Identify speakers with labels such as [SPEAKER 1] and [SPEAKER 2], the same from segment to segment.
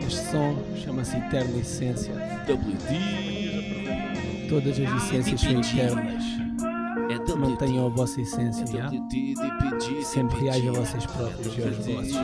[SPEAKER 1] Este som chama-se Eterna Essência.
[SPEAKER 2] WD.
[SPEAKER 1] Todas as essências são eternas.
[SPEAKER 2] É WD.
[SPEAKER 1] Mantenham a vossa essência. já?
[SPEAKER 2] WD, DPG,
[SPEAKER 1] Sempre
[SPEAKER 2] CPG,
[SPEAKER 1] reais a vocês próprios e aos vossos.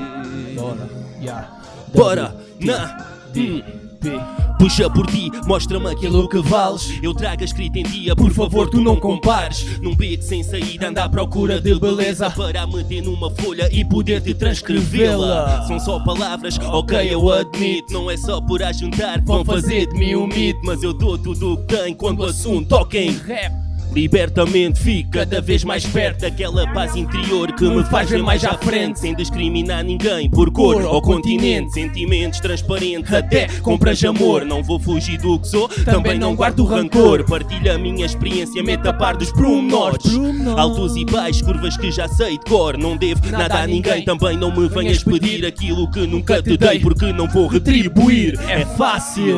[SPEAKER 1] Bora. já.
[SPEAKER 2] Bora na
[SPEAKER 1] D. P.
[SPEAKER 2] Puxa por ti, mostra-me aquilo que vales. Eu trago a escrita em dia, por favor, tu não compares. Num beco sem saída, anda à procura de beleza. Para meter numa folha e poder te transcrevê-la. São só palavras, ok, eu admito. Não é só por ajuntar que vão fazer de mim um mito. Mas eu dou tudo o que tenho quando o assunto toca em
[SPEAKER 1] Rap.
[SPEAKER 2] Libertamente fico cada vez mais perto daquela paz interior que me faz ver mais à frente, sem discriminar ninguém por cor ou continente. Sentimentos transparentes, até compras amor. Não vou fugir do que sou, também não guardo rancor. Partilho a minha experiência, mete a par dos promenores.
[SPEAKER 1] Promenores.
[SPEAKER 2] Altos e baixos, curvas que já sei de cor. Não devo nada, a ninguém, também não me venhas pedir aquilo que nunca te dei, porque não vou retribuir. É fácil,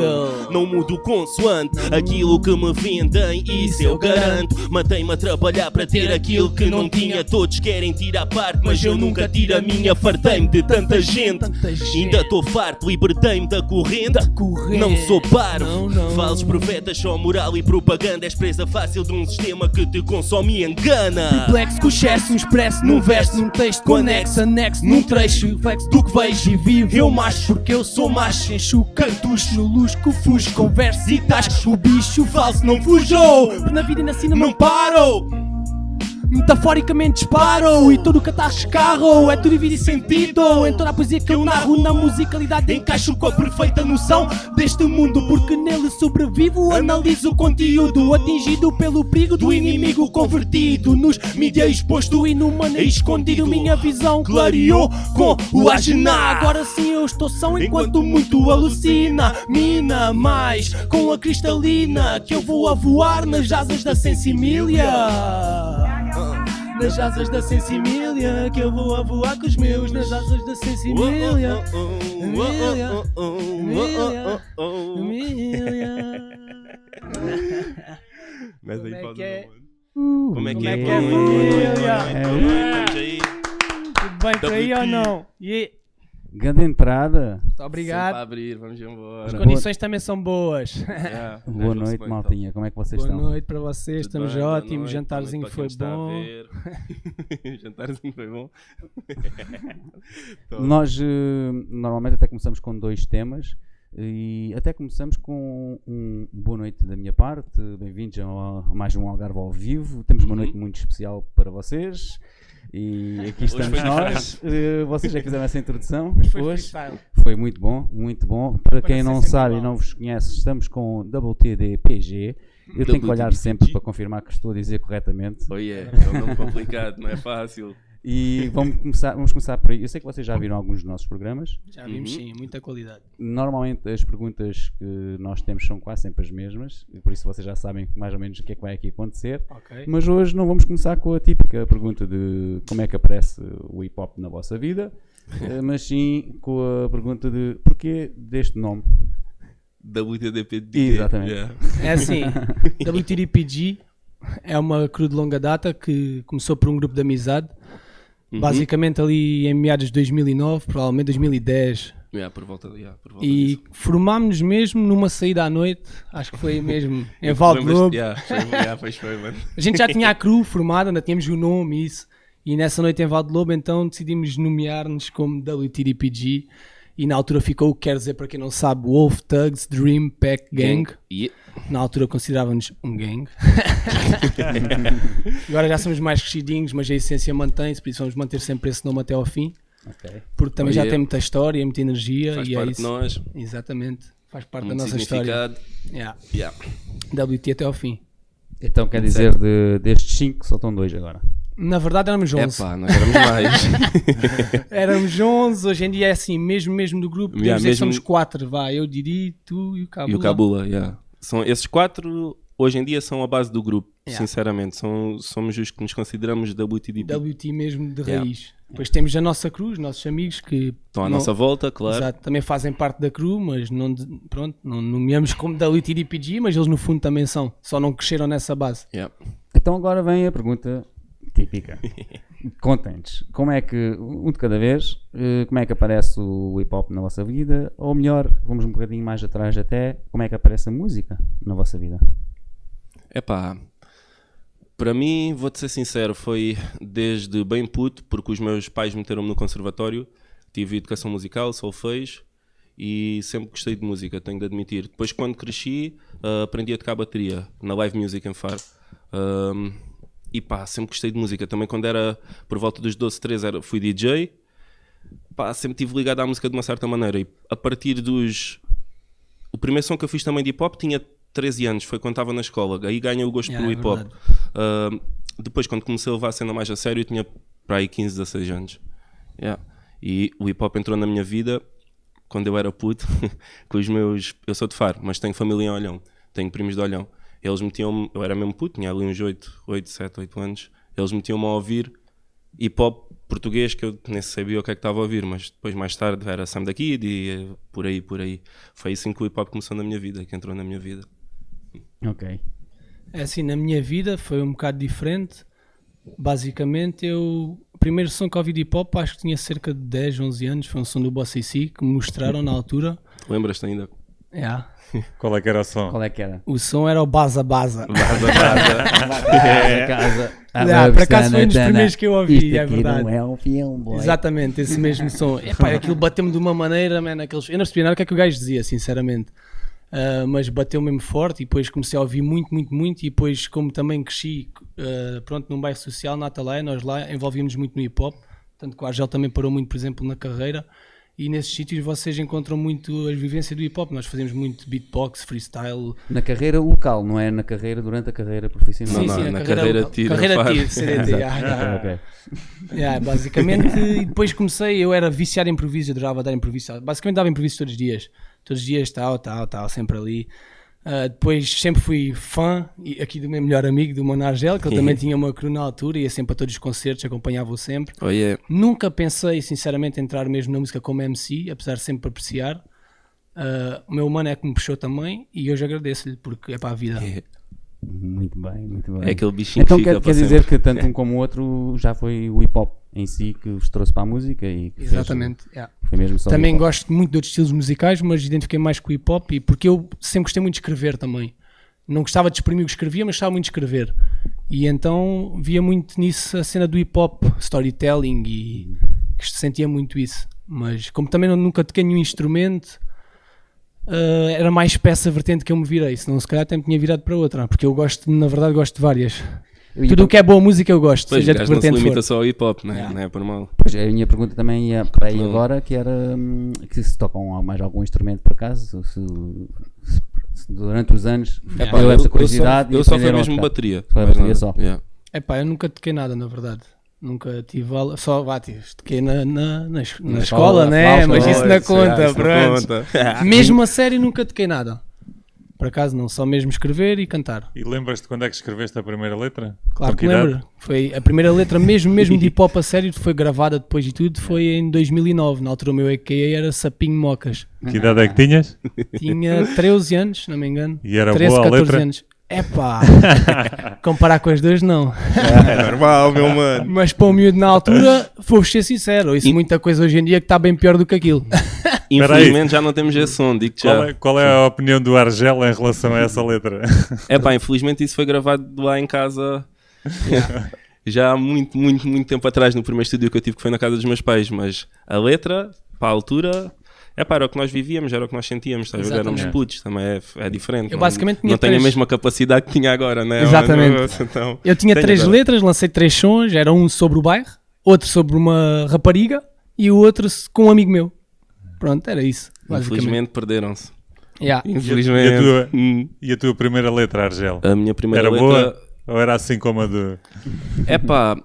[SPEAKER 2] não mudo consoante aquilo que me vendem, isso eu garanto. Matei-me a trabalhar para ter aquilo que não tinha. Todos querem tirar parte, mas eu nunca tiro a minha. Fartei-me de tanta gente,
[SPEAKER 1] Tanta gente.
[SPEAKER 2] ainda estou farto, libertei-me da corrente.
[SPEAKER 1] Correr.
[SPEAKER 2] Não sou parvo,
[SPEAKER 1] Não, não.
[SPEAKER 2] falsos profetas, só moral e propaganda. És presa fácil de um sistema que te consome e engana.
[SPEAKER 1] Complexo com excesso, um expresso num verso, num texto conexo, anexo, num trecho, flexo do que vejo e vivo.
[SPEAKER 2] Eu macho,
[SPEAKER 1] porque eu sou macho, encho o cartucho no lusco, fujo, converso e tasco. O bicho falso não fujou, na vida e na cinema
[SPEAKER 2] Não paro!
[SPEAKER 1] Metaforicamente disparo E tudo que estás carro É tudo em vida e sentido Em toda a poesia que eu narro Na musicalidade encaixo com a perfeita noção Deste mundo Porque nele sobrevivo Analiso o conteúdo Atingido pelo perigo Do inimigo convertido Nos mídia exposto Inumano e escondido Minha visão clareou com o agenar Agora sim eu estou são Enquanto muito alucina Mina mais com a cristalina Que eu vou a voar Nas asas da sensimília nas asas da sensimília Que eu vou a voar com os meus Nas asas da sensimília Emília, Emília, Emília
[SPEAKER 2] Mas
[SPEAKER 1] Como é
[SPEAKER 2] faz
[SPEAKER 1] que é?
[SPEAKER 2] uma- Como é que é?
[SPEAKER 1] como
[SPEAKER 2] Boa
[SPEAKER 1] é que é,
[SPEAKER 2] noite, boa noite,
[SPEAKER 1] família?
[SPEAKER 3] É,
[SPEAKER 2] boa
[SPEAKER 3] um
[SPEAKER 2] noite, boa noite, estamos aí.
[SPEAKER 1] Tudo bem por aí
[SPEAKER 2] WP.
[SPEAKER 1] ou não? Yeah.
[SPEAKER 3] Grande entrada.
[SPEAKER 1] Muito
[SPEAKER 2] Sempre a
[SPEAKER 1] obrigado
[SPEAKER 2] abrir, vamos embora.
[SPEAKER 1] As condições também são boas
[SPEAKER 2] Yeah,
[SPEAKER 3] Boa
[SPEAKER 2] vejam-se bem,
[SPEAKER 3] noite,
[SPEAKER 2] então.
[SPEAKER 3] maltinha. Como é que vocês
[SPEAKER 1] Boa
[SPEAKER 3] estão?
[SPEAKER 1] noite para vocês,
[SPEAKER 2] Tudo
[SPEAKER 1] estamos
[SPEAKER 2] bem? Boa
[SPEAKER 1] ótimos,
[SPEAKER 2] noite,
[SPEAKER 1] o jantarzinho
[SPEAKER 2] boa
[SPEAKER 1] foi
[SPEAKER 2] noite para
[SPEAKER 1] bom
[SPEAKER 2] quem está a ver. O jantarzinho foi bom. Então,
[SPEAKER 3] Nós eh, normalmente até começamos com dois temas eh, e até começamos com um boa noite da minha parte. Bem-vindos a a mais um Algarve ao vivo. Temos uma
[SPEAKER 2] Uhum.
[SPEAKER 3] noite muito especial para vocês. E
[SPEAKER 2] foi
[SPEAKER 3] aqui estamos nós.
[SPEAKER 2] diferente.
[SPEAKER 3] Eh, Vocês é que fizeram essa introdução.
[SPEAKER 1] Foi
[SPEAKER 3] Hoje
[SPEAKER 1] freestyle.
[SPEAKER 3] foi muito bom, muito bom. Para
[SPEAKER 1] Para
[SPEAKER 3] quem
[SPEAKER 1] não
[SPEAKER 3] não
[SPEAKER 1] ser é sempre
[SPEAKER 3] sabe e
[SPEAKER 1] igual.
[SPEAKER 3] não vos conhece, estamos com WTDPG. Eu tenho que olhar
[SPEAKER 2] WTDPG.
[SPEAKER 3] sempre para confirmar que estou a dizer corretamente.
[SPEAKER 2] Oh yeah, é um nome complicado, não é fácil.
[SPEAKER 3] E vamos começar, vamos começar por aí. Eu sei que vocês já viram alguns dos nossos programas.
[SPEAKER 1] Já vimos sim, muita qualidade
[SPEAKER 3] Normalmente as perguntas que nós temos são quase sempre as mesmas, e por isso vocês já sabem mais ou menos o que é que vai aqui acontecer.
[SPEAKER 1] Ok,
[SPEAKER 3] Mas hoje não vamos começar com a típica pergunta de como é que aparece o hip hop na vossa vida, eh, mas sim com a pergunta de porquê deste nome.
[SPEAKER 2] WTDPD.
[SPEAKER 3] Exatamente.
[SPEAKER 2] Yeah.
[SPEAKER 1] é assim WTDPG é uma crew de longa data que começou por um grupo de amizade Uhum. Basicamente ali em meados de 2009, provavelmente 2010.
[SPEAKER 2] Yeah, por volta, yeah, por volta
[SPEAKER 1] E
[SPEAKER 2] disso.
[SPEAKER 1] formámos-nos mesmo numa saída à noite, acho que foi aí mesmo, em Valde Lobo.
[SPEAKER 2] Yeah, foi, yeah, pois foi, mano.
[SPEAKER 1] A gente já tinha a crew formada, ainda tínhamos o nome e isso. E nessa noite em Valde Lobo, então decidimos nomear-nos como WTDPG. E na altura ficou o que quer dizer, para quem não sabe, Wolf, Tugs, Dream, Pack, Gang.
[SPEAKER 2] Yeah.
[SPEAKER 1] Na altura considerávamos um gang. Agora já somos mais crescidinhos, mas a essência mantém-se, por isso vamos manter sempre esse nome até ao fim.
[SPEAKER 3] Ok.
[SPEAKER 1] Porque também
[SPEAKER 2] Oh, yeah.
[SPEAKER 1] já tem muita história, muita energia
[SPEAKER 2] Faz
[SPEAKER 1] e é
[SPEAKER 2] parte
[SPEAKER 1] isso.
[SPEAKER 2] de nós,
[SPEAKER 1] Exatamente. Faz parte
[SPEAKER 2] muito
[SPEAKER 1] da nossa história.
[SPEAKER 2] significado.
[SPEAKER 1] Yeah.
[SPEAKER 2] Yeah.
[SPEAKER 1] WT até ao fim.
[SPEAKER 3] Então quer dizer, de, destes 5 só estão dois agora.
[SPEAKER 1] Na verdade éramos 11.
[SPEAKER 2] Epá, nós éramos mais.
[SPEAKER 1] Éramos 11, hoje em dia é assim, mesmo mesmo do grupo, podemos
[SPEAKER 2] Yeah,
[SPEAKER 1] dizer que
[SPEAKER 2] mesmo-
[SPEAKER 1] somos 4, vá, eu Didi, tu e o Cabo.
[SPEAKER 2] E o Cabula, yeah. São, esses quatro, hoje em dia, são a base do grupo,
[SPEAKER 1] Yeah.
[SPEAKER 2] sinceramente. São, somos os que nos consideramos WTDP.
[SPEAKER 1] WT mesmo de
[SPEAKER 2] Yeah.
[SPEAKER 1] raiz. Depois temos a nossa cruz, nossos amigos que
[SPEAKER 2] Estão Então, à
[SPEAKER 1] não-
[SPEAKER 2] nossa volta, claro.
[SPEAKER 1] Exato, também fazem parte da crew, mas não, de- pronto, não nomeamos como WTDPG, mas eles no fundo também são, só não cresceram nessa base.
[SPEAKER 2] Yeah.
[SPEAKER 3] Então agora vem a pergunta típica. contem-nos, como é que, um de cada vez, eh, como é que aparece o hip hop na vossa vida? Ou melhor, vamos um bocadinho mais atrás até, como é que aparece a música na vossa vida?
[SPEAKER 2] Epá, para mim, vou-te ser sincero, foi desde bem puto, porque os meus pais meteram-me no conservatório, tive educação musical, solfejo, e sempre gostei de música, tenho de admitir. Depois, quando cresci, ah, aprendi a tocar bateria, na Live Music em Faro. Ahm, e pá, sempre gostei de música. Também quando era por volta dos 12, 13, era, fui DJ. Pá, sempre estive ligado à música de uma certa maneira. E a partir dos o primeiro som que eu fiz também de hip hop tinha 13 anos, foi quando estava na escola. Aí ganhei o gosto
[SPEAKER 1] Yeah,
[SPEAKER 2] pelo
[SPEAKER 1] é
[SPEAKER 2] hip hop.
[SPEAKER 1] verdade.
[SPEAKER 2] Ah, depois, quando comecei a levar a cena mais a sério, eu tinha para aí 15, 16 anos. Yeah. E o hip hop entrou na minha vida quando eu era puto, com os meus. Eu sou de Faro, mas tenho família em Olhão, tenho primos de Olhão. Eles metiam-me, eu era mesmo puto, tinha ali uns 8, 8, 7, 8 anos. Eles metiam-me a ouvir hip hop português que eu nem sabia o que é que estava a ouvir, mas depois mais tarde era Sam da Kid e eh, por aí, por aí. Foi assim que o hip hop começou na minha vida, que entrou na minha vida.
[SPEAKER 3] Ok.
[SPEAKER 1] É assim, na minha vida foi um bocado diferente. Basicamente, eu. O primeiro som que ouvi de hip hop, acho que tinha cerca de 10, 11 anos. Foi um som do Bossa IC que me mostraram na altura.
[SPEAKER 2] Lembras-te ainda?
[SPEAKER 1] Yeah.
[SPEAKER 4] Qual é que era o som?
[SPEAKER 3] Qual é que era?
[SPEAKER 1] O som era o Baza Baza. é
[SPEAKER 4] É.
[SPEAKER 3] Casa, casa.
[SPEAKER 1] Ah, por acaso foi um dos primeiros que eu ouvi,
[SPEAKER 3] Isto
[SPEAKER 1] é
[SPEAKER 3] aqui
[SPEAKER 1] verdade.
[SPEAKER 3] não é um filme, boy.
[SPEAKER 1] Exatamente, esse mesmo som. Epá, aquilo bateu-me de uma maneira, man, aqueles... eu não percebi nada o que é que o gajo dizia, sinceramente. Ah, mas bateu mesmo forte e depois comecei a ouvir muito, muito, muito. E depois, como também cresci ah, pronto, num bairro social, na Atalaia, nós lá envolvíamos muito no hip hop. Tanto que o Argel também parou muito, por exemplo, na carreira. E nesses sítios vocês encontram muito a vivência do hip hop. Nós fazemos muito beatbox, freestyle,
[SPEAKER 3] Na carreira local, não é na carreira durante a carreira profissional.
[SPEAKER 2] Sim,
[SPEAKER 1] Sim,
[SPEAKER 2] não,
[SPEAKER 1] sim,
[SPEAKER 2] na
[SPEAKER 1] na
[SPEAKER 2] carreira
[SPEAKER 1] carreira
[SPEAKER 2] tiro,
[SPEAKER 1] Carreira
[SPEAKER 2] faz.
[SPEAKER 1] tiro, CDT. yeah, yeah.
[SPEAKER 3] Ok.
[SPEAKER 1] Yeah, basicamente, e depois comecei, eu era viciado em improviso, adorava dar improviso. Basicamente dava improviso todos os dias. Todos os dias, tal, tal, tal, sempre ali. Ah, depois sempre fui fã e aqui do meu melhor amigo, do Monargel, que ele também tinha uma crew na altura, ia sempre a todos os concertos, acompanhava-o sempre.
[SPEAKER 2] Oh yeah.
[SPEAKER 1] Nunca pensei, sinceramente, em entrar mesmo na música como MC, apesar de sempre apreciar. Ah, o meu humano é que me puxou também e hoje agradeço-lhe porque é para a vida.
[SPEAKER 3] Muito bem, muito bem.
[SPEAKER 2] É aquele bichinho
[SPEAKER 3] então
[SPEAKER 2] que fica
[SPEAKER 3] quer,
[SPEAKER 2] para
[SPEAKER 3] quer dizer
[SPEAKER 2] sempre.
[SPEAKER 3] que tanto um como o outro já foi o hip hop em si que vos trouxe para a música e que fez-
[SPEAKER 1] Exatamente. yeah.
[SPEAKER 3] foi mesmo só
[SPEAKER 1] Também
[SPEAKER 3] hip hop.
[SPEAKER 1] gosto muito de outros estilos musicais, mas identifiquei mais com o hip hop e porque eu sempre gostei muito de escrever também. Não gostava de exprimir o que escrevia, mas gostava muito de escrever. E então via muito nisso a cena do hip hop, storytelling
[SPEAKER 2] Uhum.
[SPEAKER 1] e que sentia muito isso. Mas como também não- nunca toquei nenhum instrumento, ah, era mais para essa vertente que eu me virei, senão se calhar até me tinha virado para outra, porque eu gosto, na verdade, gosto de várias.
[SPEAKER 3] Eu ia
[SPEAKER 1] Tudo o que é boa música eu gosto,
[SPEAKER 2] Pois,
[SPEAKER 1] seja
[SPEAKER 2] o
[SPEAKER 1] de que
[SPEAKER 2] gajo não se
[SPEAKER 1] vertente
[SPEAKER 2] limita
[SPEAKER 1] for.
[SPEAKER 2] só ao hip hop, né? não é por mal.
[SPEAKER 3] Pois, a minha pergunta também ia para aí
[SPEAKER 2] Não.
[SPEAKER 3] agora, que era hum, que se tocam mais algum instrumento por acaso, se, se- se durante os anos
[SPEAKER 1] É pá,
[SPEAKER 3] deu
[SPEAKER 2] eu,
[SPEAKER 3] essa
[SPEAKER 2] eu
[SPEAKER 3] curiosidade
[SPEAKER 2] só,
[SPEAKER 3] e
[SPEAKER 2] eu só fui
[SPEAKER 3] aprenderam a
[SPEAKER 2] mesmo
[SPEAKER 3] tocar.
[SPEAKER 2] bateria.
[SPEAKER 3] Só a
[SPEAKER 2] mais
[SPEAKER 3] bateria
[SPEAKER 2] nada.
[SPEAKER 3] só.
[SPEAKER 2] Yeah.
[SPEAKER 1] Epá, eu nunca toquei nada, na verdade. Nunca tive aula. Só vá, tive. Toquei na, na, na, es- na escola,
[SPEAKER 3] escola,
[SPEAKER 1] né?
[SPEAKER 3] flauta,
[SPEAKER 1] Mas isso
[SPEAKER 3] flauta,
[SPEAKER 1] não
[SPEAKER 3] isso,
[SPEAKER 1] conta,
[SPEAKER 2] Oh, Isso não
[SPEAKER 1] pronto.
[SPEAKER 2] conta.
[SPEAKER 4] é.
[SPEAKER 1] Mesmo a sério, nunca toquei nada. Por acaso não, só mesmo escrever e cantar.
[SPEAKER 4] E lembras-te quando é que escreveste a primeira letra?
[SPEAKER 1] Claro
[SPEAKER 4] Com
[SPEAKER 1] que
[SPEAKER 4] idade?
[SPEAKER 1] lembro. Foi a primeira letra, mesmo, mesmo de hip hop a sério, que foi gravada depois de tudo, foi em 2009. Na altura o meu EKA era Sapinho Mocas.
[SPEAKER 4] Que idade é que tinhas?
[SPEAKER 1] Tinha 13 anos, não me engano.
[SPEAKER 4] E era
[SPEAKER 1] 13,
[SPEAKER 4] boa a
[SPEAKER 1] 14
[SPEAKER 4] letra?
[SPEAKER 1] anos. Epá, comparar com as duas, não.
[SPEAKER 2] É normal, meu mano.
[SPEAKER 1] Mas para o miúdo na altura, vou-vos ser sincero, isso muita coisa hoje em dia que está bem pior do que aquilo.
[SPEAKER 2] Infelizmente já não temos esse som, digo
[SPEAKER 4] Qual
[SPEAKER 2] já.
[SPEAKER 4] é, qual é a opinião do Argel em relação a essa letra?
[SPEAKER 2] É pá, infelizmente isso foi gravado lá em casa já há muito, muito, muito tempo atrás, no primeiro estúdio que eu tive, que foi na casa dos meus pais. Mas a letra, para a altura, é pá, era o que nós vivíamos, era o que nós sentíamos, sabe? éramos
[SPEAKER 1] Exatamente.
[SPEAKER 2] putos, também é, é diferente.
[SPEAKER 1] Eu
[SPEAKER 2] não-
[SPEAKER 1] basicamente
[SPEAKER 2] não,
[SPEAKER 1] tinha
[SPEAKER 2] tenho a
[SPEAKER 1] três-
[SPEAKER 2] mesma capacidade que tinha agora, né?
[SPEAKER 1] Exatamente.
[SPEAKER 2] Mas, então,
[SPEAKER 1] Eu tinha
[SPEAKER 2] tenho
[SPEAKER 1] três
[SPEAKER 2] agora.
[SPEAKER 1] letras, lancei três sons, era um sobre o bairro, outro sobre uma rapariga e o outro s- com um amigo meu. Pronto, era isso, basicamente.
[SPEAKER 2] Infelizmente perderam-se.
[SPEAKER 1] Yeah.
[SPEAKER 2] Infelizmente.
[SPEAKER 4] Ah, E a tua?
[SPEAKER 2] Hum.
[SPEAKER 4] E a tua primeira letra, Argel?
[SPEAKER 2] A minha primeira
[SPEAKER 4] Era
[SPEAKER 2] letra.
[SPEAKER 4] boa? Ou era assim como a do.
[SPEAKER 2] É pá,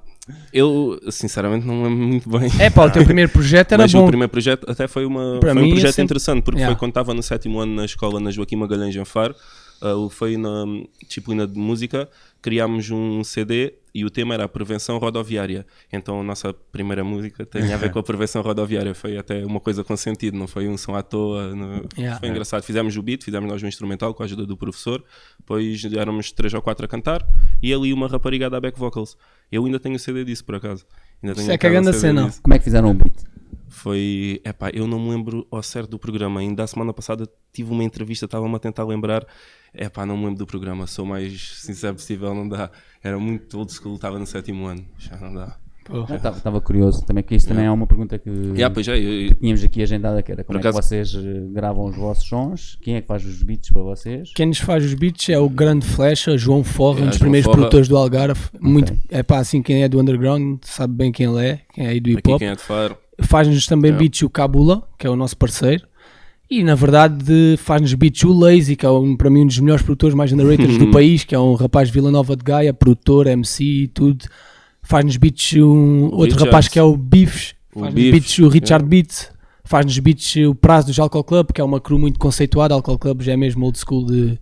[SPEAKER 2] eu sinceramente não me lembro muito bem.
[SPEAKER 1] É pá, o teu primeiro projeto era
[SPEAKER 2] Mas o
[SPEAKER 1] bom.
[SPEAKER 2] primeiro projeto até foi, uma,
[SPEAKER 1] Para
[SPEAKER 2] foi um
[SPEAKER 1] mim, eu
[SPEAKER 2] projeto
[SPEAKER 1] sempre-
[SPEAKER 2] interessante, porque
[SPEAKER 1] Yeah.
[SPEAKER 2] foi quando estava no sétimo ano na escola na Joaquim Magalhães em Faro. ah, foi na disciplina de música, criámos um CD e o tema era a prevenção rodoviária. Então a nossa primeira música tem a ver com a prevenção rodoviária. Foi até uma coisa com sentido, não foi um som à toa. não-
[SPEAKER 1] Yeah.
[SPEAKER 2] Foi engraçado. Fizemos o beat, fizemos nós um instrumental com a ajuda do professor, depois éramos três ou quatro a cantar e ali uma rapariga da back vocals. Eu ainda tenho o CD disso, por acaso. Ainda tenho
[SPEAKER 1] Isso é
[SPEAKER 2] em
[SPEAKER 1] que é
[SPEAKER 2] casa o
[SPEAKER 1] grande
[SPEAKER 2] CD
[SPEAKER 1] cena.
[SPEAKER 2] disso.
[SPEAKER 3] Como é que fizeram o beat?
[SPEAKER 2] Foi. Epá, eu não me lembro ao certo do programa. Ainda a semana passada tive uma entrevista, estava-me a tentar lembrar. Epá, não me lembro do programa. Sou o mais sincero possível, não dá. Era muito old school, estava no sétimo ano. Já não dá.
[SPEAKER 3] Estava curioso também, porque isso também é uma pergunta que
[SPEAKER 2] Yeah, pois é, eu-
[SPEAKER 3] tínhamos aqui agendada, que era como
[SPEAKER 2] Por
[SPEAKER 3] é que
[SPEAKER 2] acaso-
[SPEAKER 3] vocês eh, gravam os vossos sons, quem é que faz os beats para vocês?
[SPEAKER 1] Quem nos faz os beats é o grande Flecha, João Forra,
[SPEAKER 2] É,
[SPEAKER 1] um dos
[SPEAKER 2] João
[SPEAKER 1] primeiros
[SPEAKER 2] Forra.
[SPEAKER 1] produtores do Algarve. Muito, é pá, assim, quem é do underground sabe bem quem ele é, quem é aí do hip
[SPEAKER 2] aqui
[SPEAKER 1] hop.
[SPEAKER 2] quem é de Faro.
[SPEAKER 1] Faz-nos também beats o Cabula, que é o nosso parceiro. E na verdade faz-nos beats o Lazy, que é um, para mim um dos melhores produtores mais underrateds do país, que é um rapaz de Vila Nova de Gaia, produtor, MC e tudo. Faz-nos beats um outro
[SPEAKER 2] Richard.
[SPEAKER 1] rapaz que é o Biffs,
[SPEAKER 2] O
[SPEAKER 1] faz-nos
[SPEAKER 2] Biffs,
[SPEAKER 1] beats o Richard Beats, faz-nos beats o Prazo dos Alcohol Club, que é uma crew muito conceituada. Alcohol Club já é mesmo old school de,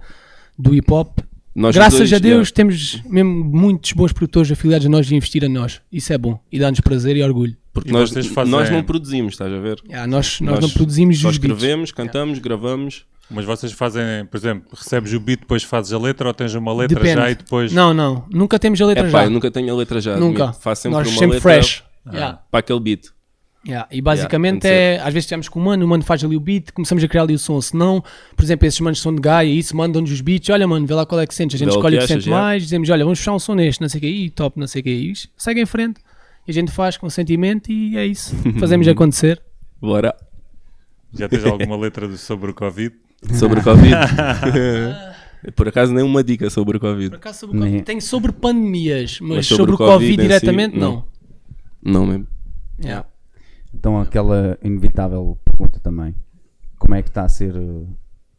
[SPEAKER 1] do hip hop.
[SPEAKER 2] Nós
[SPEAKER 1] Graças
[SPEAKER 2] dois, é,
[SPEAKER 1] a Deus
[SPEAKER 2] yeah.
[SPEAKER 1] temos mesmo muitos bons produtores afiliados a nós e investir a nós. Isso é bom e dá-nos prazer e orgulho.
[SPEAKER 2] Porque
[SPEAKER 4] E
[SPEAKER 2] nós,
[SPEAKER 4] vocês fazem-
[SPEAKER 2] nós não produzimos, estás a ver?
[SPEAKER 1] Ah, nós, nós, não produzimos
[SPEAKER 2] Nós
[SPEAKER 1] os beats.
[SPEAKER 2] escrevemos, cantamos, gravamos.
[SPEAKER 4] Mas vocês fazem, por exemplo, recebes o beat, depois fazes a letra ou tens uma letra
[SPEAKER 1] Depende.
[SPEAKER 4] já e depois.
[SPEAKER 1] Não, não. Nunca temos a letra
[SPEAKER 2] Epá,
[SPEAKER 1] já.
[SPEAKER 2] eu nunca tenho a letra já.
[SPEAKER 1] Nunca.
[SPEAKER 2] admito. Faço sempre
[SPEAKER 1] nós
[SPEAKER 2] uma
[SPEAKER 1] sempre
[SPEAKER 2] letra
[SPEAKER 1] fresh.
[SPEAKER 3] Ah.
[SPEAKER 1] Yeah,
[SPEAKER 2] para aquele beat.
[SPEAKER 1] yeah. E basicamente
[SPEAKER 2] tem de
[SPEAKER 1] é, às vezes estamos com o mano, o mano faz ali o beat, começamos a criar ali o som, se não, por exemplo, esses manos são de Gaia, isso mandam-nos os beats, olha mano, vê lá qual é que sentes, a gente
[SPEAKER 2] Vê lá o
[SPEAKER 1] escolhe
[SPEAKER 2] que
[SPEAKER 1] o que
[SPEAKER 2] achas,
[SPEAKER 1] sente
[SPEAKER 2] yeah.
[SPEAKER 1] mais, dizemos, olha, vamos fechar um som neste, não sei o que, e top, não sei o que, e isso. segue em frente, e a gente faz com sentimento e é isso, fazemos acontecer.
[SPEAKER 2] Bora.
[SPEAKER 4] Já tens alguma letra do- sobre o Covid?
[SPEAKER 2] Sobre o Covid. Por acaso, nem uma dica sobre o Covid.
[SPEAKER 1] Por acaso sobre o
[SPEAKER 3] Nem-
[SPEAKER 1] Covid, tenho sobre pandemias, mas, sobre, o
[SPEAKER 2] Covid
[SPEAKER 1] Covid
[SPEAKER 2] em si,
[SPEAKER 1] diretamente
[SPEAKER 2] não.
[SPEAKER 1] não.
[SPEAKER 2] Não mesmo.
[SPEAKER 1] Yeah.
[SPEAKER 3] Então aquela inevitável pergunta também, como é que está a ser, eh,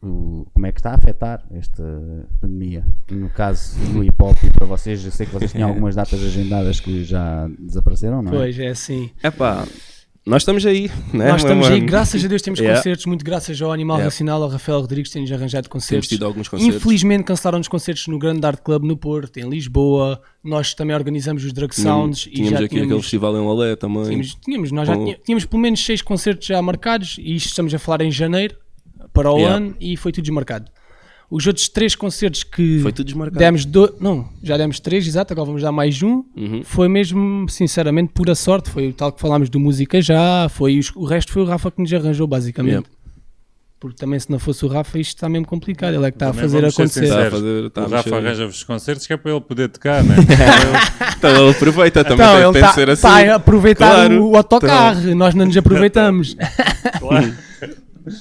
[SPEAKER 3] o- como é que está a afetar esta pandemia? No caso do hip hop e para vocês, eu sei que vocês tinham algumas datas agendadas que já desapareceram, não é?
[SPEAKER 1] Pois, é assim.
[SPEAKER 2] Epá, nós estamos aí, né?
[SPEAKER 1] Nós estamos
[SPEAKER 2] meu
[SPEAKER 1] aí,
[SPEAKER 2] mano?
[SPEAKER 1] graças a Deus temos
[SPEAKER 2] Yeah.
[SPEAKER 1] concertos, muito graças ao Animal
[SPEAKER 2] Yeah.
[SPEAKER 1] Racional, ao Rafael Rodrigues, temos arranjado
[SPEAKER 2] Temos
[SPEAKER 1] concertos.
[SPEAKER 2] tido alguns concertos.
[SPEAKER 1] Infelizmente cancelaram-nos concertos no Grande Art Club no Porto, em Lisboa. Nós também organizamos os Drug Sounds
[SPEAKER 2] Tínhamos- Tínhamos
[SPEAKER 1] e já
[SPEAKER 2] aqui aquele
[SPEAKER 1] tínhamos,
[SPEAKER 2] festival em Olé também.
[SPEAKER 1] tínhamos, tínhamos, nós já
[SPEAKER 2] Com-
[SPEAKER 1] tínhamos, tínhamos pelo menos seis concertos já marcados e isto estamos a falar em janeiro para o
[SPEAKER 2] Yeah.
[SPEAKER 1] ano e foi tudo desmarcado. Os outros três concertos que
[SPEAKER 2] Foi tudo desmarcado.
[SPEAKER 1] demos dois, não, já demos três, exato, agora vamos dar mais um.
[SPEAKER 2] Uhum.
[SPEAKER 1] Foi mesmo, sinceramente, pura sorte. Foi o tal que falámos do música já, foi os- o resto foi o Rafa que nos arranjou, basicamente.
[SPEAKER 2] Yeah.
[SPEAKER 1] Porque também se não fosse o Rafa isto está mesmo complicado, ele é que está a
[SPEAKER 4] Também
[SPEAKER 1] fazer
[SPEAKER 4] vamos ser
[SPEAKER 1] acontecer.
[SPEAKER 4] sinceros,
[SPEAKER 2] Está a fazer- está a
[SPEAKER 4] o Rafa
[SPEAKER 2] mexer.
[SPEAKER 4] arranja-vos os concertos que é para ele poder tocar, não é?
[SPEAKER 2] Então ele aproveita também,
[SPEAKER 1] Então,
[SPEAKER 2] tem,
[SPEAKER 1] ele
[SPEAKER 2] tem
[SPEAKER 1] está
[SPEAKER 2] de ser assim.
[SPEAKER 1] a aproveitar
[SPEAKER 2] Claro.
[SPEAKER 1] o autocarro, nós não nos aproveitamos.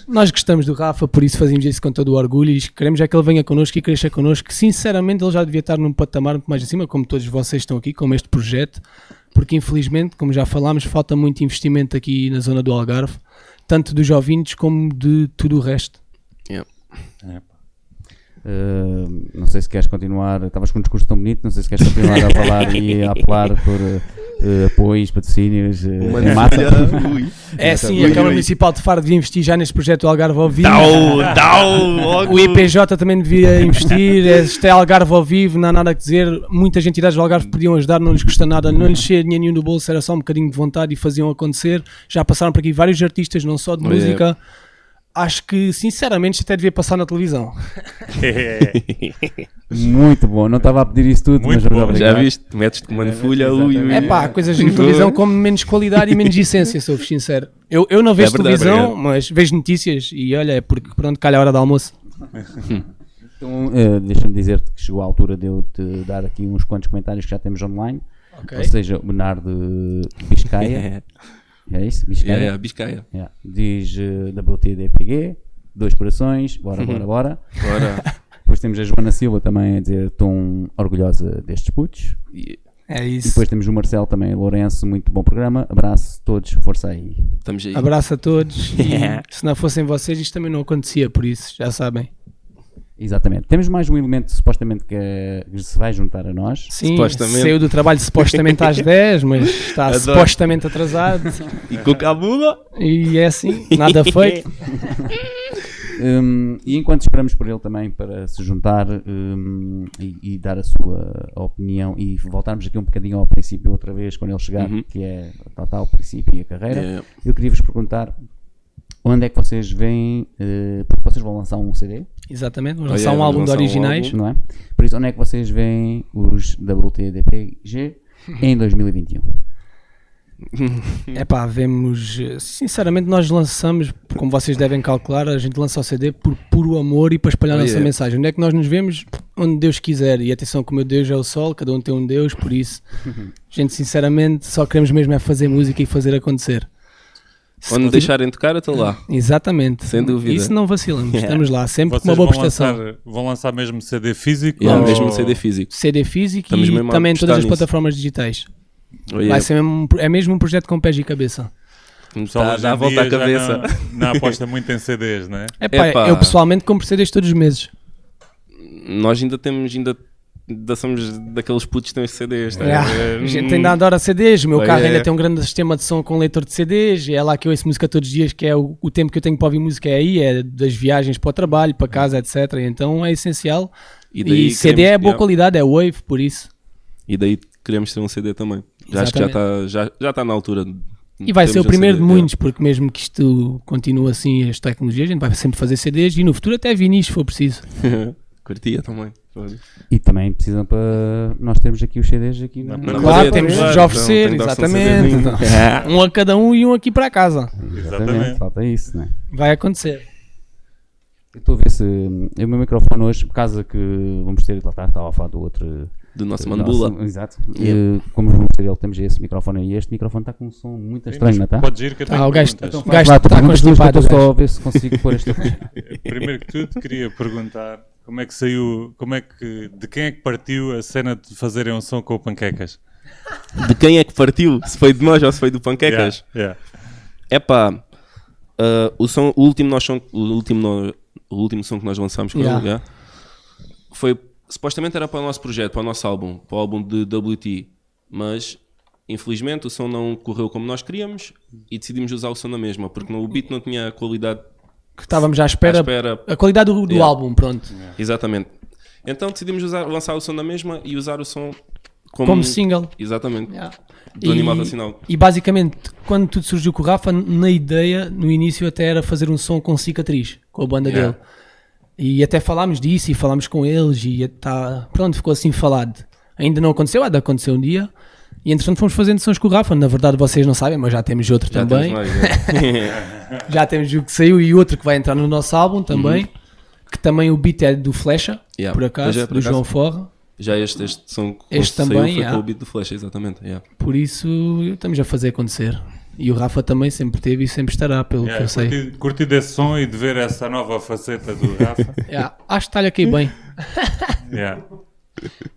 [SPEAKER 1] nós gostamos do Rafa, por isso fazemos isso com todo o orgulho e queremos é que ele venha connosco e cresça connosco. que, Sinceramente, ele já devia estar num patamar muito mais acima, como todos vocês estão aqui, como este projeto, porque infelizmente, como já falámos, falta muito investimento aqui na zona do Algarve, tanto dos jovinhos como de tudo o resto.
[SPEAKER 2] Yeah.
[SPEAKER 3] Uh, não sei se queres continuar, estavas com um discurso tão bonito, não sei se queres continuar a falar e a apelar por uh, uh, apoios, patrocínios, uh,
[SPEAKER 2] Uma
[SPEAKER 4] É
[SPEAKER 3] em massa.
[SPEAKER 2] desfilhada, ui.
[SPEAKER 1] É sim, a Câmara Municipal de Faro devia investir já neste projeto do Algarve ao vivo.
[SPEAKER 2] Dau, dau, logo.
[SPEAKER 1] O IPJ também devia investir, este é Algarve ao vivo, não há nada a dizer. Muitas entidades do Algarve podiam ajudar, não lhes custa nada, não lhes cheia dinheiro nenhum do bolso, era só um bocadinho de vontade e faziam acontecer. Já passaram por aqui vários artistas, não só de
[SPEAKER 2] Oh, yeah.
[SPEAKER 1] música. Acho que, sinceramente, isto até devia passar na televisão.
[SPEAKER 3] Muito bom, não estava a pedir isso tudo,
[SPEAKER 4] Muito
[SPEAKER 3] mas
[SPEAKER 4] bom,
[SPEAKER 2] Já
[SPEAKER 3] obrigado.
[SPEAKER 2] viste? Metes-te com uma de folha, ui, ui.
[SPEAKER 1] É pá, coisas na televisão com menos qualidade e menos essência, sou sincero. Eu, eu não vejo
[SPEAKER 2] verdade,
[SPEAKER 1] televisão,
[SPEAKER 2] obrigado.
[SPEAKER 1] mas vejo notícias e olha, é porque pronto, calha a hora do almoço.
[SPEAKER 3] Então, uh, deixa-me dizer-te que chegou a altura de eu te dar aqui uns quantos comentários que já temos online.
[SPEAKER 1] Ok.
[SPEAKER 3] Ou seja, o Bernardo Biscaia, é isso? Biscaia?
[SPEAKER 2] É, é, biscaia.
[SPEAKER 3] Yeah. Diz uh, WTDPG, dois corações, bora, bora, bora.
[SPEAKER 2] Bora.
[SPEAKER 3] Depois temos a Joana Silva também a dizer tão orgulhosa destes putos.
[SPEAKER 1] É
[SPEAKER 3] E
[SPEAKER 1] isso.
[SPEAKER 3] depois temos o Marcelo também, Lourenço, muito bom programa. Abraço a todos, força aí.
[SPEAKER 2] Estamos aí.
[SPEAKER 1] Abraço a todos. e se não fossem vocês, isto também não acontecia, por isso, já sabem.
[SPEAKER 3] Exatamente. Temos mais um elemento supostamente que, eh, que se vai juntar a nós.
[SPEAKER 1] Sim,
[SPEAKER 2] Supostamente.
[SPEAKER 1] saiu do trabalho supostamente às 10, mas está
[SPEAKER 2] Adoro.
[SPEAKER 1] supostamente atrasado
[SPEAKER 2] E com o cabula.
[SPEAKER 1] e é assim, nada feito.
[SPEAKER 3] Hum, e enquanto esperamos por ele também para se juntar hum, e, e dar a sua opinião e voltarmos aqui um bocadinho ao princípio outra vez quando ele chegar, que é tal, tal, o princípio e a carreira,
[SPEAKER 2] É.
[SPEAKER 3] eu queria vos perguntar onde é que vocês veem, eh, porque vocês vão lançar um CD,
[SPEAKER 1] Exatamente, vamos
[SPEAKER 2] Oh,
[SPEAKER 1] lançar
[SPEAKER 2] yeah,
[SPEAKER 1] um
[SPEAKER 2] vamos
[SPEAKER 1] álbum de
[SPEAKER 2] lançar um
[SPEAKER 1] originais.
[SPEAKER 3] não é? Por isso, onde é que vocês veem os WTDPG em 2021?
[SPEAKER 1] É pá, vemos. eh, Sinceramente, nós lançamos, como vocês devem calcular, a gente lança o CD por puro amor e para espalhar a
[SPEAKER 2] Oh,
[SPEAKER 1] nossa
[SPEAKER 2] yeah.
[SPEAKER 1] mensagem. Onde é que nós nos vemos? Onde Deus quiser. E atenção, que o meu Deus é o sol, cada um tem um Deus, por isso, gente, sinceramente, só queremos mesmo é fazer música e fazer acontecer. Se
[SPEAKER 2] Quando me
[SPEAKER 1] continu-
[SPEAKER 2] deixarem tocar, eu estou lá.
[SPEAKER 1] Exatamente.
[SPEAKER 2] Sem dúvida.
[SPEAKER 1] Isso não vacilamos, estamos lá, sempre com
[SPEAKER 4] Vocês
[SPEAKER 1] uma boa
[SPEAKER 4] vão
[SPEAKER 1] prestação.
[SPEAKER 4] lançar, vão lançar mesmo CD físico?
[SPEAKER 2] Yeah,
[SPEAKER 1] Oh.
[SPEAKER 4] ou-
[SPEAKER 2] é Mesmo CD físico.
[SPEAKER 1] CD físico
[SPEAKER 2] Estamos
[SPEAKER 1] e
[SPEAKER 2] mesmo a
[SPEAKER 1] também em
[SPEAKER 2] apostar
[SPEAKER 1] todas as
[SPEAKER 2] nisso.
[SPEAKER 1] plataformas digitais.
[SPEAKER 2] Oh, yeah.
[SPEAKER 1] Vai ser mesmo um pro- é mesmo um projeto com pés e cabeça.
[SPEAKER 2] Vamos
[SPEAKER 4] Só
[SPEAKER 2] dar-
[SPEAKER 4] hoje
[SPEAKER 2] dar
[SPEAKER 4] em
[SPEAKER 2] a Tá, volta à
[SPEAKER 4] dia já
[SPEAKER 2] cabeça.
[SPEAKER 4] Não, não aposta muito em CDs, né?
[SPEAKER 1] É pá,
[SPEAKER 2] Epá.
[SPEAKER 1] eu pessoalmente compro CDs todos os meses.
[SPEAKER 2] Nós ainda temos, ainda, ainda somos daqueles putos que têm os CDs. tá a
[SPEAKER 1] Ah,
[SPEAKER 2] ver?
[SPEAKER 1] a gente ainda adora CDs, o meu
[SPEAKER 2] Oh,
[SPEAKER 1] carro
[SPEAKER 2] yeah.
[SPEAKER 1] ainda tem um grande sistema de som com leitor de CDs, é lá que eu ouço música todos os dias, que é o, o tempo que eu tenho para ouvir música é aí, é das viagens para o trabalho, para casa, etc. Então é essencial.
[SPEAKER 2] E
[SPEAKER 1] E,
[SPEAKER 2] daí
[SPEAKER 1] CD
[SPEAKER 2] queremos-
[SPEAKER 1] é boa
[SPEAKER 2] yeah.
[SPEAKER 1] qualidade, é wave, por isso.
[SPEAKER 2] E daí queremos ter um CD também. Já acho que já está já, já tá na altura. de-
[SPEAKER 1] E vai ser o
[SPEAKER 2] termos um
[SPEAKER 1] primeiro
[SPEAKER 2] CD,
[SPEAKER 1] de muitos, porque mesmo que isto continue assim, as tecnologias, a gente vai sempre fazer CDs e no futuro até vinis, se for preciso.
[SPEAKER 2] yeah. Curtia também.
[SPEAKER 3] E também precisam para nós termos aqui os CDs aqui na,
[SPEAKER 4] Não,
[SPEAKER 1] Claro,
[SPEAKER 2] Mas é,
[SPEAKER 1] temos
[SPEAKER 2] claro,
[SPEAKER 1] de oferecer,
[SPEAKER 2] então, tem que dar-se um
[SPEAKER 1] exatamente.
[SPEAKER 2] CDzinho.
[SPEAKER 1] Um a cada um e um aqui para casa.
[SPEAKER 4] Exatamente.
[SPEAKER 3] falta isso, né?
[SPEAKER 1] Vai acontecer.
[SPEAKER 3] Eu estou a ver se hum, o meu microfone hoje, por causa que vamos ter, lá está, estava a falar do outro.
[SPEAKER 2] Do nosso
[SPEAKER 3] do
[SPEAKER 2] Mandula.
[SPEAKER 3] nosso- Exato. Eh, como vamos ter ele, temos esse microfone aí. Este microfone está com um som muito estranho, não está?
[SPEAKER 4] Podes ir que eu tenho
[SPEAKER 1] Ah, o gajo,
[SPEAKER 4] perguntas.
[SPEAKER 1] o gajo
[SPEAKER 3] Lá, tu
[SPEAKER 1] está
[SPEAKER 3] perguntas duas que eu
[SPEAKER 1] constipado.
[SPEAKER 3] estou
[SPEAKER 1] gajo.
[SPEAKER 3] só a ver se consigo pôr este.
[SPEAKER 4] Eh, Primeiro que tudo, queria perguntar como é que saiu, como é que, de quem é que partiu a cena de fazerem um som com o Panquecas?
[SPEAKER 2] De quem é que partiu? Se foi de nós ou se foi do Panquecas?
[SPEAKER 4] Yeah, yeah.
[SPEAKER 2] Epá, ah, o, som, o, último nós som, o, último no- o último som que nós lançámos com
[SPEAKER 1] Yeah.
[SPEAKER 2] ele, yeah, foi, supostamente era para o nosso projeto, para o nosso álbum, para o álbum de WT, mas infelizmente o som não correu como nós queríamos e decidimos usar o som na mesma, porque não- o beat não tinha a qualidade
[SPEAKER 1] Que estávamos à
[SPEAKER 2] à
[SPEAKER 1] espera.
[SPEAKER 2] espera.
[SPEAKER 1] A qualidade do, do
[SPEAKER 2] Yeah.
[SPEAKER 1] álbum, pronto.
[SPEAKER 2] Exatamente. Então decidimos usar, lançar o som na mesma e usar o som como,
[SPEAKER 1] Como single.
[SPEAKER 2] Exatamente.
[SPEAKER 1] Yeah.
[SPEAKER 2] Hum. Do Animal Racional.
[SPEAKER 1] E basicamente, quando tudo surgiu com o Rafa, na ideia, no início até era fazer um som com cicatriz, com a banda
[SPEAKER 2] Yeah.
[SPEAKER 1] dele. E até falámos disso e falámos com eles e tá, pronto, ficou assim falado. Ainda não aconteceu, há de acontecer um dia. E entretanto fomos fazendo sons com o Rafa. Na verdade vocês não sabem, mas já temos outro
[SPEAKER 2] Já
[SPEAKER 1] também.
[SPEAKER 2] temos mais, é.
[SPEAKER 1] Já temos o que saiu e outro que vai entrar no nosso álbum também. Que também o beat é do Flecha,
[SPEAKER 2] Uhum. Yeah.
[SPEAKER 1] por acaso,
[SPEAKER 2] Pois é, por
[SPEAKER 1] do
[SPEAKER 2] acaso.
[SPEAKER 1] João Forra.
[SPEAKER 2] Já este, este som que
[SPEAKER 1] Este
[SPEAKER 2] saiu
[SPEAKER 1] também,
[SPEAKER 2] foi
[SPEAKER 1] yeah.
[SPEAKER 2] com o beat do Flash, exatamente. yeah.
[SPEAKER 1] Por isso estamos a fazer acontecer. E o Rafa também sempre teve e sempre estará, pelo que
[SPEAKER 4] Yeah,
[SPEAKER 1] eu sei.
[SPEAKER 4] É, curti, curti desse som e de ver essa nova faceta do Rafa.
[SPEAKER 1] Yeah, acho que está-lhe aqui bem.
[SPEAKER 4] Yeah.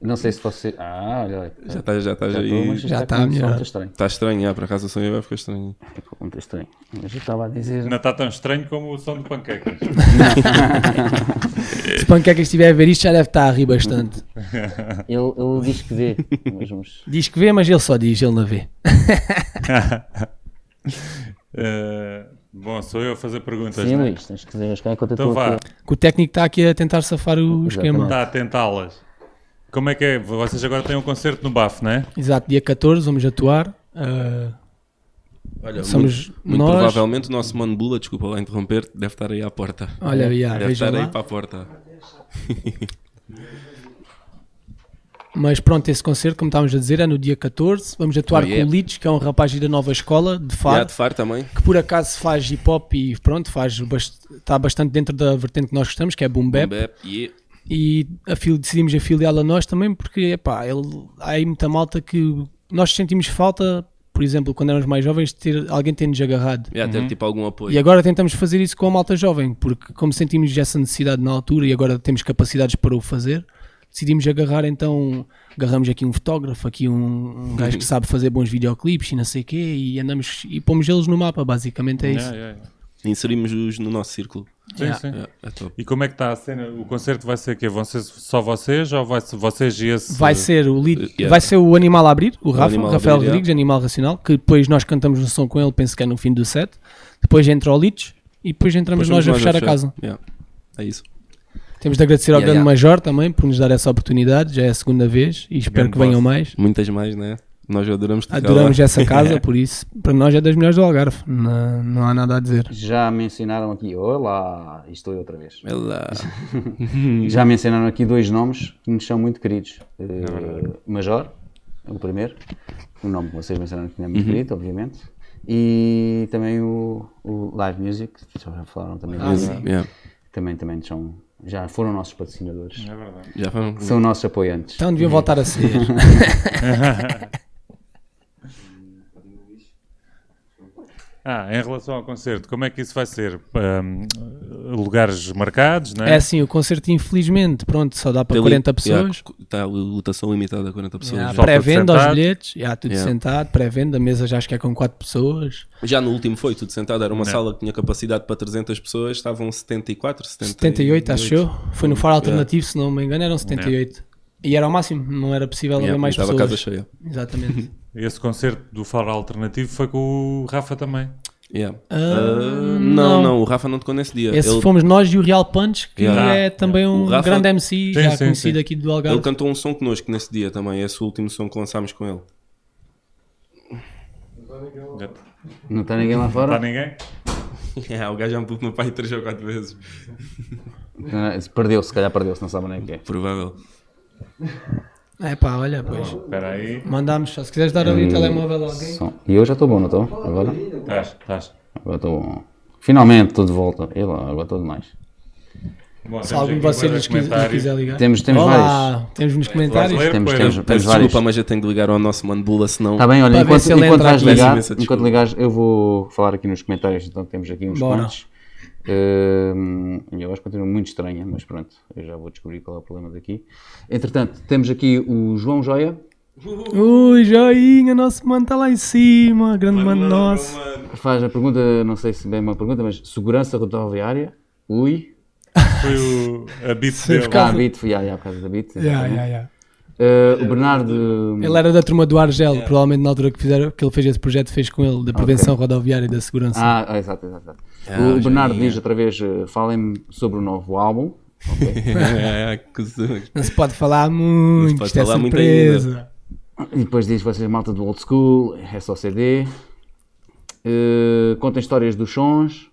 [SPEAKER 3] Não sei se fosse. Ah, olha aí.
[SPEAKER 2] Já estás já estás
[SPEAKER 3] Já
[SPEAKER 2] aí.
[SPEAKER 3] estou, mas
[SPEAKER 1] tá Já
[SPEAKER 3] está
[SPEAKER 1] está
[SPEAKER 3] com um
[SPEAKER 1] melhor.
[SPEAKER 3] som muito estranho. Tá
[SPEAKER 2] Está estranho, yeah, por acaso o som aí vai ficar estranho.
[SPEAKER 3] Ficou muito estranho. Mas eu estava a dizer.
[SPEAKER 4] Não está tão estranho como o som do Panquecas.
[SPEAKER 1] Se Panqueca estiver a ver isto, já deve estar a rir bastante.
[SPEAKER 3] Ele, ele diz que vê. mas vamos-
[SPEAKER 1] Diz que vê, mas ele só diz, ele não vê.
[SPEAKER 4] Eh, bom, sou eu a fazer perguntas.
[SPEAKER 3] Sim,
[SPEAKER 4] né?
[SPEAKER 3] Luís, tens que dizer. Acho que é enquanto eu
[SPEAKER 4] Então
[SPEAKER 3] estou
[SPEAKER 4] vá,
[SPEAKER 3] aqui.
[SPEAKER 1] Que o técnico está aqui a tentar safar o esquema.
[SPEAKER 4] está a tentá-las. Como é que é? Vocês agora têm um concerto no BAF, não é?
[SPEAKER 1] Exato, dia 14 vamos atuar. Ah,
[SPEAKER 2] Olha,
[SPEAKER 1] Somos
[SPEAKER 2] muito, muito
[SPEAKER 1] nós-
[SPEAKER 2] provavelmente o nosso mano Bula, desculpa lá interromper, deve estar aí à porta.
[SPEAKER 1] olha, yeah,
[SPEAKER 2] deve
[SPEAKER 1] vejam
[SPEAKER 2] estar
[SPEAKER 1] lá.
[SPEAKER 2] aí para a porta.
[SPEAKER 1] Mas pronto, esse concerto, como estávamos a dizer, é no dia 14. Vamos atuar
[SPEAKER 2] Oh, yeah.
[SPEAKER 1] com o Leeds, que é um rapaz aí da nova escola, de Faro.
[SPEAKER 2] Yeah, de Faro também.
[SPEAKER 1] que por acaso faz hip hop e pronto, faz bast- está bastante dentro da vertente que nós gostamos, que é boom bap,
[SPEAKER 2] Um Bep, yeah.
[SPEAKER 1] e afil- decidimos afiliá-lo a nós também porque epá, ele, há aí muita malta que nós sentimos falta, por exemplo, quando éramos mais jovens, de ter alguém ter-nos agarrado.
[SPEAKER 2] Yeah, ter tipo algum apoio.
[SPEAKER 1] E agora tentamos fazer isso com a malta jovem, porque como sentimos essa necessidade na altura e agora temos capacidades para o fazer, decidimos agarrar então, agarramos aqui um fotógrafo, aqui um, um gajo que sabe fazer bons videoclipes e não sei o quê, e andamos e pomos eles no mapa, basicamente é isso.
[SPEAKER 4] Yeah, yeah, yeah.
[SPEAKER 2] Inserimos-os no nosso círculo.
[SPEAKER 4] Sim,
[SPEAKER 1] Yeah.
[SPEAKER 4] sim.
[SPEAKER 2] Yeah, é top.
[SPEAKER 4] E como é que está a cena? O concerto vai ser o quê? Vão ser só vocês ou vai ser vocês e esse?
[SPEAKER 1] Vai ser o lead,
[SPEAKER 2] Eh, yeah.
[SPEAKER 1] vai ser o Animal a Abrir, o Rafa,
[SPEAKER 2] Animal a
[SPEAKER 1] Rafael
[SPEAKER 2] Abrir,
[SPEAKER 1] Rodrigues, Animal Racional, que depois nós cantamos um som com ele, penso que é no fim do set. Depois entra o Litos, e depois entramos nós a fechar a casa.
[SPEAKER 2] Yeah. É isso.
[SPEAKER 1] Temos de agradecer ao
[SPEAKER 2] Yeah,
[SPEAKER 1] grande
[SPEAKER 2] yeah.
[SPEAKER 1] Major também por nos dar essa oportunidade, já é a segunda vez e espero
[SPEAKER 4] Grande
[SPEAKER 1] que venham
[SPEAKER 4] boss.
[SPEAKER 1] mais.
[SPEAKER 2] Muitas mais, né? Nós adoramos tocar
[SPEAKER 1] Adoramos
[SPEAKER 2] lá.
[SPEAKER 1] essa casa, por isso, para nós é das melhores do Algarve, não, não há nada a dizer.
[SPEAKER 3] Já me ensinaram aqui, olá, e estou eu outra vez.
[SPEAKER 2] Ela...
[SPEAKER 3] Já me ensinaram aqui dois nomes que nos são muito queridos. Eh, Major, o primeiro, o nome que vocês mencionaram que não é muito querido, obviamente. E também o, o Live Music, que já falaram também.
[SPEAKER 2] Ah,
[SPEAKER 3] disso.
[SPEAKER 2] Yeah.
[SPEAKER 3] Também, também são, já foram nossos patrocinadores.
[SPEAKER 4] É verdade.
[SPEAKER 2] Já vamos.
[SPEAKER 3] São nossos apoiantes.
[SPEAKER 1] Então deviam voltar a ser.
[SPEAKER 4] Ah, em relação ao concerto, como é que isso vai ser? Ahm, lugares marcados, não
[SPEAKER 1] É
[SPEAKER 4] é?
[SPEAKER 1] assim, o concerto infelizmente, pronto, só dá para
[SPEAKER 2] Tem li-
[SPEAKER 1] 40 pessoas.
[SPEAKER 2] Yeah, Está tá, a lotação limitada a 40 pessoas.
[SPEAKER 1] Yeah,
[SPEAKER 4] Só
[SPEAKER 1] pré-venda
[SPEAKER 4] tudo
[SPEAKER 1] aos
[SPEAKER 4] sentado.
[SPEAKER 1] bilhetes, yeah, tudo
[SPEAKER 2] Yeah.
[SPEAKER 1] sentado, pré-venda, a mesa já acho que é com 4 pessoas,
[SPEAKER 2] Já no último foi tudo sentado, era uma sala que tinha capacidade para 300 pessoas, estavam 74,
[SPEAKER 1] 78 acho eu, foi no Faro Alternativo, se não me engano, eram 78. E era ao máximo, não era possível haver
[SPEAKER 2] Yeah,
[SPEAKER 1] mais
[SPEAKER 2] estava
[SPEAKER 1] pessoas.
[SPEAKER 2] a casa cheia.
[SPEAKER 1] Exatamente.
[SPEAKER 4] Esse concerto do Faro Alternativo foi com o Rafa também.
[SPEAKER 2] Yeah.
[SPEAKER 1] Ah,
[SPEAKER 2] Ah,
[SPEAKER 1] não.
[SPEAKER 2] não, não, o Rafa não tocou nesse dia.
[SPEAKER 1] Esse um
[SPEAKER 2] ele,
[SPEAKER 1] fomos nós e o Real Punch, que
[SPEAKER 2] Yeah.
[SPEAKER 1] é também um
[SPEAKER 2] O Rafa-
[SPEAKER 1] grande MC,
[SPEAKER 4] Sim,
[SPEAKER 1] já
[SPEAKER 4] sim,
[SPEAKER 1] conhecido
[SPEAKER 4] sim.
[SPEAKER 1] aqui do
[SPEAKER 2] ele
[SPEAKER 1] Algarve.
[SPEAKER 2] cantou um som connosco nesse dia também, esse último som que lançámos com ele.
[SPEAKER 4] Não
[SPEAKER 3] Não está ninguém lá
[SPEAKER 4] está
[SPEAKER 3] fora?
[SPEAKER 4] ninguém?
[SPEAKER 2] Yeah, o gajo amputou meu pai 3 ou 4 vezes.
[SPEAKER 3] Não, não, Perdeu-se, se calhar perdeu-se, não sabe nem o que é.
[SPEAKER 2] Provável.
[SPEAKER 1] É pá, olha, pois.
[SPEAKER 4] Espera aí.
[SPEAKER 1] Mandámos, só se quiseres dar
[SPEAKER 2] Hum.
[SPEAKER 1] ali o telemóvel a alguém.
[SPEAKER 3] Som. E eu já estou bom, não estou? Agora?
[SPEAKER 4] Estás, estás.
[SPEAKER 3] Agora estou bom. Finalmente estou de volta. Eu, agora estou demais.
[SPEAKER 4] Bom,
[SPEAKER 1] Se algum de vocês nos quis- nos quiser ligar.
[SPEAKER 3] Temos- temos
[SPEAKER 1] Olá, temos nos comentários.
[SPEAKER 4] Vamos ler?
[SPEAKER 3] Temos,
[SPEAKER 4] Pois,
[SPEAKER 3] temos,
[SPEAKER 4] peço
[SPEAKER 3] temos
[SPEAKER 2] Peço
[SPEAKER 3] vários.
[SPEAKER 2] desculpa, mas eu tenho que ligar ao nosso mano Bula, senão.
[SPEAKER 3] Está Tá bem, olha,
[SPEAKER 1] Para ver
[SPEAKER 3] enquanto,
[SPEAKER 1] se ele
[SPEAKER 3] enquanto
[SPEAKER 1] entra
[SPEAKER 3] vais
[SPEAKER 1] aqui.
[SPEAKER 3] ligar,
[SPEAKER 2] Peço imensa
[SPEAKER 3] enquanto
[SPEAKER 2] desculpa.
[SPEAKER 3] ligares, eu vou falar aqui nos comentários, então temos aqui uns
[SPEAKER 1] Bora.
[SPEAKER 3] quantos. Hum, eu acho que continua muito estranha, mas pronto, eu já vou descobrir qual é o problema daqui. Entretanto, temos aqui o João Joia,
[SPEAKER 1] Ui, joinha, nosso mano está lá em cima, grande mano nosso.
[SPEAKER 3] que faz a pergunta, não sei se bem é uma pergunta, mas segurança rodoviária, ui,
[SPEAKER 4] Foi o, a beat dele.
[SPEAKER 3] cá a bit, foi ah, já, por causa da bit.
[SPEAKER 1] Yeah,
[SPEAKER 3] exatamente.
[SPEAKER 1] yeah, yeah.
[SPEAKER 3] Uh, o Bernardo,
[SPEAKER 1] Ele era da turma do Argel, provavelmente na altura que, fizeram, que ele fez esse projeto, fez com ele, da prevenção rodoviária e da segurança.
[SPEAKER 3] ah, ah, exato, exato, exato.
[SPEAKER 2] Ah,
[SPEAKER 3] o
[SPEAKER 2] já
[SPEAKER 3] Bernardo
[SPEAKER 2] ia.
[SPEAKER 3] diz outra vez, uh, falem-me sobre o novo álbum,
[SPEAKER 2] É, que susto.
[SPEAKER 1] Não se pode falar muito,
[SPEAKER 2] pode
[SPEAKER 1] isto é
[SPEAKER 2] falar muito
[SPEAKER 1] surpresa.
[SPEAKER 3] E depois diz vocês malta do old school, é só CD. Eh, contem histórias dos sons.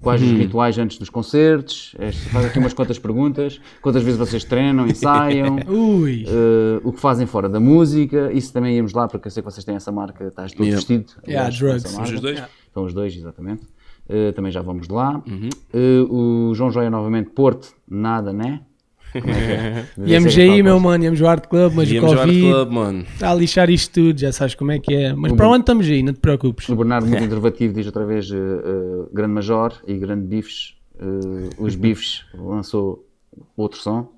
[SPEAKER 3] Quais
[SPEAKER 2] Hum.
[SPEAKER 3] os rituais antes dos concertos? Este- Faz aqui umas quantas perguntas. Quantas vezes vocês treinam, ensaiam?
[SPEAKER 1] Ui,
[SPEAKER 3] Eh, o que fazem fora da música? Isso também íamos lá, porque eu sei que vocês têm essa marca, estás todo
[SPEAKER 2] Yeah.
[SPEAKER 3] vestido.
[SPEAKER 1] Yeah,
[SPEAKER 3] aliás, com essa
[SPEAKER 1] drugs.
[SPEAKER 3] marca.
[SPEAKER 2] Os dois?
[SPEAKER 3] Estão os dois, exatamente. Eh, também já vamos lá.
[SPEAKER 2] Uhum.
[SPEAKER 3] Eh, o João Joia novamente, Porto, nada, né? Como é que é? Deve ser
[SPEAKER 1] IMGI,
[SPEAKER 3] tal
[SPEAKER 1] meu
[SPEAKER 3] coisa.
[SPEAKER 1] mano, íamos ao Art Club, mas o
[SPEAKER 2] Íamos ao Art
[SPEAKER 1] Covid
[SPEAKER 2] Club, Uhum. mano.
[SPEAKER 1] está a lixar isto tudo, já sabes como é que é. Mas para onde estamos aí, não te preocupes.
[SPEAKER 2] Uhum.
[SPEAKER 3] O Bernardo, muito intervativo, diz outra vez eh, eh, Grande Major e Grande Bifes. Eh, os Bifes lançou outro som.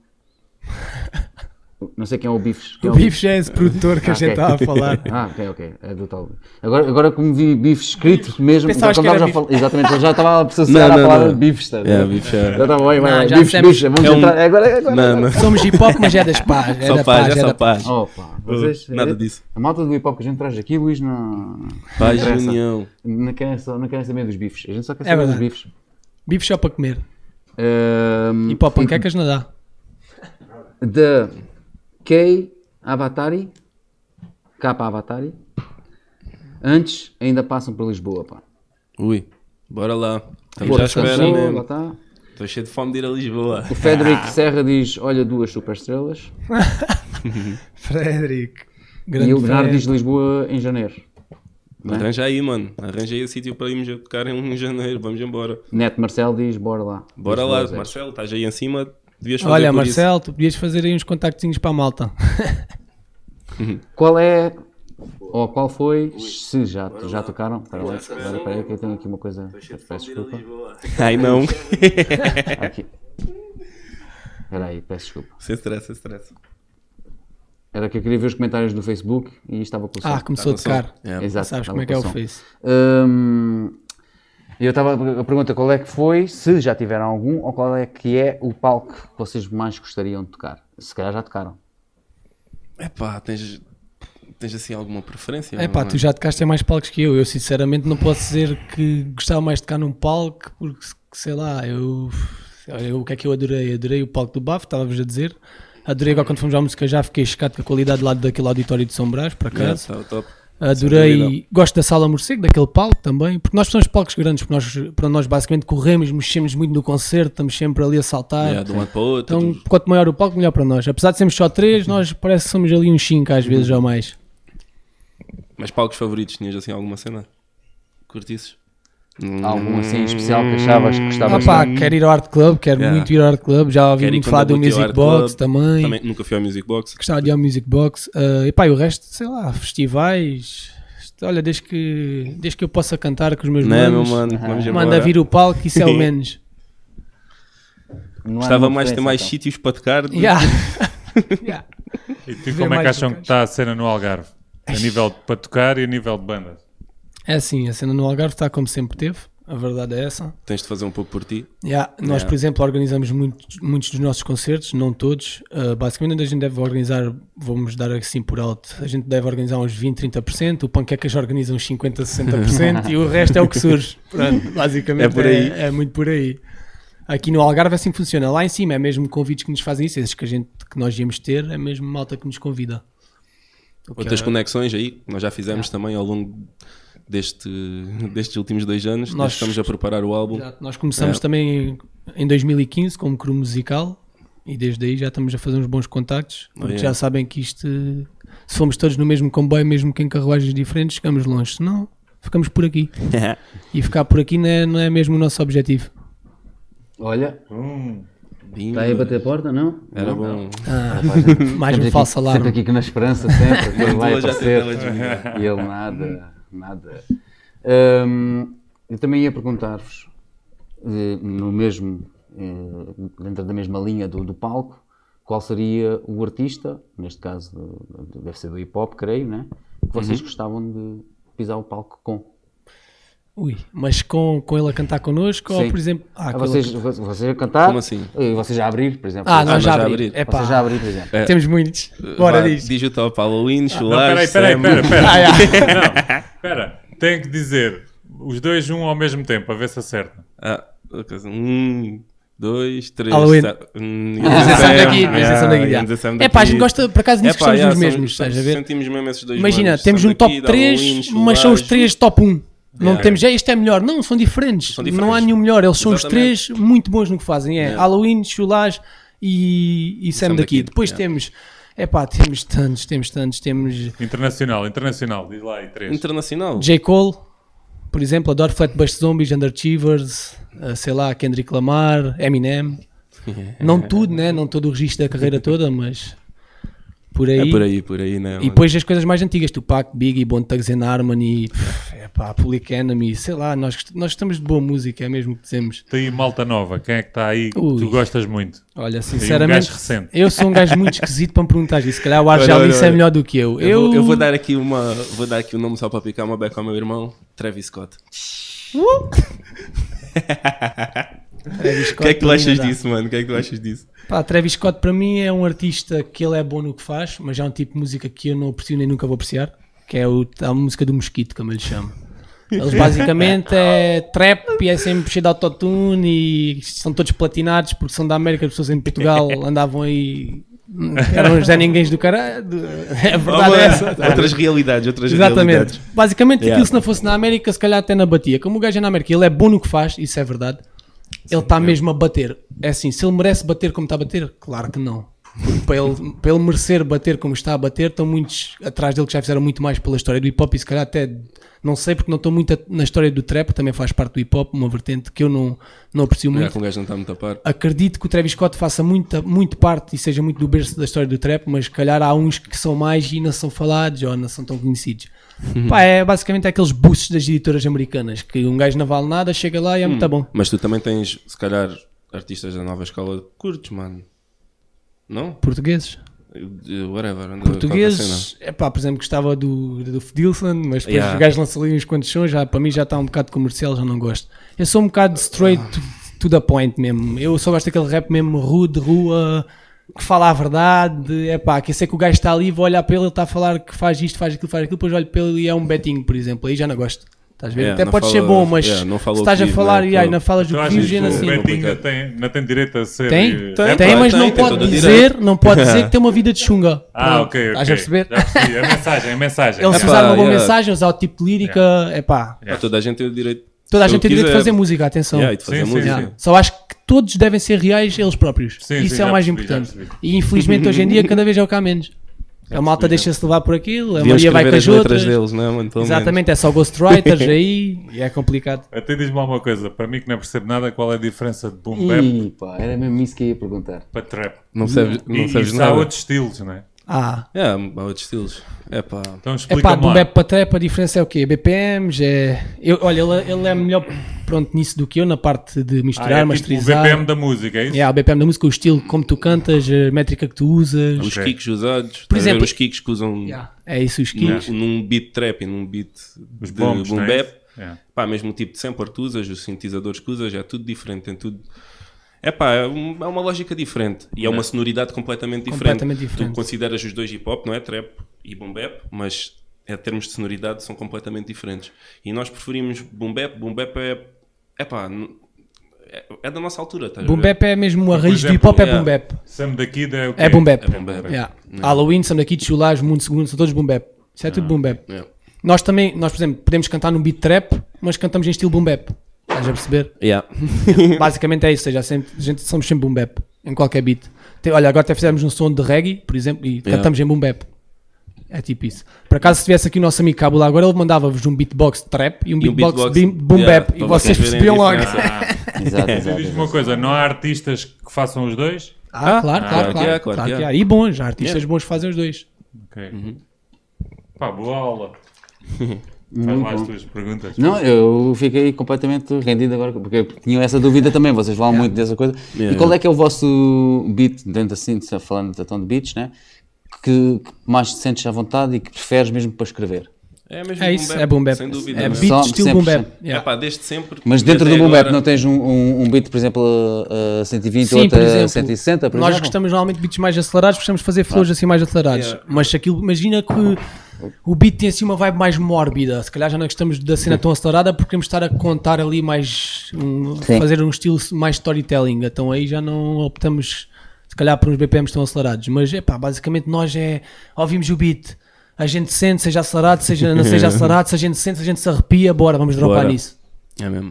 [SPEAKER 3] Não sei quem é o Bifes. Quem
[SPEAKER 1] O
[SPEAKER 3] é Bifes?
[SPEAKER 1] Bifes é esse produtor que a
[SPEAKER 3] Ah,
[SPEAKER 1] gente
[SPEAKER 3] ok.
[SPEAKER 1] estava a falar.
[SPEAKER 3] Ah, ok, ok. É do tal. Agora, agora como vi Bifes escrito mesmo,
[SPEAKER 1] Pensavas
[SPEAKER 3] já
[SPEAKER 1] que era
[SPEAKER 3] estava a
[SPEAKER 1] bife.
[SPEAKER 3] falar. Exatamente, já estava a pessoa
[SPEAKER 2] Não,
[SPEAKER 3] chegar a
[SPEAKER 2] não,
[SPEAKER 3] falar
[SPEAKER 2] não.
[SPEAKER 3] de Bifes. Tá,
[SPEAKER 2] É, bicho, é.
[SPEAKER 3] Já estava bem,
[SPEAKER 1] Não,
[SPEAKER 3] bem.
[SPEAKER 1] já
[SPEAKER 3] Bifes,
[SPEAKER 1] dissemos-
[SPEAKER 3] Bifes, vamos
[SPEAKER 2] é um-
[SPEAKER 3] entrar. é Agora, é agora.
[SPEAKER 2] Não, não.
[SPEAKER 1] Somos hip hop, mas é das paz. É
[SPEAKER 2] Só
[SPEAKER 1] da
[SPEAKER 2] paz,
[SPEAKER 1] paz, é
[SPEAKER 2] é só
[SPEAKER 1] da paz.
[SPEAKER 2] paz.
[SPEAKER 3] Opa, vocês,
[SPEAKER 2] Nada
[SPEAKER 3] eh,
[SPEAKER 2] disso.
[SPEAKER 3] A malta do hip hop que a gente traz aqui, Luís, não.
[SPEAKER 2] Paz,
[SPEAKER 3] não interessa.
[SPEAKER 2] união.
[SPEAKER 3] Não querem, só, não querem saber dos bifes. A gente só quer
[SPEAKER 1] É
[SPEAKER 3] saber dos
[SPEAKER 1] verdade.
[SPEAKER 3] bifes. Ehm,
[SPEAKER 1] Bifes só para comer.
[SPEAKER 3] Ahm,
[SPEAKER 1] E para panquecas não dá.
[SPEAKER 3] de K Avatari, K Avatari, antes ainda passam por Lisboa, pá.
[SPEAKER 2] Ui, bora lá. Estamos
[SPEAKER 3] Porto,
[SPEAKER 2] à espera
[SPEAKER 3] Santos, lá
[SPEAKER 2] mesmo. Ah.
[SPEAKER 3] tá.
[SPEAKER 2] Estou cheio de fome de ir a Lisboa.
[SPEAKER 3] O Frederick Serra diz, olha duas superestrelas.
[SPEAKER 1] Frederick.
[SPEAKER 3] E o Bernardo diz Lisboa em janeiro.
[SPEAKER 2] Arranja aí, mano. Arranja aí o sítio para irmos tocar em janeiro. Vamos embora.
[SPEAKER 3] Neto Marcelo diz, bora lá.
[SPEAKER 2] Bora
[SPEAKER 3] Lisboa,
[SPEAKER 2] lá,
[SPEAKER 3] Zé.
[SPEAKER 2] Marcelo. Estás aí em cima. Devias fazer
[SPEAKER 1] Olha,
[SPEAKER 2] por
[SPEAKER 1] Marcelo, tu podias fazer aí uns contactinhos para a malta.
[SPEAKER 3] Qual é, ou qual foi, se já, já tocaram, espera lá, espera aí que eu tenho aqui uma coisa, peço desculpa.
[SPEAKER 2] isso. Ai, não.
[SPEAKER 3] Aqui. Espera aí, peço desculpa.
[SPEAKER 2] sem stress, sem stress.
[SPEAKER 3] Era que eu queria ver os comentários do Facebook e estava com o som.
[SPEAKER 1] Ah, começou a tocar.
[SPEAKER 2] É.
[SPEAKER 3] Exato,
[SPEAKER 1] Sabes
[SPEAKER 3] estava
[SPEAKER 1] como é que é
[SPEAKER 3] com
[SPEAKER 1] o
[SPEAKER 3] som.
[SPEAKER 1] Face?
[SPEAKER 3] Hum, eu estava a pergunta qual é que foi, se já tiveram algum, ou qual é que é o palco que É. vocês mais gostariam de tocar? Se calhar já tocaram.
[SPEAKER 2] Epá, tens. Tens assim alguma preferência?
[SPEAKER 1] É pá,
[SPEAKER 2] Não
[SPEAKER 1] tu já tocaste em mais palcos que eu. Eu sinceramente não posso dizer que gostava mais de tocar num palco, porque sei lá, eu. Olha, eu- o que é que eu adorei? Adorei o palco do Bafo, estava-vos a dizer. Adorei agora quando fomos à música já, fiquei chocado com a qualidade lá daquele auditório de São Brás, por
[SPEAKER 2] Yeah,
[SPEAKER 1] acaso.
[SPEAKER 2] tá, top. Sem dúvida.
[SPEAKER 1] Adorei, gosto da sala morcego, daquele palco também, porque nós somos palcos grandes, porque nós, para nós basicamente corremos, mexemos muito no concerto, estamos sempre ali a saltar.
[SPEAKER 2] Yeah, de um lado para o outro.
[SPEAKER 1] Ah, Então, quanto maior o palco, melhor para nós. Apesar de sermos só três, nós parece que somos ali uns cinco às vezes ou mais.
[SPEAKER 2] Mas palcos favoritos, tinhas assim alguma cena? Curtisses?
[SPEAKER 3] Algum assim especial que achavas que
[SPEAKER 1] Ah
[SPEAKER 3] gostavas
[SPEAKER 1] pá, quero ir ao Art Club, quero
[SPEAKER 2] Tá Yeah.
[SPEAKER 1] muito ir ao Art Club, já ouvi
[SPEAKER 2] Quero ir
[SPEAKER 1] muito
[SPEAKER 2] quando
[SPEAKER 1] falar do
[SPEAKER 2] debutei ao
[SPEAKER 1] Music
[SPEAKER 2] Art
[SPEAKER 1] Box
[SPEAKER 2] Club.
[SPEAKER 1] também.
[SPEAKER 2] Também nunca fui ao Music Box.
[SPEAKER 1] gostava de ir ao Music Box. Ah, e pá, e o resto, sei lá, festivais. Isto, Olha, desde que, desde que eu possa cantar com os meus
[SPEAKER 2] Não é, meu
[SPEAKER 1] manos,
[SPEAKER 2] mano? Vamos embora.
[SPEAKER 1] manda vir o palco, isso é o menos.
[SPEAKER 2] Gostava
[SPEAKER 3] é
[SPEAKER 2] mais de ter mais
[SPEAKER 3] então.
[SPEAKER 2] sítios para tocar. do-
[SPEAKER 1] Yeah. Yeah.
[SPEAKER 4] E tu, como é
[SPEAKER 1] mais
[SPEAKER 4] que acham
[SPEAKER 1] um
[SPEAKER 4] que está a cena no Algarve? A nível de, para tocar e a nível de bandas?
[SPEAKER 1] É assim, a cena no Algarve está como sempre teve, a verdade é essa.
[SPEAKER 2] Tens de fazer um pouco por ti.
[SPEAKER 1] Yeah, Nós, por exemplo, organizamos muitos, muitos dos nossos concertos, não todos. Uh, basicamente, a gente deve organizar, vamos dar assim por alto, a gente deve organizar uns 20%, 30%, o Panquecas organiza uns 50%, 60% e o resto é o que surge. Pronto, basicamente
[SPEAKER 2] É por aí.
[SPEAKER 1] É, muito por aí. Aqui no Algarve é assim que funciona. Lá em cima é mesmo convites que nos fazem isso, esses que, a gente, que nós íamos ter, é mesmo malta que nos convida. O que
[SPEAKER 2] Outras
[SPEAKER 1] é-
[SPEAKER 2] conexões aí, que nós já fizemos também ao longo deste, destes últimos dois anos. Nós
[SPEAKER 1] Nós-
[SPEAKER 2] estamos a preparar o álbum.
[SPEAKER 1] Exato. Nós começamos
[SPEAKER 2] É.
[SPEAKER 1] também em 2015 como um crew musical e desde aí já estamos a fazer uns bons contactos, porque
[SPEAKER 2] yeah.
[SPEAKER 1] já sabem que isto, se formos todos no mesmo comboio, mesmo que em carruagens diferentes, chegamos longe, se não, ficamos por aqui. e ficar por aqui não é, não é mesmo o nosso objetivo.
[SPEAKER 3] Olha,
[SPEAKER 2] Bimba.
[SPEAKER 3] está Tá aí a bater a porta, não?
[SPEAKER 2] Era
[SPEAKER 3] Não?
[SPEAKER 2] bom.
[SPEAKER 1] Mais um
[SPEAKER 3] Sempre
[SPEAKER 1] falso
[SPEAKER 3] aqui,
[SPEAKER 1] alarme.
[SPEAKER 3] Sempre aqui que na esperança, sempre. que ele vai
[SPEAKER 2] Mandou já
[SPEAKER 3] aparecer.
[SPEAKER 2] tentar adivinhar.
[SPEAKER 3] E ele nada, nada. Hum, eu também ia perguntar-vos, eh, no mesmo, eh, dentro da mesma linha do, do palco, qual seria o artista, neste caso do- do- deve ser do hip hop, creio, né? Que vocês gostavam de pisar o palco com.
[SPEAKER 1] Ui, mas com, com ele a cantar connosco ou
[SPEAKER 3] Sim.
[SPEAKER 1] por exemplo. Ah,
[SPEAKER 3] Ah,
[SPEAKER 1] com
[SPEAKER 3] vocês,
[SPEAKER 1] ele a-
[SPEAKER 3] vocês a cantar?
[SPEAKER 2] Como assim?
[SPEAKER 3] eh, Vocês a abrir, por exemplo.
[SPEAKER 1] Ah,
[SPEAKER 3] Vocês-
[SPEAKER 1] nós já
[SPEAKER 2] já
[SPEAKER 1] abri.
[SPEAKER 2] abri.
[SPEAKER 1] Epá,
[SPEAKER 3] Vocês já abrir, por exemplo.
[SPEAKER 1] Temos muitos. Bora, Ah,
[SPEAKER 2] Vá,
[SPEAKER 1] diz.
[SPEAKER 2] Digital para Halloween,
[SPEAKER 4] Não,
[SPEAKER 2] chular.
[SPEAKER 4] peraí, peraí,
[SPEAKER 2] Sam.
[SPEAKER 4] peraí, peraí.
[SPEAKER 1] Ah, yeah.
[SPEAKER 4] Espera, tenho que dizer os dois um ao mesmo tempo, a ver se acerta.
[SPEAKER 2] Ah, uma coisa. Um, dois, três.
[SPEAKER 1] Halloween.
[SPEAKER 2] sa- Hum,
[SPEAKER 1] Isenção
[SPEAKER 2] Sam.
[SPEAKER 1] daqui,
[SPEAKER 2] Yeah,
[SPEAKER 1] isenção daqui, já.
[SPEAKER 2] yeah, Sam
[SPEAKER 1] É pá, a gente
[SPEAKER 2] daqui.
[SPEAKER 1] gosta, por acaso,
[SPEAKER 2] É
[SPEAKER 1] nisso
[SPEAKER 2] pá,
[SPEAKER 1] gostamos
[SPEAKER 2] yeah,
[SPEAKER 1] dos
[SPEAKER 2] somos- é,
[SPEAKER 1] mesmos, estás a ver?
[SPEAKER 2] Sentimos mesmo esses dois
[SPEAKER 1] Imagina,
[SPEAKER 2] manos.
[SPEAKER 1] temos
[SPEAKER 2] Sam
[SPEAKER 1] um top
[SPEAKER 2] daqui, da
[SPEAKER 1] 3,
[SPEAKER 2] Halloween,
[SPEAKER 1] mas são os
[SPEAKER 2] chulares.
[SPEAKER 1] 3 top 1. Não
[SPEAKER 2] Yeah.
[SPEAKER 1] temos, é este é melhor. Não, são diferentes.
[SPEAKER 2] São diferentes.
[SPEAKER 1] Não há nenhum melhor. Eles são
[SPEAKER 2] Exatamente.
[SPEAKER 1] os três muito bons no que fazem. É
[SPEAKER 2] Yeah.
[SPEAKER 1] Halloween, Chulage e, e Sam
[SPEAKER 2] Sam
[SPEAKER 1] daqui.
[SPEAKER 2] daqui,
[SPEAKER 1] Depois
[SPEAKER 2] yeah.
[SPEAKER 1] temos. É pá, temos tantos, temos tantos. Temos
[SPEAKER 4] Internacional, internacional, diz lá aí três.
[SPEAKER 2] Internacional.
[SPEAKER 1] J. Cole, por exemplo. Adoro Flatbush Zombies, Underachievers, eh, sei lá, Kendrick Lamar, Eminem. Não tudo, né? Não todo o registro da carreira toda, mas por aí.
[SPEAKER 2] É por aí, por aí,
[SPEAKER 1] E
[SPEAKER 2] né? mano?
[SPEAKER 1] depois as coisas mais antigas, Tupac, Biggie, Bone Thugs and Harmony, pff, epá, Public Enemy, sei lá, nós, gost- nós estamos de boa música, é mesmo o que dizemos.
[SPEAKER 4] Tu e malta nova, quem é que está aí que
[SPEAKER 1] Ui.
[SPEAKER 4] tu gostas muito?
[SPEAKER 1] Olha,
[SPEAKER 4] um
[SPEAKER 1] sinceramente,
[SPEAKER 4] gajo recente.
[SPEAKER 1] eu sou um gajo muito esquisito para me perguntar isso, se calhar o
[SPEAKER 2] Olha, olha,
[SPEAKER 1] Argelis é
[SPEAKER 2] olha.
[SPEAKER 1] melhor do que eu.
[SPEAKER 2] Eu, vou, eu vou dar aqui uma. Vou dar aqui o nome só para picar uma beca ao meu irmão, Travis Scott.
[SPEAKER 1] Travis
[SPEAKER 2] O que é que tu achas
[SPEAKER 1] dá.
[SPEAKER 2] disso, mano? O que é que tu achas disso?
[SPEAKER 1] Pá, Travis Scott para mim é um artista que ele é bom no que faz, mas é um tipo de música que eu não aprecio nem nunca vou apreciar, que é o, a música do mosquito, como ele chama. Eles basicamente é trap e é sempre cheio de autotune e são todos platinados porque são da América, as pessoas em Portugal andavam aí. Eram os Zé Ninguéms do caralho. É verdade,
[SPEAKER 2] Uma-
[SPEAKER 1] é essa.
[SPEAKER 2] Outras realidades, outras
[SPEAKER 1] Exatamente.
[SPEAKER 2] realidades.
[SPEAKER 1] Basicamente,
[SPEAKER 2] Yeah.
[SPEAKER 1] aquilo se não fosse na América, se calhar até na batia. Como o gajo é na América, ele é bom no que faz, isso é verdade. Ele está mesmo a bater. É assim, se ele merece bater como está a bater, claro que não. Porque para ele, para ele merecer bater como está a bater, estão muitos atrás dele que já fizeram muito mais pela história do hip hop e se calhar até não sei porque não estou muito a- na história do trap, também faz parte do hip hop, uma vertente que eu não, não aprecio
[SPEAKER 2] Já
[SPEAKER 1] muito
[SPEAKER 2] que um gajo não está muito a par.
[SPEAKER 1] acredito que o Travis Scott faça muita, muito parte e seja muito do berço da história do trap, mas se calhar há uns que são mais e não são falados ou não são tão conhecidos. Pá, é basicamente aqueles boosts das editoras americanas que um gajo não vale nada, chega lá e é muito bom.
[SPEAKER 2] Mas tu também tens, se calhar, artistas da nova escola curtos, mano. Não?
[SPEAKER 1] Portugueses?
[SPEAKER 2] Eh, Whatever. anda- qualquer cena.
[SPEAKER 1] Portugueses, é pá, por exemplo, gostava do, do Dilson, mas depois
[SPEAKER 2] Yeah.
[SPEAKER 1] os gajos lançam ali uns quantos sons, já, para mim já está um bocado comercial, já não gosto. Eu
[SPEAKER 2] Ah.
[SPEAKER 1] sou um bocado straight to, to the point mesmo. Eu só gosto daquele rap mesmo rude, rua, que fala a verdade. É pá, que eu sei que o gajo está ali, vou olhar para ele, ele está a falar que faz isto, faz aquilo, faz aquilo, depois olho para ele e é um betinho, por exemplo. Aí já não gosto. Estás a ver?
[SPEAKER 2] Yeah,
[SPEAKER 1] Até
[SPEAKER 2] não
[SPEAKER 1] pode ser
[SPEAKER 2] fala-
[SPEAKER 1] bom, mas
[SPEAKER 2] yeah, não
[SPEAKER 1] se
[SPEAKER 2] fala o
[SPEAKER 1] estás
[SPEAKER 2] que
[SPEAKER 1] a
[SPEAKER 2] diz,
[SPEAKER 1] falar
[SPEAKER 2] né?
[SPEAKER 1] e aí,
[SPEAKER 2] Pronto.
[SPEAKER 1] não falas o
[SPEAKER 4] Tu
[SPEAKER 1] que
[SPEAKER 4] achas
[SPEAKER 1] diz,
[SPEAKER 4] que
[SPEAKER 1] é
[SPEAKER 4] o
[SPEAKER 1] assim.
[SPEAKER 4] Betinho
[SPEAKER 2] complicado.
[SPEAKER 4] ainda tem, ainda tem direito a ser. eh, é
[SPEAKER 1] Tem,
[SPEAKER 4] rapper?
[SPEAKER 1] tem, mas
[SPEAKER 2] tem,
[SPEAKER 1] não
[SPEAKER 2] tem
[SPEAKER 1] pode
[SPEAKER 2] todo o
[SPEAKER 1] dizer,
[SPEAKER 2] direito.
[SPEAKER 1] não pode dizer que tem uma vida de chunga.
[SPEAKER 4] Ah,
[SPEAKER 1] Pronto,
[SPEAKER 4] ok, ok.
[SPEAKER 1] Estás a perceber?
[SPEAKER 4] Já percebi. É mensagem, é mensagem.
[SPEAKER 1] Ele se
[SPEAKER 2] Epá,
[SPEAKER 1] usar uma boa
[SPEAKER 2] yeah.
[SPEAKER 1] mensagem, usar o tipo de lírica, é pá.
[SPEAKER 2] Ah, Toda a gente tem o direito.
[SPEAKER 1] Toda a
[SPEAKER 2] se
[SPEAKER 1] gente tem
[SPEAKER 2] ele
[SPEAKER 1] direito de
[SPEAKER 2] quiser.
[SPEAKER 1] fazer música, atenção.
[SPEAKER 2] Yeah, e de fazer
[SPEAKER 4] Sim, sim,
[SPEAKER 2] música.
[SPEAKER 4] sim.
[SPEAKER 1] Só acho que todos devem ser reais eles próprios.
[SPEAKER 4] Sim,
[SPEAKER 1] Isso
[SPEAKER 4] sim,
[SPEAKER 1] é o
[SPEAKER 4] já
[SPEAKER 1] mais
[SPEAKER 4] percebi, já
[SPEAKER 1] importante.
[SPEAKER 4] percebi.
[SPEAKER 1] E infelizmente hoje em dia cada vez é o que há menos. A malta deixa-se levar por aquilo, a
[SPEAKER 2] Deviam
[SPEAKER 1] Maria vai
[SPEAKER 2] escrever
[SPEAKER 1] com
[SPEAKER 2] as
[SPEAKER 1] as outras.
[SPEAKER 2] letras deles, não é, mano? Pelo menos.
[SPEAKER 1] Exatamente, é só ghostwriters aí e é complicado.
[SPEAKER 4] Até diz-me lá uma coisa, para mim que não percebo nada, qual é a diferença de boom bap
[SPEAKER 3] Ih, pá, era mesmo isso que eu ia perguntar.
[SPEAKER 4] para trap?
[SPEAKER 2] Não sabes,
[SPEAKER 4] E
[SPEAKER 2] não sabes
[SPEAKER 4] isso há
[SPEAKER 2] nada.
[SPEAKER 4] outros estilos, não é?
[SPEAKER 1] Ah,
[SPEAKER 2] É, há outros estilos. É pá.
[SPEAKER 4] Então
[SPEAKER 1] é pá,
[SPEAKER 4] explica-me
[SPEAKER 1] do
[SPEAKER 4] lá.
[SPEAKER 1] bep para trap a diferença é o quê? BPMs, é. Eu, olha, ele, ele é melhor pronto nisso do que eu na parte de
[SPEAKER 4] Ah,
[SPEAKER 1] misturar,
[SPEAKER 4] é tipo o
[SPEAKER 1] masterizar.
[SPEAKER 4] BPM da música, é isso?
[SPEAKER 1] É, o BPM da música, o estilo, como tu cantas, a métrica que tu usas.
[SPEAKER 2] Os kicks usados.
[SPEAKER 1] Por exemplo-
[SPEAKER 2] Por exemplo, os kicks que usam
[SPEAKER 1] Yeah, É isso, os
[SPEAKER 2] num,
[SPEAKER 1] kicks.
[SPEAKER 2] num beat trap e num beat
[SPEAKER 4] Os
[SPEAKER 2] de
[SPEAKER 4] bombos,
[SPEAKER 2] boom
[SPEAKER 4] não é?
[SPEAKER 2] bap.
[SPEAKER 4] isso? É.
[SPEAKER 2] Pá, mesmo o tipo de sampler que usas, os sintetizadores que usas, é tudo diferente, tem tudo. É pá, é um- é uma lógica diferente e é
[SPEAKER 4] Uhum.
[SPEAKER 2] uma sonoridade completamente diferente.
[SPEAKER 1] Completamente diferente.
[SPEAKER 2] Tu consideras os dois hip hop, não é? Trap e boom bap, mas em termos de sonoridade são completamente diferentes. E nós preferimos boom bap, boom bap é. É pá, n- é, é da nossa altura, estás a
[SPEAKER 1] Boom
[SPEAKER 2] ver?
[SPEAKER 1] bap é mesmo a
[SPEAKER 4] Por
[SPEAKER 1] raiz do hip
[SPEAKER 4] exemplo,
[SPEAKER 1] hop, é
[SPEAKER 2] yeah.
[SPEAKER 1] boom bap.
[SPEAKER 4] Sam da Kid é o quê?
[SPEAKER 1] É boom bap.
[SPEAKER 2] É boom bap.
[SPEAKER 1] Yeah. Halloween, Sam daqui, Chulás, Mundo Segundo, são todos boom bap. Isso é tudo boom bap.
[SPEAKER 2] Yeah.
[SPEAKER 1] Nós também, nós por exemplo, podemos cantar num beat trap, mas cantamos em estilo boom bap. Estás a perceber?
[SPEAKER 2] Yeah.
[SPEAKER 1] Basicamente é isso, ou seja, há sempre, a gente somos sempre boom bap, em qualquer beat. Tem- olha, agora até fizemos um som de reggae, por exemplo, e cantamos em boom bap. É tipo isso. Por acaso, se tivesse aqui o nosso amigo Cabo lá agora, ele mandava-vos um beatbox de trap e um
[SPEAKER 2] E um
[SPEAKER 1] beatbox,
[SPEAKER 2] beatbox-
[SPEAKER 1] de boom
[SPEAKER 2] yeah,
[SPEAKER 1] bap, e
[SPEAKER 2] para
[SPEAKER 1] vocês
[SPEAKER 2] vocês verem né?
[SPEAKER 1] percebiam
[SPEAKER 2] a
[SPEAKER 1] logo.
[SPEAKER 2] diferença.
[SPEAKER 3] Exato,
[SPEAKER 4] Tu
[SPEAKER 3] exato.
[SPEAKER 4] diz-me uma coisa, não há artistas que façam os dois?
[SPEAKER 1] Ah,
[SPEAKER 2] Ah,
[SPEAKER 1] claro,
[SPEAKER 2] claro
[SPEAKER 1] claro, claro.
[SPEAKER 2] que há, claro
[SPEAKER 1] claro
[SPEAKER 2] que
[SPEAKER 1] que é.
[SPEAKER 2] há.
[SPEAKER 1] há. E bons, há artistas
[SPEAKER 2] Yeah.
[SPEAKER 1] bons que fazem os dois.
[SPEAKER 4] Ok. Pá, boa aula. Faz lá as tuas perguntas.
[SPEAKER 3] Não, eu fiquei completamente rendido agora, porque eu tinha essa dúvida também, vocês falam muito dessa coisa. e qual é que é o vosso beat, dentro assim, de- falando então de beats, né? Que, que mais te sentes à vontade e que preferes mesmo para escrever?
[SPEAKER 2] É mesmo
[SPEAKER 1] É
[SPEAKER 2] boom
[SPEAKER 1] isso,
[SPEAKER 2] bap,
[SPEAKER 1] é boom bap.
[SPEAKER 2] Sem dúvida.
[SPEAKER 1] É
[SPEAKER 2] não é?
[SPEAKER 1] beat
[SPEAKER 3] Só-
[SPEAKER 1] estilo boom bap.
[SPEAKER 3] 100%.
[SPEAKER 2] É
[SPEAKER 1] Yeah.
[SPEAKER 2] pá, desde sempre.
[SPEAKER 3] Mas dentro
[SPEAKER 2] até
[SPEAKER 3] do boom bap
[SPEAKER 2] agora-
[SPEAKER 3] não tens um, um, um beat, por exemplo, a, a 120
[SPEAKER 1] Sim, por
[SPEAKER 3] outro a
[SPEAKER 1] exemplo,
[SPEAKER 3] 160, por
[SPEAKER 1] Nós
[SPEAKER 3] exemplo? Ah.
[SPEAKER 1] gostamos normalmente de beats mais acelerados, gostamos de fazer flows assim mais acelerados.
[SPEAKER 2] Yeah.
[SPEAKER 1] Mas se aquilo, imagina que o beat tem assim uma vibe mais mórbida. Se calhar já não gostamos da cena tão acelerada porque queremos estar a contar ali mais. um-
[SPEAKER 3] Sim.
[SPEAKER 1] fazer um estilo mais storytelling. Então aí já não optamos, se calhar, por uns BPMs tão acelerados. Mas é pá, basicamente nós é. ouvimos o beat. A gente sente, seja acelerado, seja não seja acelerado, se a gente sente, se a gente se arrepia, bora, vamos dropar
[SPEAKER 2] Bora.
[SPEAKER 1] nisso.
[SPEAKER 2] É mesmo.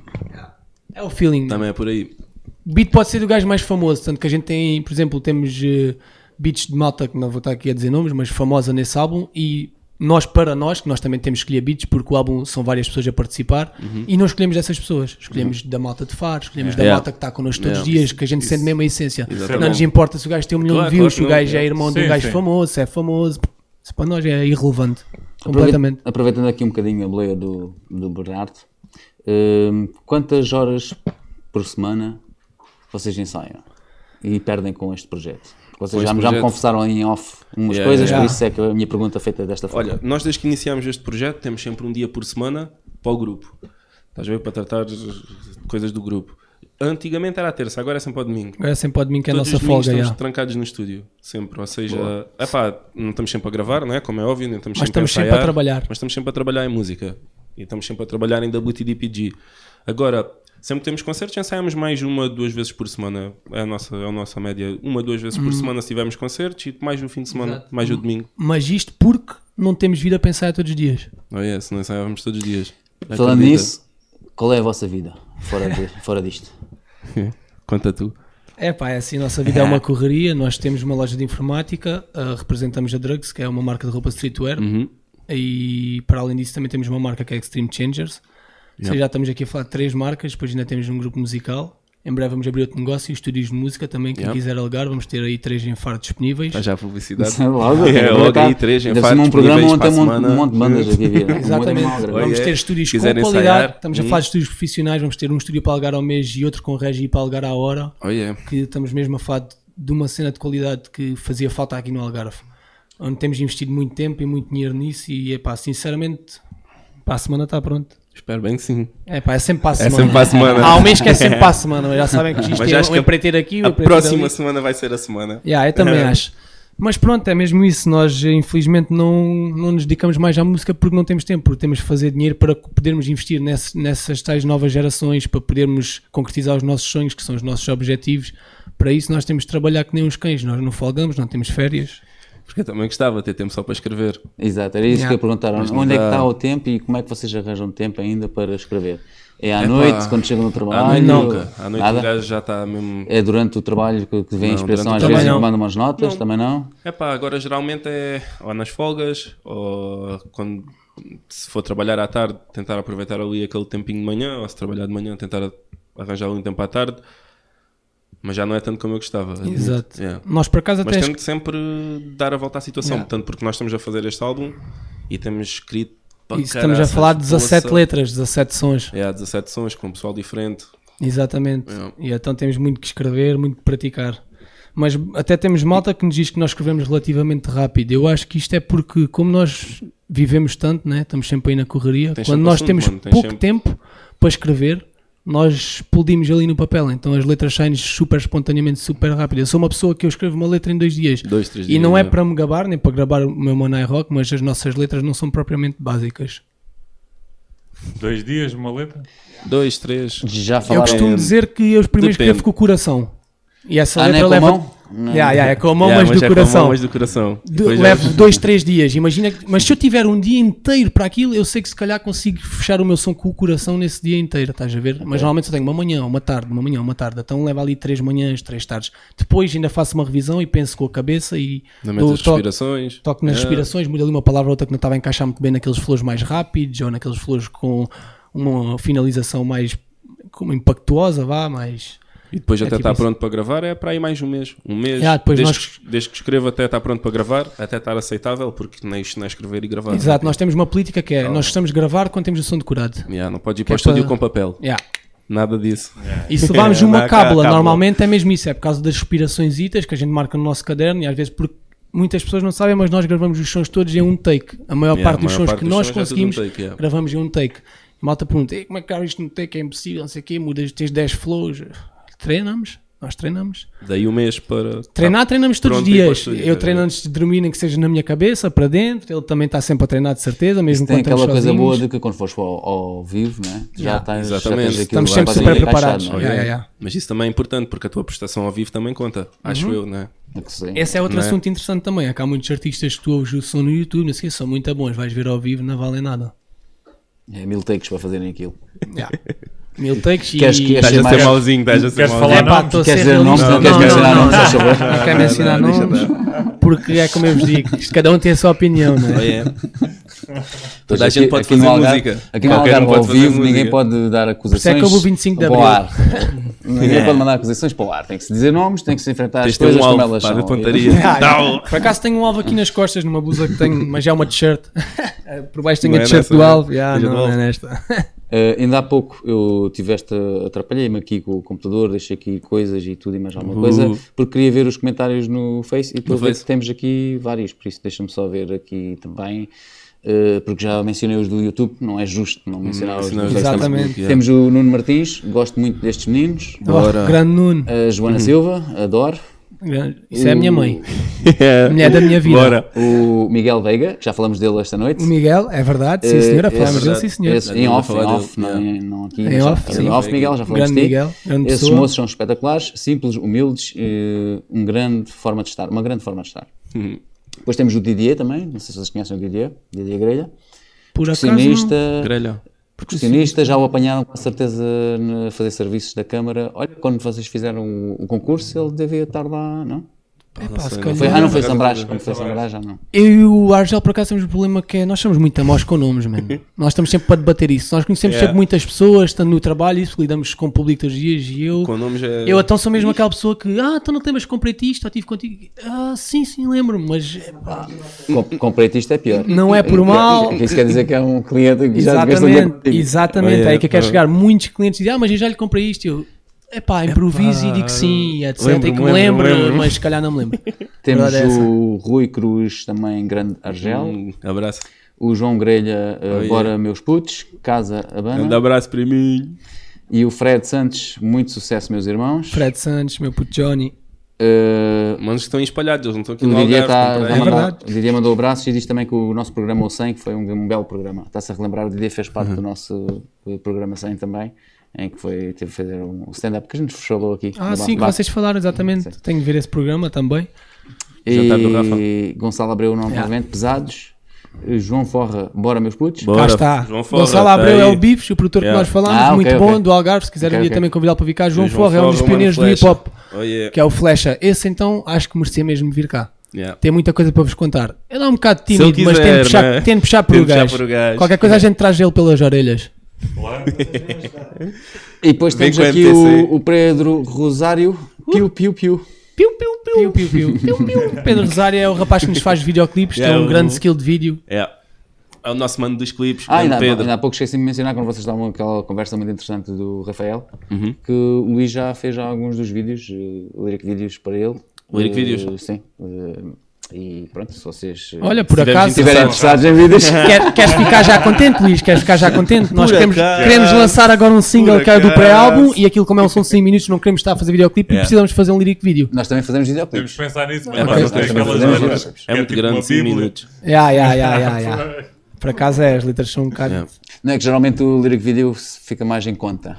[SPEAKER 1] É o feeling.
[SPEAKER 2] Também é por aí.
[SPEAKER 1] beat pode ser do gajo mais famoso, tanto que a gente tem, por exemplo, temos eh, beats de malta, que não vou estar aqui a dizer nomes, mas famosa nesse álbum, e nós, para nós, que nós também temos que escolher beats, porque o álbum são várias pessoas a participar, e não escolhemos dessas pessoas, escolhemos da malta de Faro, escolhemos da
[SPEAKER 2] Uhum. É. Yeah.
[SPEAKER 1] malta que está connosco todos os
[SPEAKER 2] Yeah.
[SPEAKER 1] dias, que a gente sente mesmo a essência.
[SPEAKER 2] Isso
[SPEAKER 4] é
[SPEAKER 1] não
[SPEAKER 4] bom.
[SPEAKER 1] nos importa se o gajo tem um milhão
[SPEAKER 2] Claro,
[SPEAKER 1] de views,
[SPEAKER 2] claro
[SPEAKER 1] se o
[SPEAKER 2] que não.
[SPEAKER 1] gajo é irmão de
[SPEAKER 4] Sim,
[SPEAKER 1] um gajo
[SPEAKER 4] sim.
[SPEAKER 1] famoso, se é famoso, isso para nós é irrelevante,
[SPEAKER 3] Aproveita-
[SPEAKER 1] completamente.
[SPEAKER 3] Aproveitando aqui um bocadinho a boleia do, do Bernardo, hum, quantas horas por semana vocês ensaiam e perdem com este projeto? Vocês
[SPEAKER 2] Com este
[SPEAKER 3] já, já me
[SPEAKER 2] projeto?
[SPEAKER 3] confessaram em off umas
[SPEAKER 2] Yeah,
[SPEAKER 3] coisas,
[SPEAKER 1] yeah,
[SPEAKER 3] por isso é que a minha pergunta é feita desta forma.
[SPEAKER 2] Olha, nós desde que iniciámos este projeto temos sempre um dia por semana para o grupo. Estás a ver? Para tratar de coisas do grupo. Antigamente era a terça, agora é sempre ao domingo.
[SPEAKER 1] Agora sempre pode mim que é a
[SPEAKER 2] Todos
[SPEAKER 1] nossa
[SPEAKER 2] os domingos
[SPEAKER 1] folga,
[SPEAKER 2] estamos
[SPEAKER 1] já.
[SPEAKER 2] trancados no estúdio, sempre. Ou seja, epá, não estamos sempre a gravar, não é? Como é óbvio, nem estamos
[SPEAKER 1] Mas
[SPEAKER 2] sempre
[SPEAKER 1] estamos
[SPEAKER 2] a
[SPEAKER 1] sempre
[SPEAKER 2] ensaiar,
[SPEAKER 1] a trabalhar.
[SPEAKER 2] Mas estamos sempre a trabalhar em música. E estamos sempre a trabalhar em WTDPG. Agora, sempre que temos concertos, ensaiamos mais uma, duas vezes por semana. É a nossa, é a nossa média. Uma, duas vezes
[SPEAKER 1] Uhum.
[SPEAKER 2] por semana se tivermos concertos e mais o fim de semana, mais o domingo.
[SPEAKER 1] mas isto porque não temos vida a pensar todos os dias.
[SPEAKER 2] Oh, yeah, se não ensaiávamos todos os dias.
[SPEAKER 3] Falando
[SPEAKER 2] Acredita.
[SPEAKER 3] nisso, qual é a vossa vida fora, de- fora disto?
[SPEAKER 2] Conta tu.
[SPEAKER 1] É pá, é assim, a nossa vida é uma correria. Nós temos uma loja de informática, ah, representamos a Drugs, que é uma marca de roupa streetwear,
[SPEAKER 2] Uhum.
[SPEAKER 1] e para além disso também temos uma marca que é Extreme Changers. Ou seja, já estamos aqui a falar de três marcas, depois ainda temos um grupo musical. Em breve vamos abrir outro negócio, estúdios de música também, quem
[SPEAKER 2] Yeah.
[SPEAKER 1] quiser alugar, vamos ter aí três enfardos disponíveis.
[SPEAKER 2] Tá Já a publicidade.
[SPEAKER 3] logo,
[SPEAKER 2] é, logo
[SPEAKER 3] cá.
[SPEAKER 2] aí três
[SPEAKER 3] Deve ser
[SPEAKER 2] enfardos
[SPEAKER 3] um programa
[SPEAKER 2] disponíveis
[SPEAKER 3] onde tem um,
[SPEAKER 2] para a
[SPEAKER 3] monte- um
[SPEAKER 2] semana.
[SPEAKER 3] monte de bandas aqui. vida.
[SPEAKER 1] Exatamente.
[SPEAKER 3] Um monte de mal,
[SPEAKER 1] Vamos
[SPEAKER 2] Olha,
[SPEAKER 1] ter estúdios com
[SPEAKER 2] quiserem
[SPEAKER 1] qualidade.
[SPEAKER 2] ensaiar, Uhum.
[SPEAKER 1] Estamos a falar de estúdios profissionais, vamos ter um estúdio para alugar ao mês e outro com regi para alugar à hora.
[SPEAKER 2] Oh, yeah.
[SPEAKER 1] que estamos mesmo a falar de- de uma cena de qualidade que fazia falta aqui no Algarve, onde temos investido muito tempo e muito dinheiro nisso e, epá, sinceramente, pá, a semana está pronto.
[SPEAKER 2] Espero bem que sim.
[SPEAKER 1] É pá, é sempre para a
[SPEAKER 2] É
[SPEAKER 1] semana.
[SPEAKER 2] sempre para a semana.
[SPEAKER 1] Há um mês que é sempre para a semana, já sabem que isto
[SPEAKER 2] Mas
[SPEAKER 1] é
[SPEAKER 2] acho
[SPEAKER 1] um
[SPEAKER 2] que a-
[SPEAKER 1] empreiteiro aqui, um
[SPEAKER 2] A
[SPEAKER 1] empreiteiro
[SPEAKER 2] próxima
[SPEAKER 1] ali.
[SPEAKER 2] semana vai ser a semana. É.
[SPEAKER 1] Yeah, eu também acho. Mas pronto, é mesmo isso. Nós eh, infelizmente não, não nos dedicamos mais à música porque não temos tempo, porque temos de fazer dinheiro para co- podermos investir nesse- nessas tais novas gerações, para podermos concretizar os nossos sonhos, que são os nossos objetivos. Para isso nós temos de trabalhar que nem uns cães, nós não folgamos, não temos férias.
[SPEAKER 2] Porque eu também gostava de ter tempo só para escrever.
[SPEAKER 3] Exato, era isso
[SPEAKER 1] Yeah.
[SPEAKER 3] que eu ia perguntar.
[SPEAKER 2] Mas não
[SPEAKER 3] Onde é que
[SPEAKER 2] dá.
[SPEAKER 3] está o tempo e como é que vocês arranjam tempo ainda para escrever? É à noite, quando chegam no trabalho?
[SPEAKER 2] À noite nunca. À noite o
[SPEAKER 3] Nada?
[SPEAKER 2] gajo já está mesmo.
[SPEAKER 3] É durante o trabalho que, que vem a
[SPEAKER 2] Não,
[SPEAKER 3] inspiração,
[SPEAKER 2] durante o
[SPEAKER 3] às
[SPEAKER 2] trabalho
[SPEAKER 3] vezes
[SPEAKER 1] não.
[SPEAKER 3] mandam umas notas, também não?
[SPEAKER 2] É pá, agora geralmente é ou nas folgas ou quando se for trabalhar à tarde, tentar aproveitar ali aquele tempinho de manhã, ou se trabalhar de manhã, tentar arranjar ali um tempo à tarde. Mas já não é tanto como eu gostava. admito.
[SPEAKER 1] Exato.
[SPEAKER 2] Yeah.
[SPEAKER 1] Nós por acaso
[SPEAKER 2] Mas um
[SPEAKER 1] até
[SPEAKER 2] temos que sempre dar a volta à situação,
[SPEAKER 1] Yeah.
[SPEAKER 2] portanto, porque nós estamos a fazer este álbum e temos escrito para
[SPEAKER 1] Isso, estamos a
[SPEAKER 2] caraças,
[SPEAKER 1] falar de 17
[SPEAKER 2] poça.
[SPEAKER 1] letras, 17 sons.
[SPEAKER 2] É, há 17 sons com um pessoal diferente.
[SPEAKER 1] Exatamente.
[SPEAKER 2] É.
[SPEAKER 1] E então temos muito que escrever, muito que praticar. Mas até temos malta que nos diz que nós escrevemos relativamente rápido. Eu acho que isto é porque, como nós vivemos tanto, né? estamos sempre aí na correria,
[SPEAKER 2] Tens
[SPEAKER 1] quando
[SPEAKER 2] sempre
[SPEAKER 1] nós
[SPEAKER 2] assunto,
[SPEAKER 1] temos
[SPEAKER 2] mano, tens
[SPEAKER 1] pouco
[SPEAKER 2] sempre-
[SPEAKER 1] tempo para escrever, nós explodimos ali no papel. Então as letras saem super espontaneamente, super rápido. Eu sou uma pessoa que eu escrevo uma letra em dois dias.
[SPEAKER 2] Dois, três
[SPEAKER 1] e
[SPEAKER 2] dias,
[SPEAKER 1] não é
[SPEAKER 2] né?
[SPEAKER 1] para me gabar, nem para gravar o meu Monai Rock, mas as nossas letras não são propriamente básicas.
[SPEAKER 4] Dois dias, uma letra?
[SPEAKER 2] Dois, três.
[SPEAKER 3] Já
[SPEAKER 1] Eu
[SPEAKER 3] falaram.
[SPEAKER 1] costumo dizer que eu os primeiros
[SPEAKER 2] Depende.
[SPEAKER 1] escrevo com o coração. E essa
[SPEAKER 3] Ah, não é
[SPEAKER 1] letra
[SPEAKER 3] com a
[SPEAKER 1] leva.
[SPEAKER 3] mão? Não.
[SPEAKER 1] Yeah, yeah, é com a mão,
[SPEAKER 2] Yeah,
[SPEAKER 1] mas, do
[SPEAKER 2] é com a mão,
[SPEAKER 1] coração.
[SPEAKER 2] mas do coração.
[SPEAKER 1] De-
[SPEAKER 2] Depois já-
[SPEAKER 1] levo dois, três dias. Imagina que- Mas se eu tiver um dia inteiro para aquilo, eu sei que se calhar consigo fechar o meu som com o coração nesse dia inteiro, estás a ver? Mas normalmente eu tenho uma manhã, uma tarde, uma manhã, uma tarde. Então leva ali três manhãs, três tardes. Depois ainda faço uma revisão e penso com a cabeça e
[SPEAKER 2] Na
[SPEAKER 1] dou
[SPEAKER 2] mente das
[SPEAKER 1] o toque-
[SPEAKER 2] respirações. Ah.
[SPEAKER 1] Toco nas respirações, mudo ali uma palavra ou outra que não estava a encaixar muito bem naqueles flores mais rápidos ou naqueles flores com uma finalização mais como impactuosa, vá, mais.
[SPEAKER 2] E depois
[SPEAKER 1] É
[SPEAKER 2] até
[SPEAKER 1] tipo
[SPEAKER 2] está
[SPEAKER 1] isso.
[SPEAKER 2] pronto para gravar, é para aí mais um mês. Um mês.
[SPEAKER 1] Ah, depois
[SPEAKER 2] desde,
[SPEAKER 1] nós-
[SPEAKER 2] que, desde que escrevo até estar pronto para gravar, até estar aceitável, porque nem isto não é escrever e gravar.
[SPEAKER 1] Exato, nós temos uma política que é, nós estamos a gravar quando temos o som decorado.
[SPEAKER 2] Yeah, não pode ir
[SPEAKER 1] Que
[SPEAKER 2] para
[SPEAKER 1] é
[SPEAKER 2] o estúdio
[SPEAKER 1] para-
[SPEAKER 2] com papel.
[SPEAKER 1] Yeah.
[SPEAKER 2] Nada disso.
[SPEAKER 1] E se levarmos
[SPEAKER 2] Dá
[SPEAKER 1] uma
[SPEAKER 2] cá a
[SPEAKER 1] cábula,
[SPEAKER 2] cábula.
[SPEAKER 1] normalmente é mesmo isso, é por causa das respirações que a gente marca no nosso caderno e às vezes porque muitas pessoas não sabem, mas nós gravamos os sons todos em um take. A maior
[SPEAKER 2] Yeah,
[SPEAKER 1] parte
[SPEAKER 2] a
[SPEAKER 1] dos
[SPEAKER 2] maior
[SPEAKER 1] sons
[SPEAKER 2] parte
[SPEAKER 1] que
[SPEAKER 2] dos
[SPEAKER 1] nós
[SPEAKER 2] sons é tudo
[SPEAKER 1] conseguimos
[SPEAKER 2] um take, yeah.
[SPEAKER 1] gravamos em um take. E malta pergunta, "Ei, como é que grava isto num take? É impossível, não sei o quê, mudas, tens 10 flows. Treinamos, nós treinamos.
[SPEAKER 2] Daí um mês para.
[SPEAKER 1] Treinar, treinamos todos os
[SPEAKER 2] pronto e para o
[SPEAKER 1] dias.
[SPEAKER 2] estúdio,
[SPEAKER 1] Eu
[SPEAKER 2] tá
[SPEAKER 1] treino
[SPEAKER 2] vendo?
[SPEAKER 1] antes de dormir, nem que seja na minha cabeça, para dentro. Ele também está sempre a treinar, de certeza, mesmo
[SPEAKER 3] Tem
[SPEAKER 1] quando estamos
[SPEAKER 3] aquela coisa
[SPEAKER 1] sozinhos.
[SPEAKER 3] boa de que quando fores ao, ao vivo, né? já,
[SPEAKER 1] Yeah.
[SPEAKER 3] estás, já
[SPEAKER 2] Exatamente.
[SPEAKER 3] tens aquilo
[SPEAKER 1] Estamos
[SPEAKER 3] lá
[SPEAKER 1] sempre
[SPEAKER 3] quase
[SPEAKER 1] super
[SPEAKER 3] encaixado,
[SPEAKER 1] preparados.
[SPEAKER 3] não é?
[SPEAKER 1] Yeah, yeah, yeah.
[SPEAKER 2] Tá. Mas isso também é importante, porque a tua prestação ao vivo também conta.
[SPEAKER 1] Uhum.
[SPEAKER 2] Acho eu, né?
[SPEAKER 3] É que sim.
[SPEAKER 1] Esse é outro
[SPEAKER 2] Não é?
[SPEAKER 1] assunto interessante também. É que há muitos artistas que tu ouves o som no YouTube, não sei, o quê, são muito bons, vais ver ao vivo, não valem nada.
[SPEAKER 3] É mil takes para fazerem aquilo.
[SPEAKER 1] Mil takes e.
[SPEAKER 3] Queres que
[SPEAKER 2] Estás
[SPEAKER 3] Achei
[SPEAKER 2] a ser
[SPEAKER 3] mais-
[SPEAKER 2] mauzinho, estás a ser
[SPEAKER 4] Queres
[SPEAKER 2] mauzinho.
[SPEAKER 1] é
[SPEAKER 4] falar?
[SPEAKER 1] pá,
[SPEAKER 4] Não,
[SPEAKER 1] estou a ser
[SPEAKER 3] queres dizer nomes?
[SPEAKER 1] realista.
[SPEAKER 3] Não queres mencionar nomes, por favor?
[SPEAKER 1] Não quero mencionar
[SPEAKER 2] não, deixa
[SPEAKER 1] nomes, porque é como eu vos digo, isto cada um tem a sua opinião, não é?
[SPEAKER 2] É.
[SPEAKER 3] Pois
[SPEAKER 2] Toda a
[SPEAKER 3] aqui-
[SPEAKER 2] gente pode
[SPEAKER 3] aqui no
[SPEAKER 2] fazer
[SPEAKER 3] Algarve-
[SPEAKER 2] música.
[SPEAKER 3] Aqui no
[SPEAKER 2] Qualquer um
[SPEAKER 3] Algarve, ao
[SPEAKER 2] pode fazer
[SPEAKER 3] vivo, ninguém
[SPEAKER 2] música.
[SPEAKER 3] pode dar acusações.
[SPEAKER 1] que eu vou 25 de
[SPEAKER 3] para o
[SPEAKER 1] abril.
[SPEAKER 3] ar. Ninguém pode mandar acusações para o ar. Tem que se dizer nomes, tem que se enfrentar
[SPEAKER 2] Tens
[SPEAKER 3] as
[SPEAKER 2] de ter
[SPEAKER 3] coisas
[SPEAKER 2] um
[SPEAKER 3] como
[SPEAKER 2] alvo,
[SPEAKER 3] elas
[SPEAKER 2] pá,
[SPEAKER 3] são.
[SPEAKER 2] de pontaria. Tal.
[SPEAKER 1] Por acaso tenho um alvo aqui nas costas, numa blusa que tenho, mas é uma t-shirt. Por baixo tenho
[SPEAKER 2] Não
[SPEAKER 1] a
[SPEAKER 2] é
[SPEAKER 1] t-shirt
[SPEAKER 2] nessa,
[SPEAKER 1] do
[SPEAKER 2] não é?
[SPEAKER 1] alvo. Yeah,
[SPEAKER 2] Seja
[SPEAKER 1] não,
[SPEAKER 2] do
[SPEAKER 1] não é
[SPEAKER 2] alvo.
[SPEAKER 1] nesta.
[SPEAKER 3] Eh, ainda há pouco eu tiveste, atrapalhei-me aqui com o computador, deixei aqui coisas e tudo e mais alguma
[SPEAKER 2] Uh.
[SPEAKER 3] coisa, porque queria ver os comentários no Face e estou a
[SPEAKER 2] No
[SPEAKER 3] ver
[SPEAKER 2] Face.
[SPEAKER 3] que temos aqui vários, por isso deixa-me só ver aqui também, eh, porque já mencionei os do YouTube, não é justo não mencionar os
[SPEAKER 2] Hum,
[SPEAKER 3] do
[SPEAKER 2] Senão-
[SPEAKER 3] Facebook.
[SPEAKER 1] Exatamente.
[SPEAKER 2] Yeah.
[SPEAKER 3] Temos o Nuno Martins, gosto muito destes meninos,
[SPEAKER 2] Bora.
[SPEAKER 1] Oh, grande Nuno.
[SPEAKER 3] a Joana
[SPEAKER 1] Uhum.
[SPEAKER 3] Silva, adoro,
[SPEAKER 1] Grande- Isso é a minha mãe.
[SPEAKER 2] Yeah.
[SPEAKER 1] Mulher da minha vida.
[SPEAKER 2] Bora.
[SPEAKER 3] o Miguel Veiga, que já falamos dele esta noite.
[SPEAKER 1] O Miguel, é verdade, sim
[SPEAKER 3] Eh,
[SPEAKER 1] senhora,
[SPEAKER 3] esse-
[SPEAKER 1] falamos dele, sim senhor.
[SPEAKER 3] Esse, em
[SPEAKER 2] Estamos a
[SPEAKER 3] off, em
[SPEAKER 2] falar dele,
[SPEAKER 3] off, não,
[SPEAKER 2] yeah.
[SPEAKER 3] não aqui.
[SPEAKER 1] Em
[SPEAKER 3] já-
[SPEAKER 1] off, sim.
[SPEAKER 3] em off, Miguel, já falaste
[SPEAKER 1] Grande
[SPEAKER 3] de ti.
[SPEAKER 1] Miguel, grande
[SPEAKER 3] Esses
[SPEAKER 1] pessoa.
[SPEAKER 3] moços são espetaculares, simples, humildes, eh, um grande forma de estar, uma grande forma de estar. Depois temos o Didier também, não sei se vocês conhecem o Didier, Didier Grelha.
[SPEAKER 1] Por acaso. não.
[SPEAKER 3] Percussionista,
[SPEAKER 2] Grelha.
[SPEAKER 3] percussionista, já o apanharam com certeza a fazer serviços da Câmara. Olha, quando vocês fizeram o, o concurso, ele devia estar lá, não?
[SPEAKER 1] Epá, se
[SPEAKER 2] sei, não
[SPEAKER 1] calhar-
[SPEAKER 3] Foi, ah, não foi
[SPEAKER 2] Não,
[SPEAKER 3] Sambrás,
[SPEAKER 2] não
[SPEAKER 3] quando foi Sambrás, já não.
[SPEAKER 1] Eu e o Argel, por acaso, temos um problema que é nós somos muito maus com nomes, mano. nós estamos sempre para debater isso. Nós conhecemos
[SPEAKER 2] Yeah.
[SPEAKER 1] sempre muitas pessoas, estando no trabalho, isso, lidamos com o público todos os dias e eu.
[SPEAKER 2] Com nomes é.
[SPEAKER 1] Eu então sou mesmo aquela pessoa que, ah, então não te lembras que comprei isto, ou tive contigo. Ah, sim, sim, lembro-me, mas é, epá,
[SPEAKER 3] Com, com preto isto é pior.
[SPEAKER 1] Não é por
[SPEAKER 3] Isso-
[SPEAKER 1] mal.
[SPEAKER 3] Isso quer dizer que é um cliente que já devia estar
[SPEAKER 1] exatamente, exatamente,
[SPEAKER 2] Oh, yeah.
[SPEAKER 1] é aí que eu quero
[SPEAKER 2] Oh.
[SPEAKER 1] chegar. Muitos clientes dizem, ah, mas eu já lhe comprei isto. E Eu, epá, improviso e digo sim, e etc. e que me
[SPEAKER 2] lembro-me,
[SPEAKER 1] lembro,
[SPEAKER 2] lembro-me.
[SPEAKER 1] mas se calhar não me lembro.
[SPEAKER 3] Temos
[SPEAKER 1] Verdade é essa.
[SPEAKER 3] o Rui Cruz, também grande Argel.
[SPEAKER 2] Um abraço.
[SPEAKER 3] o João Grelha, eh,
[SPEAKER 2] Oh,
[SPEAKER 3] agora meus putos, Casa
[SPEAKER 2] Grande
[SPEAKER 3] Habana,
[SPEAKER 2] abraço para mim.
[SPEAKER 3] e o Fred Santos, muito sucesso, meus irmãos.
[SPEAKER 1] Fred Santos, meu puto Johnny.
[SPEAKER 3] Eh,
[SPEAKER 2] Manos que estão espalhados, eles não estão aqui
[SPEAKER 3] O
[SPEAKER 2] no
[SPEAKER 3] Didier,
[SPEAKER 2] Algarve.
[SPEAKER 3] tá,
[SPEAKER 2] comprei.
[SPEAKER 3] tá
[SPEAKER 1] É
[SPEAKER 3] mandar-
[SPEAKER 1] verdade.
[SPEAKER 3] o Didier mandou o braço e diz também que o nosso programa O 100, que foi um, um belo programa. Está-se a relembrar, o Didier fez
[SPEAKER 1] Uhum.
[SPEAKER 3] parte do nosso eh, programa 100 também, em que foi, teve de fazer um stand-up que a gente falou aqui.
[SPEAKER 1] Ah,
[SPEAKER 3] no
[SPEAKER 1] sim, que
[SPEAKER 3] Bar-
[SPEAKER 1] vocês falaram, exatamente.
[SPEAKER 3] Sim.
[SPEAKER 1] Tenho que ver esse programa também.
[SPEAKER 3] E
[SPEAKER 2] Jantar do Rafa.
[SPEAKER 3] Gonçalo Abreu novamente, pesados. Eh, João Forra, bora meus putos.
[SPEAKER 2] Bora.
[SPEAKER 1] Cá está.
[SPEAKER 2] João Forra,
[SPEAKER 1] Gonçalo
[SPEAKER 2] tá
[SPEAKER 1] Abreu é
[SPEAKER 2] aí.
[SPEAKER 1] o Bifes, o produtor
[SPEAKER 2] Yeah.
[SPEAKER 1] que nós falámos,
[SPEAKER 3] Ah, ok,
[SPEAKER 1] muito
[SPEAKER 3] ok.
[SPEAKER 1] bom, do Algarve. Se quiserem
[SPEAKER 3] Ok,
[SPEAKER 1] um dia
[SPEAKER 3] ok.
[SPEAKER 1] também convidá-lo para vir cá. João,
[SPEAKER 2] João
[SPEAKER 1] Forra é um
[SPEAKER 2] Forra,
[SPEAKER 1] dos
[SPEAKER 2] o Mano
[SPEAKER 1] pioneiros do hip
[SPEAKER 2] Flecha.
[SPEAKER 1] hop,
[SPEAKER 2] Oh, yeah.
[SPEAKER 1] que é o Flecha. Esse então acho que merecia mesmo vir cá.
[SPEAKER 2] Yeah.
[SPEAKER 1] Tem muita coisa para vos contar. Ele é um bocado
[SPEAKER 2] ele
[SPEAKER 1] tímido, mas tem
[SPEAKER 2] quiser,
[SPEAKER 1] de puxar,
[SPEAKER 2] né?
[SPEAKER 1] tem de puxar por
[SPEAKER 2] Tem
[SPEAKER 1] o
[SPEAKER 2] de puxar
[SPEAKER 1] gajo.
[SPEAKER 2] por o gajo.
[SPEAKER 1] Qualquer coisa a gente traz ele pelas orelhas.
[SPEAKER 3] E depois
[SPEAKER 2] Vem
[SPEAKER 3] temos
[SPEAKER 2] com o
[SPEAKER 3] aqui
[SPEAKER 2] MTC.
[SPEAKER 3] o, o Pedro Rosário. Piu, piu, piu.
[SPEAKER 1] Piu, piu, piu, piu, piu, piu, piu. Pedro Rosário é o rapaz que nos faz videoclipes,
[SPEAKER 2] Yeah,
[SPEAKER 1] tem um
[SPEAKER 2] o-
[SPEAKER 1] grande skill de vídeo.
[SPEAKER 2] Yeah. É o nosso mano dos clipes,
[SPEAKER 3] Ah,
[SPEAKER 2] grande
[SPEAKER 3] ainda, há-
[SPEAKER 2] Pedro.
[SPEAKER 3] ainda há pouco esqueci de mencionar quando vocês estavam aquela conversa muito interessante do Rafael,
[SPEAKER 2] Uhum.
[SPEAKER 3] que o Luís já fez já alguns dos vídeos, uh, lyric vídeos para ele.
[SPEAKER 2] Lyric
[SPEAKER 3] Eh,
[SPEAKER 2] vídeos?
[SPEAKER 3] Sim. eh, e pronto, se vocês eh,
[SPEAKER 1] Olha, por
[SPEAKER 2] Se tivermos
[SPEAKER 1] acaso.
[SPEAKER 3] estiverem interessados em vídeos.
[SPEAKER 1] Quer- queres ficar já contente, Luís? Queres ficar já contente? Nós
[SPEAKER 2] Por
[SPEAKER 1] queremos,
[SPEAKER 2] acaso.
[SPEAKER 1] queremos lançar agora um single
[SPEAKER 2] Por
[SPEAKER 1] que é do
[SPEAKER 2] acaso.
[SPEAKER 1] pré-álbum e aquilo, como é um som de 100 minutos, não queremos estar a fazer videoclipe e
[SPEAKER 2] Yeah.
[SPEAKER 1] precisamos fazer um lírico vídeo.
[SPEAKER 3] Nós também fazemos
[SPEAKER 4] Temos que
[SPEAKER 3] videoclipes.
[SPEAKER 4] pensar nisso, mas
[SPEAKER 2] É,
[SPEAKER 4] não
[SPEAKER 2] ok.
[SPEAKER 4] tem
[SPEAKER 2] Nós
[SPEAKER 3] também
[SPEAKER 4] aquelas
[SPEAKER 3] fazemos
[SPEAKER 4] letras.
[SPEAKER 3] letras.
[SPEAKER 2] É muito
[SPEAKER 4] tipo uma
[SPEAKER 2] grande, 5
[SPEAKER 4] bíblia.
[SPEAKER 2] minutos.
[SPEAKER 1] Ya, ya, ya, ya, ya. Por acaso é, as letras são um bocado.
[SPEAKER 2] Yeah.
[SPEAKER 3] Não é que geralmente o lyric vídeo fica mais em conta.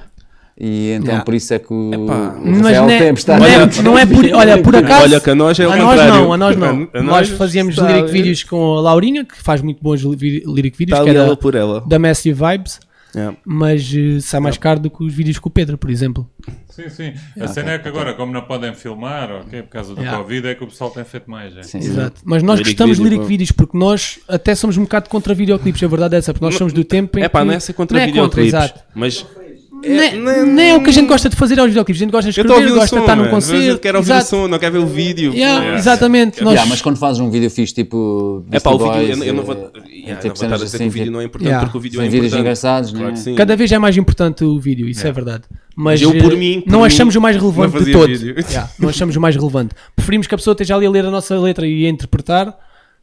[SPEAKER 3] E então
[SPEAKER 1] Yeah.
[SPEAKER 3] por isso é que o
[SPEAKER 2] Epá.
[SPEAKER 3] o
[SPEAKER 1] Mas
[SPEAKER 3] Rafael
[SPEAKER 1] não é,
[SPEAKER 3] tem prestado-
[SPEAKER 1] não é-
[SPEAKER 2] Olha-
[SPEAKER 1] não é por, olha, por acaso.
[SPEAKER 2] Olha que a nós é o
[SPEAKER 1] a nós
[SPEAKER 2] contrário.
[SPEAKER 1] não, a nós não.
[SPEAKER 2] A
[SPEAKER 1] nós fazíamos
[SPEAKER 2] está
[SPEAKER 1] lyric
[SPEAKER 2] ali-
[SPEAKER 1] vídeos com a Laurinha, que faz muito bons li- lyric vídeos,
[SPEAKER 2] Está
[SPEAKER 1] que
[SPEAKER 2] ali ela
[SPEAKER 1] era
[SPEAKER 2] por ela.
[SPEAKER 1] da Messi Vibes,
[SPEAKER 2] Yeah.
[SPEAKER 1] mas eh, sai mais caro do que os vídeos com o Pedro, por exemplo.
[SPEAKER 4] Sim, sim. A cena é que agora, como não podem filmar, ok, por causa do
[SPEAKER 1] Ah, Yeah.
[SPEAKER 4] Covid, é que o pessoal tem feito mais. é.
[SPEAKER 3] Sim,
[SPEAKER 1] Exato. Mas nós
[SPEAKER 2] Lyric
[SPEAKER 1] gostamos de
[SPEAKER 2] vídeo,
[SPEAKER 1] lyric
[SPEAKER 2] pá.
[SPEAKER 1] vídeos porque nós até somos um bocado contra videoclipes, a verdade é essa, porque nós somos do tempo em
[SPEAKER 2] É pá,
[SPEAKER 1] que-
[SPEAKER 2] não é ser contra
[SPEAKER 1] não é contra,
[SPEAKER 2] videoclipes.
[SPEAKER 1] exato.
[SPEAKER 2] mas
[SPEAKER 1] Nem- nem é o que a gente gosta de fazer aos videoclipes, a gente gosta de
[SPEAKER 2] um- eu estou a
[SPEAKER 1] escrever,
[SPEAKER 2] ouvir o
[SPEAKER 1] gosta
[SPEAKER 2] som.
[SPEAKER 1] de estar num
[SPEAKER 2] mano. Às vezes eu
[SPEAKER 1] concerto.
[SPEAKER 2] Quero ouvir o
[SPEAKER 1] exato.
[SPEAKER 2] som, não quero ver o vídeo.
[SPEAKER 1] Yeah,
[SPEAKER 2] Yeah.
[SPEAKER 1] Exatamente. Nós...
[SPEAKER 3] Yeah, mas quando fazes um vídeo fixe tipo.
[SPEAKER 2] É pá,
[SPEAKER 3] Beastie
[SPEAKER 2] o vídeo,
[SPEAKER 3] Boys,
[SPEAKER 2] eu, eu não vou,
[SPEAKER 3] eh,
[SPEAKER 2] yeah, não
[SPEAKER 3] tipo
[SPEAKER 2] vou estar a
[SPEAKER 3] cenas
[SPEAKER 2] dizer que
[SPEAKER 3] assim,
[SPEAKER 2] o vídeo
[SPEAKER 3] tipo-
[SPEAKER 2] não é importante
[SPEAKER 1] Yeah.
[SPEAKER 2] porque o vídeo é
[SPEAKER 3] São
[SPEAKER 2] importante.
[SPEAKER 3] vídeos engraçados,
[SPEAKER 2] Claro
[SPEAKER 3] né?
[SPEAKER 2] que sim.
[SPEAKER 1] Cada vez é mais importante o vídeo, isso é verdade. Mas
[SPEAKER 2] Mas eu, por
[SPEAKER 1] eh,
[SPEAKER 2] mim, por
[SPEAKER 1] não
[SPEAKER 2] mim,
[SPEAKER 1] achamos o mais relevante de
[SPEAKER 2] não fazia
[SPEAKER 1] todo.
[SPEAKER 2] vídeo.
[SPEAKER 1] Yeah, não achamos o mais relevante. Preferimos que a pessoa esteja ali a ler a nossa letra e a interpretar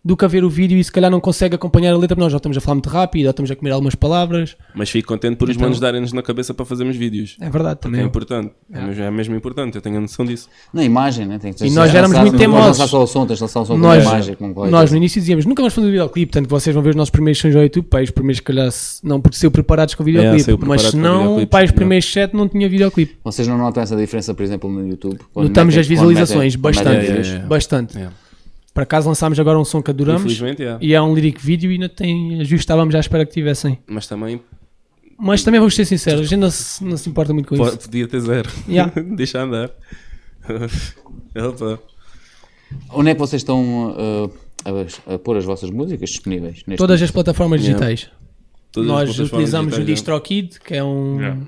[SPEAKER 1] do que a ver o vídeo e se calhar não consegue acompanhar a letra, porque nós já estamos a falar muito rápido, já estamos a comer algumas palavras.
[SPEAKER 2] Mas fico contente por os
[SPEAKER 1] Então-
[SPEAKER 2] manos darem-nos na cabeça para fazermos vídeos.
[SPEAKER 1] É verdade
[SPEAKER 2] É
[SPEAKER 1] também.
[SPEAKER 2] importante. É mesmo- É mesmo importante, eu tenho a noção disso.
[SPEAKER 3] Na imagem, né? Tem que
[SPEAKER 1] E nós
[SPEAKER 3] lançar-
[SPEAKER 1] éramos muito
[SPEAKER 3] não podes
[SPEAKER 1] teimosos.
[SPEAKER 3] lançar só o som, tens de lançar o som
[SPEAKER 1] Nós,
[SPEAKER 3] com a imagem. Com qualquer
[SPEAKER 1] nós no
[SPEAKER 3] coisa.
[SPEAKER 1] início dizíamos nunca vamos fazer um videoclipe, tanto que vocês vão ver os nossos primeiros sons ao YouTube, pá, e os primeiros, se calhar, se- não por ser preparados com
[SPEAKER 2] É,
[SPEAKER 1] videoclipe,
[SPEAKER 2] saiu preparado
[SPEAKER 1] mas se
[SPEAKER 2] com
[SPEAKER 1] não,
[SPEAKER 2] videoclipe, é.
[SPEAKER 1] pá, os
[SPEAKER 2] não.
[SPEAKER 1] primeiros set não tinha videoclipe.
[SPEAKER 3] Vocês não notam essa diferença, por exemplo, no YouTube? Quando
[SPEAKER 1] Notamos
[SPEAKER 3] metem-
[SPEAKER 1] as visualizações
[SPEAKER 3] quando metem-
[SPEAKER 1] bastante,
[SPEAKER 3] quando metem
[SPEAKER 2] é,
[SPEAKER 3] vídeos.
[SPEAKER 2] é, é.
[SPEAKER 1] bastante.
[SPEAKER 2] Yeah.
[SPEAKER 1] Por acaso lançámos agora um som que adoramos
[SPEAKER 2] Infelizmente, é.
[SPEAKER 1] e é um lyric vídeo e ainda tem ajuste, estávamos à espera que tivessem.
[SPEAKER 2] Mas também
[SPEAKER 1] Mas também vamos ser sinceros, a gente não se, não se importa muito com
[SPEAKER 2] po-
[SPEAKER 1] isso.
[SPEAKER 2] podia ter zero.
[SPEAKER 1] Yeah.
[SPEAKER 2] Deixa andar. Opa.
[SPEAKER 3] Onde é que vocês estão uh, a, a pôr as vossas músicas disponíveis? neste
[SPEAKER 1] Todas as
[SPEAKER 3] momento?
[SPEAKER 1] plataformas
[SPEAKER 2] Yeah.
[SPEAKER 1] digitais.
[SPEAKER 2] Todas as
[SPEAKER 1] Nós
[SPEAKER 2] plataformas
[SPEAKER 1] utilizamos o
[SPEAKER 2] digitais,
[SPEAKER 1] DistroKid, que é um.
[SPEAKER 4] Yeah.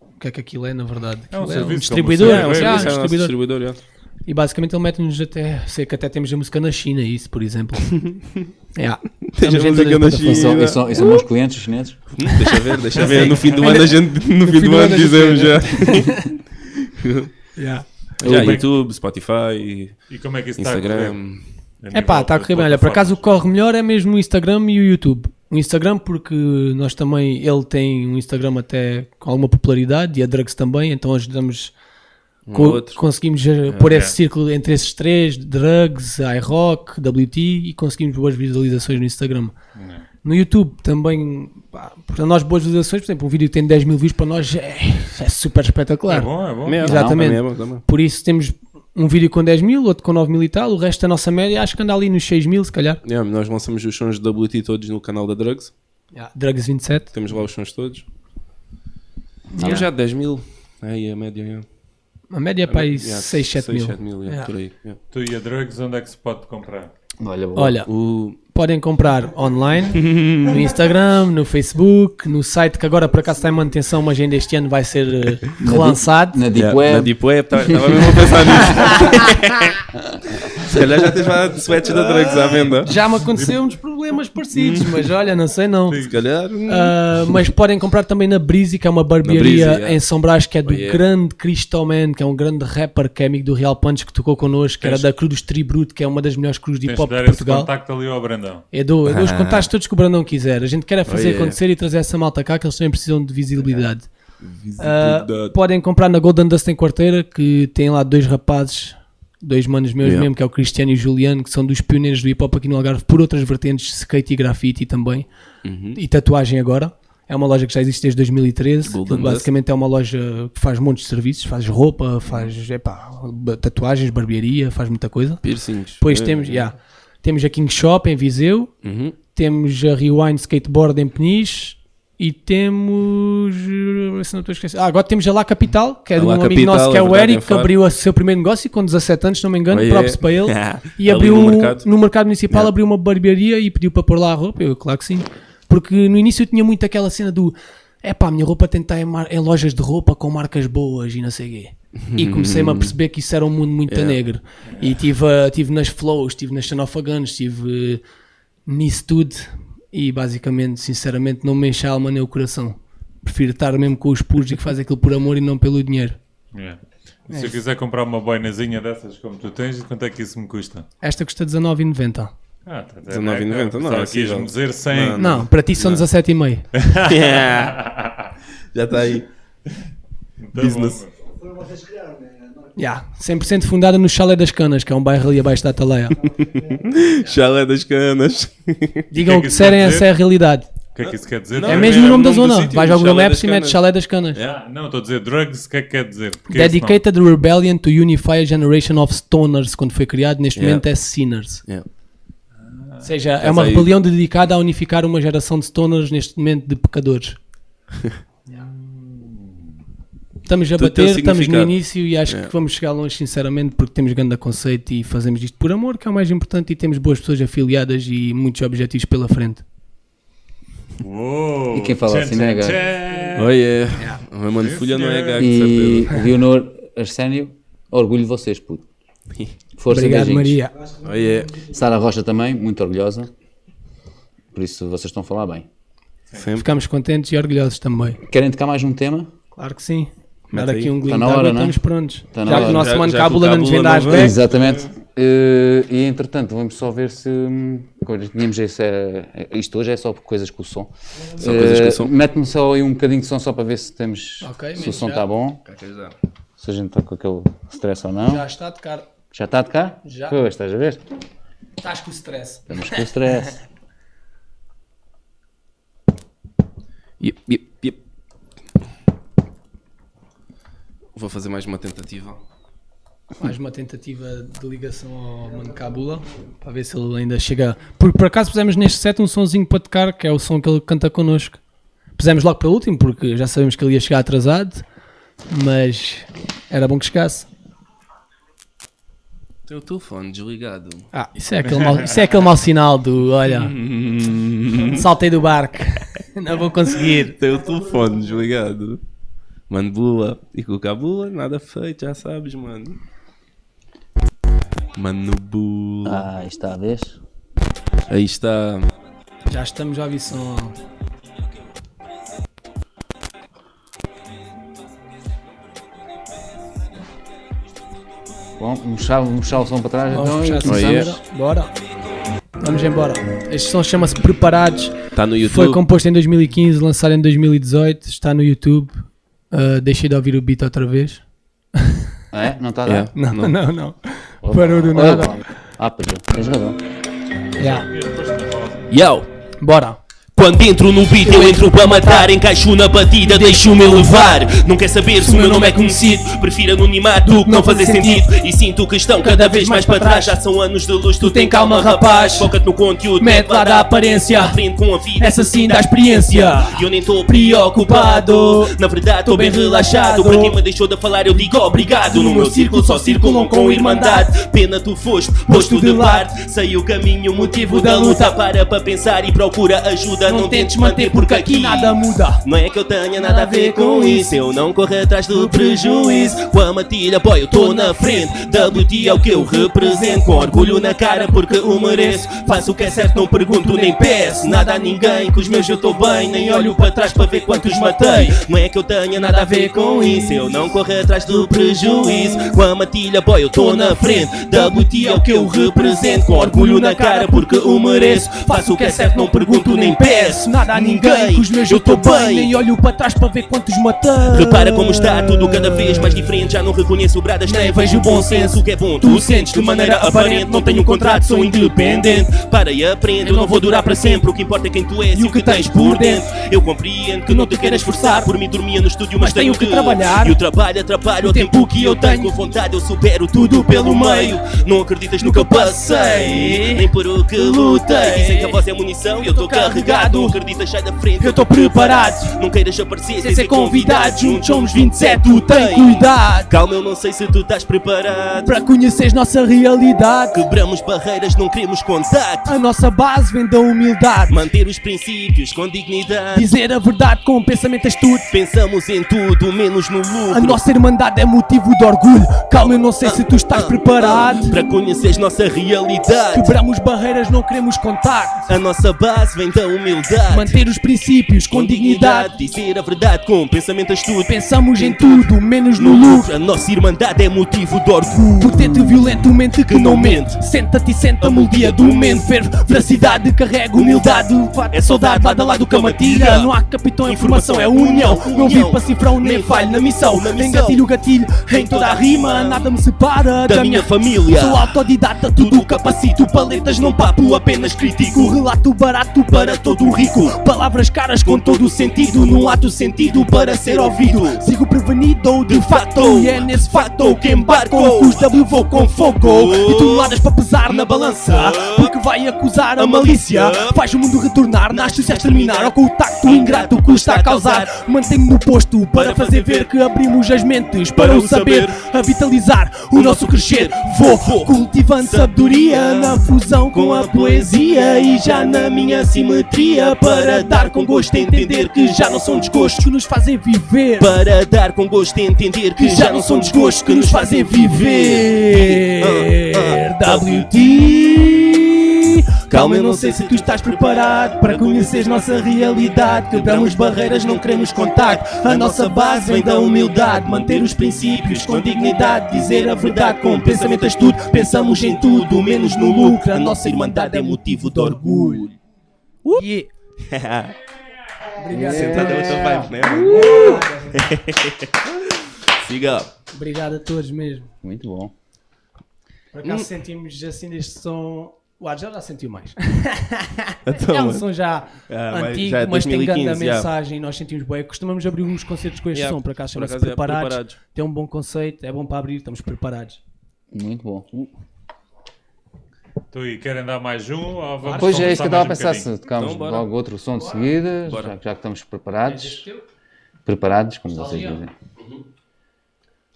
[SPEAKER 1] O que é que aquilo é, na verdade?
[SPEAKER 4] É um
[SPEAKER 1] Aquilo
[SPEAKER 4] serviço,
[SPEAKER 1] distribuidor,
[SPEAKER 4] é
[SPEAKER 2] é.
[SPEAKER 4] um
[SPEAKER 1] é um
[SPEAKER 2] É,
[SPEAKER 4] serviço,
[SPEAKER 1] já,
[SPEAKER 2] mas é o nosso
[SPEAKER 1] distribuidor.
[SPEAKER 2] distribuidor, é.
[SPEAKER 1] E basicamente ele mete-nos até. Sei que até temos a música na China, é isso, por exemplo. yeah.
[SPEAKER 2] Tens a
[SPEAKER 1] Estamos em
[SPEAKER 2] música
[SPEAKER 1] todas
[SPEAKER 2] na
[SPEAKER 1] as Uh!
[SPEAKER 2] China.
[SPEAKER 3] E
[SPEAKER 1] plataformas.
[SPEAKER 3] são, e são, e são meus clientes chineses?
[SPEAKER 2] Hum, Deixa ver, deixa
[SPEAKER 1] Não
[SPEAKER 2] ver.
[SPEAKER 1] sei.
[SPEAKER 2] No fim do ano a gente, no, fim, do, ano,
[SPEAKER 1] a gente né?
[SPEAKER 2] dizemos já.
[SPEAKER 1] Yeah.
[SPEAKER 2] já YouTube, Spotify,
[SPEAKER 4] E como é que isso
[SPEAKER 2] Instagram.
[SPEAKER 4] está a correr?
[SPEAKER 1] É pá, está a correr bem. Olha, por acaso o que corre melhor é mesmo o Instagram e o YouTube. O Instagram, porque nós também, ele tem um Instagram até com alguma popularidade e a Drugs também, então ajudamos,
[SPEAKER 2] Um
[SPEAKER 1] co-
[SPEAKER 2] ao outro.
[SPEAKER 1] conseguimos eh, pôr
[SPEAKER 4] é.
[SPEAKER 1] esse círculo entre esses três: Drugs, iRock, WT e conseguimos boas visualizações no Instagram. No YouTube também, pá, para nós, boas visualizações, por exemplo, um vídeo que tem 10 mil views para nós é, é super espetacular.
[SPEAKER 4] É bom, é bom.
[SPEAKER 2] Mesmo,
[SPEAKER 1] Exatamente.
[SPEAKER 2] também é bom, também.
[SPEAKER 1] Por isso temos um vídeo com 10 mil, outro com 9 mil e tal, o resto da nossa média acho que anda ali nos 6 mil, se calhar.
[SPEAKER 2] Yeah, nós lançamos os sons de WT todos no canal da Drugs.
[SPEAKER 1] Yeah. Ah, Drugs 27.
[SPEAKER 2] Temos lá os sons todos. Estamos já a 10 mil. Aí a média. Yeah.
[SPEAKER 1] A média é para aí
[SPEAKER 2] Yeah,
[SPEAKER 1] 6, 7 mil.
[SPEAKER 2] 7 mil, yeah,
[SPEAKER 1] Yeah.
[SPEAKER 2] por aí. yeah.
[SPEAKER 4] Tu e a Drugs, onde é que se pode comprar?
[SPEAKER 3] Olha, boa.
[SPEAKER 1] Olha,
[SPEAKER 2] O-
[SPEAKER 1] podem comprar online, no Instagram, no Facebook, no site que agora por acaso está em manutenção, mas ainda este ano vai ser eh, relançado.
[SPEAKER 3] na Deep
[SPEAKER 2] yeah, Na
[SPEAKER 3] Web.
[SPEAKER 2] Deep Web, estava mesmo a pensar nisso. Se calhar já tens lá sweats da Drugs à venda.
[SPEAKER 1] Já me aconteceu uns problemas parecidos, mas olha, não sei não.
[SPEAKER 2] Se calhar. hum,
[SPEAKER 1] Ah, mas podem comprar também na Brizzy, que é uma barbearia
[SPEAKER 2] Na Breezy, é.
[SPEAKER 1] em São Brás, que é do
[SPEAKER 2] Oh, yeah.
[SPEAKER 1] grande Crystal Man, que é um grande rapper que é amigo do Real Punch, que tocou connosco, que era da Cruz do Tribrut, que é uma das melhores cruz de hip
[SPEAKER 4] Tens de
[SPEAKER 1] hop de
[SPEAKER 4] dar esse
[SPEAKER 1] Portugal.
[SPEAKER 4] contacto ali ao Brandão.
[SPEAKER 1] Eu dou, eu
[SPEAKER 2] Ah.
[SPEAKER 1] dou os contatos todos que o Brandão quiser. A gente quer é fazer
[SPEAKER 2] Oh, yeah.
[SPEAKER 1] acontecer e trazer essa malta cá, que eles também precisam de visibilidade. Ah,
[SPEAKER 2] Visibilidade.
[SPEAKER 1] podem comprar na Golden Dust em quarteira, que tem lá dois rapazes, dois manos meus
[SPEAKER 2] Yeah.
[SPEAKER 1] mesmo, que é o Cristiano e o Juliano, que são dos pioneiros do hip hop aqui no Algarve, por outras vertentes, skate e grafite também,
[SPEAKER 2] Uhum.
[SPEAKER 1] e tatuagem agora. É uma loja que já existe desde 2013.
[SPEAKER 2] Golden
[SPEAKER 1] que basicamente é uma loja que faz montes de serviços, faz roupa, faz epá, ba- tatuagens, barbearia, faz muita coisa.
[SPEAKER 2] Piercings.
[SPEAKER 1] Depois
[SPEAKER 2] É,
[SPEAKER 1] temos,
[SPEAKER 2] é.
[SPEAKER 1] yeah, temos a King Shop em Viseu,
[SPEAKER 2] Uhum.
[SPEAKER 1] temos a Rewind Skateboard em Peniche e temos. eh, Se não estou a esquecer. Ah, agora temos a Lá Capital, que é de
[SPEAKER 2] A
[SPEAKER 1] um
[SPEAKER 2] Lá
[SPEAKER 1] amigo
[SPEAKER 2] Capital,
[SPEAKER 1] nosso que é
[SPEAKER 2] é
[SPEAKER 1] o
[SPEAKER 2] verdade,
[SPEAKER 1] Eric,
[SPEAKER 2] é
[SPEAKER 1] que
[SPEAKER 2] faro.
[SPEAKER 1] abriu o seu primeiro negócio com 17 anos, se não me engano,
[SPEAKER 2] Olha.
[SPEAKER 1] props para ele. E
[SPEAKER 2] é. Ali
[SPEAKER 1] abriu,
[SPEAKER 2] no
[SPEAKER 1] um-
[SPEAKER 2] mercado.
[SPEAKER 1] no mercado municipal,
[SPEAKER 2] Yeah.
[SPEAKER 1] abriu uma barbearia e pediu para pôr lá a roupa. Eu, claro que sim. Porque no início eu tinha muito aquela cena do. É pá, a minha roupa tem que estar em, mar- em lojas de roupa com marcas boas e não sei o quê. E comecei-me a perceber que isso era um mundo muito negro. E tive, a- tive nas Flows, tive nas Xenofagantes, tive eh, nisso tudo. E basicamente, sinceramente, não me enche a alma nem o coração. Prefiro estar mesmo com os puros e que faz aquilo por amor e não pelo dinheiro.
[SPEAKER 4] Yeah.
[SPEAKER 3] É
[SPEAKER 4] Se eu quiser comprar uma boinazinha dessas como tu tens, quanto é que isso me custa?
[SPEAKER 1] Esta custa 19,90.
[SPEAKER 4] Ah, tá, tá,
[SPEAKER 2] 19,90, não, é
[SPEAKER 4] Só quis
[SPEAKER 2] possível.
[SPEAKER 4] me dizer 100.
[SPEAKER 2] Não,
[SPEAKER 1] Não, para ti são 17,5.
[SPEAKER 2] Yeah. Já está aí.
[SPEAKER 4] Tá
[SPEAKER 2] É. business.
[SPEAKER 4] bom.
[SPEAKER 1] Yeah, 100% fundada no Chalé das Canas, que é um bairro ali abaixo da Ataleia.
[SPEAKER 2] é Chalé das canas.
[SPEAKER 1] Digam
[SPEAKER 4] O
[SPEAKER 1] o que
[SPEAKER 4] que é que isso
[SPEAKER 1] disserem,
[SPEAKER 4] quer dizer?
[SPEAKER 1] essa é a realidade.
[SPEAKER 4] O que é que isso quer dizer?
[SPEAKER 2] Não,
[SPEAKER 1] É
[SPEAKER 2] É
[SPEAKER 1] mesmo o
[SPEAKER 2] mesmo
[SPEAKER 1] nome da
[SPEAKER 2] o nome do
[SPEAKER 1] zona.
[SPEAKER 2] sítio,
[SPEAKER 1] Vais ao Google
[SPEAKER 2] Chalé
[SPEAKER 1] Maps
[SPEAKER 2] das
[SPEAKER 1] e metes
[SPEAKER 2] Canas. É,
[SPEAKER 1] Chalé das Canas.
[SPEAKER 2] Yeah.
[SPEAKER 4] Ah, não, estou a dizer drugs, o que é que quer dizer? Porque esse nome?
[SPEAKER 1] Dedicated Rebellion to Unify a Generation of Stoners, quando foi criado, neste
[SPEAKER 2] Yeah.
[SPEAKER 1] momento é Sinners.
[SPEAKER 2] Yeah.
[SPEAKER 1] Ou seja, é uma
[SPEAKER 2] aí.
[SPEAKER 1] rebelião dedicada a unificar uma geração de stoners neste momento de pecadores. Yeah. Estamos a
[SPEAKER 2] Tudo tem
[SPEAKER 1] bater, estamos no
[SPEAKER 2] significado. É.
[SPEAKER 1] início e acho que vamos chegar longe, sinceramente, porque temos grande conceito e fazemos isto por amor, que é o mais importante, e temos boas pessoas afiliadas e muitos objetivos pela frente.
[SPEAKER 4] Uou,
[SPEAKER 3] E quem fala
[SPEAKER 4] Oh. tchan,
[SPEAKER 3] assim, não é gajo?
[SPEAKER 4] tchan, tchan.
[SPEAKER 2] Olha, yeah. o meu mano Folha não é gago, de
[SPEAKER 3] E
[SPEAKER 2] certeza.
[SPEAKER 3] Leonor Arsénio, orgulho de vocês, puto. Força e
[SPEAKER 1] Obrigado, Maria.
[SPEAKER 3] beijinhos.
[SPEAKER 2] Olha,
[SPEAKER 3] Sara Rocha também, muito orgulhosa. Por isso vocês estão a falar bem.
[SPEAKER 2] sempre.
[SPEAKER 1] Ficamos contentes e orgulhosos também.
[SPEAKER 3] Querem tocar mais um tema?
[SPEAKER 1] Claro que sim. Dar
[SPEAKER 2] Mete aí.
[SPEAKER 1] aqui um
[SPEAKER 3] Tá
[SPEAKER 1] golinho
[SPEAKER 3] na
[SPEAKER 1] de água
[SPEAKER 3] hora,
[SPEAKER 1] e
[SPEAKER 3] não é?
[SPEAKER 1] estamos prontos.
[SPEAKER 3] Tá na
[SPEAKER 1] já que
[SPEAKER 3] hora.
[SPEAKER 1] o nosso
[SPEAKER 2] Já-
[SPEAKER 1] mano
[SPEAKER 2] já que o
[SPEAKER 1] Cábula não nos
[SPEAKER 2] Cábula
[SPEAKER 1] vende às
[SPEAKER 2] não é? vem.
[SPEAKER 1] vezes.
[SPEAKER 3] Exatamente. Eh, e entretanto, vamos só ver se. hum, agora Tínhamos esse, eh, isto hoje é só coisas com o som. Só
[SPEAKER 2] coisas com o som.
[SPEAKER 3] Mete-me só aí um bocadinho de som só para ver se temos.
[SPEAKER 1] Ok,
[SPEAKER 3] se o
[SPEAKER 1] menos
[SPEAKER 3] som
[SPEAKER 1] já.
[SPEAKER 3] está bom. Se a gente está com aquele stress ou não.
[SPEAKER 1] Já está a tocar.
[SPEAKER 3] Já está a tocar?
[SPEAKER 1] Já.
[SPEAKER 3] Pois, estás a ver?
[SPEAKER 1] Estás com stress.
[SPEAKER 3] Estamos com stress.
[SPEAKER 2] Yep, yep, yep. Vou fazer mais uma tentativa.
[SPEAKER 1] Mais uma tentativa de ligação ao Mano Cabula para ver se ele ainda chega. Porque por acaso pusemos neste set um sonzinho para tocar, que é o som que ele canta connosco. Pusemos logo para o último, porque já sabemos que ele ia chegar atrasado, mas era bom que chegasse.
[SPEAKER 2] Tem o telefone desligado.
[SPEAKER 1] Ah, isso é aquele mau, isso é aquele mau sinal do olha,
[SPEAKER 2] Hum.
[SPEAKER 1] saltei do barco, não vou conseguir.
[SPEAKER 2] Tem o telefone desligado. Mano, bula. E com o cabula, nada feito, já sabes, mano. Mano, bula.
[SPEAKER 3] Ah, aí está a vez.
[SPEAKER 2] Aí está.
[SPEAKER 1] Já estamos a ouvir som.
[SPEAKER 3] Bom, um vamos puxar, vamos puxar o som para trás
[SPEAKER 1] Vamos puxar
[SPEAKER 3] então.
[SPEAKER 1] essa
[SPEAKER 2] Oh,
[SPEAKER 1] câmera.
[SPEAKER 2] yes.
[SPEAKER 1] Bora. Vamos embora. Este som chama-se Preparados.
[SPEAKER 2] Tá no YouTube.
[SPEAKER 1] Foi composto em 2015, lançado em 2018. Está no YouTube. Uh, deixei de ouvir o beat outra vez.
[SPEAKER 3] É? Não está a dar?
[SPEAKER 2] Yeah.
[SPEAKER 1] Não, não, não. assim. Parou do nada.
[SPEAKER 3] Ah, pois é. Tens razão.
[SPEAKER 1] Yeah.
[SPEAKER 5] Yo!
[SPEAKER 1] Bora.
[SPEAKER 5] Quando entro no beat eu entro para matar Encaixo na batida, deixo-me levar Não quer saber se o meu nome é conhecido Prefiro anonimato do que não fazer sentido E sinto que estão cada vez mais para trás Já são anos de luz, tu tem calma rapaz Foca-te no conteúdo,
[SPEAKER 6] Mete lá da aparência.
[SPEAKER 5] Aprende com a vida,
[SPEAKER 6] Essa sim dá experiência.
[SPEAKER 5] E eu nem estou preocupado Na verdade estou bem relaxado Para quem me deixou de falar eu digo obrigado No meu círculo só circulam com irmandade Pena tu foste, posto de parte Sei o caminho, o motivo da luta Para para pensar e procura ajuda vida não tentes manter porque aqui
[SPEAKER 6] nada muda.
[SPEAKER 5] Não é que eu tenha nada a ver com isso Eu não corro atrás do prejuízo Com a matilha, boy, eu tô na frente WT é o que eu represento Com orgulho na cara porque o mereço Faço o que é certo, não pergunto nem peço Nada a ninguém, com os meus eu tô bem Nem olho para trás para ver quantos matei Não é que eu tenha nada a ver com isso Eu não corro atrás do prejuízo Com a matilha, boy, eu tô na frente WT é o que eu represento Com orgulho na cara porque o mereço Faço o que é certo, não pergunto nem peço
[SPEAKER 6] Nada a ninguém, com os meus eu tô bem. Nem olho para trás para ver quantos matei.
[SPEAKER 5] Repara como está tudo cada vez mais diferente Já não reconheço bradas, nem vejo bom senso O que é bom, tu sentes de maneira aparente Não tenho um contrato, sou independente Para e aprende, eu não vou durar para sempre O que importa é quem tu és e o que tens por dentro Eu compreendo que não te queiras forçar Por mim dormia no estúdio, mas, tenho que
[SPEAKER 6] trabalhar.
[SPEAKER 5] E o trabalho atrapalha o tempo que eu tenho Com vontade eu supero tudo pelo meio Não acreditas no que eu passei Nem por o que lutei Dizem que a voz é munição e eu tô carregado Não acreditas, sai da frente,
[SPEAKER 6] Eu tô preparado.
[SPEAKER 5] Não queiras aparecer
[SPEAKER 6] Sem ser convidado, juntos somos 27, tu tem cuidado.
[SPEAKER 5] Calma, eu não sei se tu estás preparado.
[SPEAKER 6] Para conheceres nossa realidade,
[SPEAKER 5] Quebramos barreiras, não queremos contato.
[SPEAKER 6] a nossa base vem da humildade.
[SPEAKER 5] Manter os princípios com dignidade.
[SPEAKER 6] Dizer a verdade com um pensamento astuto.
[SPEAKER 5] Pensamos em tudo, menos no
[SPEAKER 6] A
[SPEAKER 5] lucro.
[SPEAKER 6] nossa irmandade é motivo de orgulho. Calma, eu não sei se tu estás preparado.
[SPEAKER 5] Para conheceres nossa realidade.
[SPEAKER 6] Quebramos barreiras, não queremos contato.
[SPEAKER 5] A nossa base vem da humildade.
[SPEAKER 6] Manter os princípios com dignidade.
[SPEAKER 5] Dizer a verdade com pensamento astuto.
[SPEAKER 6] Pensamos em tudo, menos no lucro.
[SPEAKER 5] A nossa irmandade é motivo de orgulho.
[SPEAKER 6] Potente violento, mente que não mente. Senta-te e senta-me o dia do momento. Perversidade, carrega humildade. É saudade, lado a lado com a matilha. Não há capitão, informação é união. Não vivo para cifrão, nem falho na missão. Nem gatilho, gatilho, em toda a rima. Nada me separa
[SPEAKER 5] Da minha família.
[SPEAKER 6] Sou autodidata, tudo capacito. Paletas não papo, apenas critico. Relato barato para todo rico. Palavras caras com todo o sentido. Num ato sentido para ser ouvido. Sigo prevenido ou de facto. E é nesse facto Oh. que embarco. Os W vou com fogo. E toneladas para pesar na balança. Porque vai acusar a malícia. Faz o mundo retornar. Nasce se a exterminar. Ou com o tacto ingrato que o está a causar. Mantenho no posto para fazer ver que abrimos as mentes. Para o saber. A vitalizar o nosso crescer. Vou cultivando sabedoria na fusão com a poesia. E já na minha simetria. Para dar com gosto a entender que já não são desgostos que nos fazem viver.
[SPEAKER 5] Para dar com gosto e entender que já não são desgostos que nos fazem viver.
[SPEAKER 6] WT Calma, eu não sei se tu estás preparado para conheceres nossa realidade. Quebramos barreiras, não queremos contacto. A nossa base vem da humildade. Manter os princípios com dignidade. Dizer a verdade com um pensamento astuto. Pensamos em tudo, menos no lucro. A nossa irmandade é motivo de orgulho.
[SPEAKER 1] Uh.
[SPEAKER 5] Sentado é outra vibe, né? Siga.
[SPEAKER 1] Obrigado a todos mesmo.
[SPEAKER 3] Muito bom.
[SPEAKER 1] Por
[SPEAKER 2] Hum.
[SPEAKER 1] acaso sentimos assim neste som. O Argel já sentiu mais.
[SPEAKER 2] Então,
[SPEAKER 1] é um som já
[SPEAKER 2] Ah, mas
[SPEAKER 1] antigo,
[SPEAKER 2] já é
[SPEAKER 1] mas tem grande
[SPEAKER 2] 2015, já.
[SPEAKER 1] mensagem. Nós sentimos bem. Costumamos abrir uns concertos com este
[SPEAKER 2] Yeah,
[SPEAKER 1] som. Por acaso
[SPEAKER 2] por
[SPEAKER 1] chama-se
[SPEAKER 2] acaso é
[SPEAKER 1] preparados.
[SPEAKER 2] Preparados.
[SPEAKER 1] Tem um bom conceito. É bom para abrir. Estamos preparados.
[SPEAKER 3] Muito bom. Uh,
[SPEAKER 4] Então, e querem dar mais um? Ou vamos
[SPEAKER 3] Pois é,
[SPEAKER 4] conversar
[SPEAKER 3] isso que eu estava a
[SPEAKER 4] mais um
[SPEAKER 3] pensar.
[SPEAKER 4] bocadinho?
[SPEAKER 3] se tocámos
[SPEAKER 2] Então, bora.
[SPEAKER 3] logo outro som de seguida, já, já que estamos preparados. Preparados, como vocês
[SPEAKER 1] Nostalgia.
[SPEAKER 3] dizem.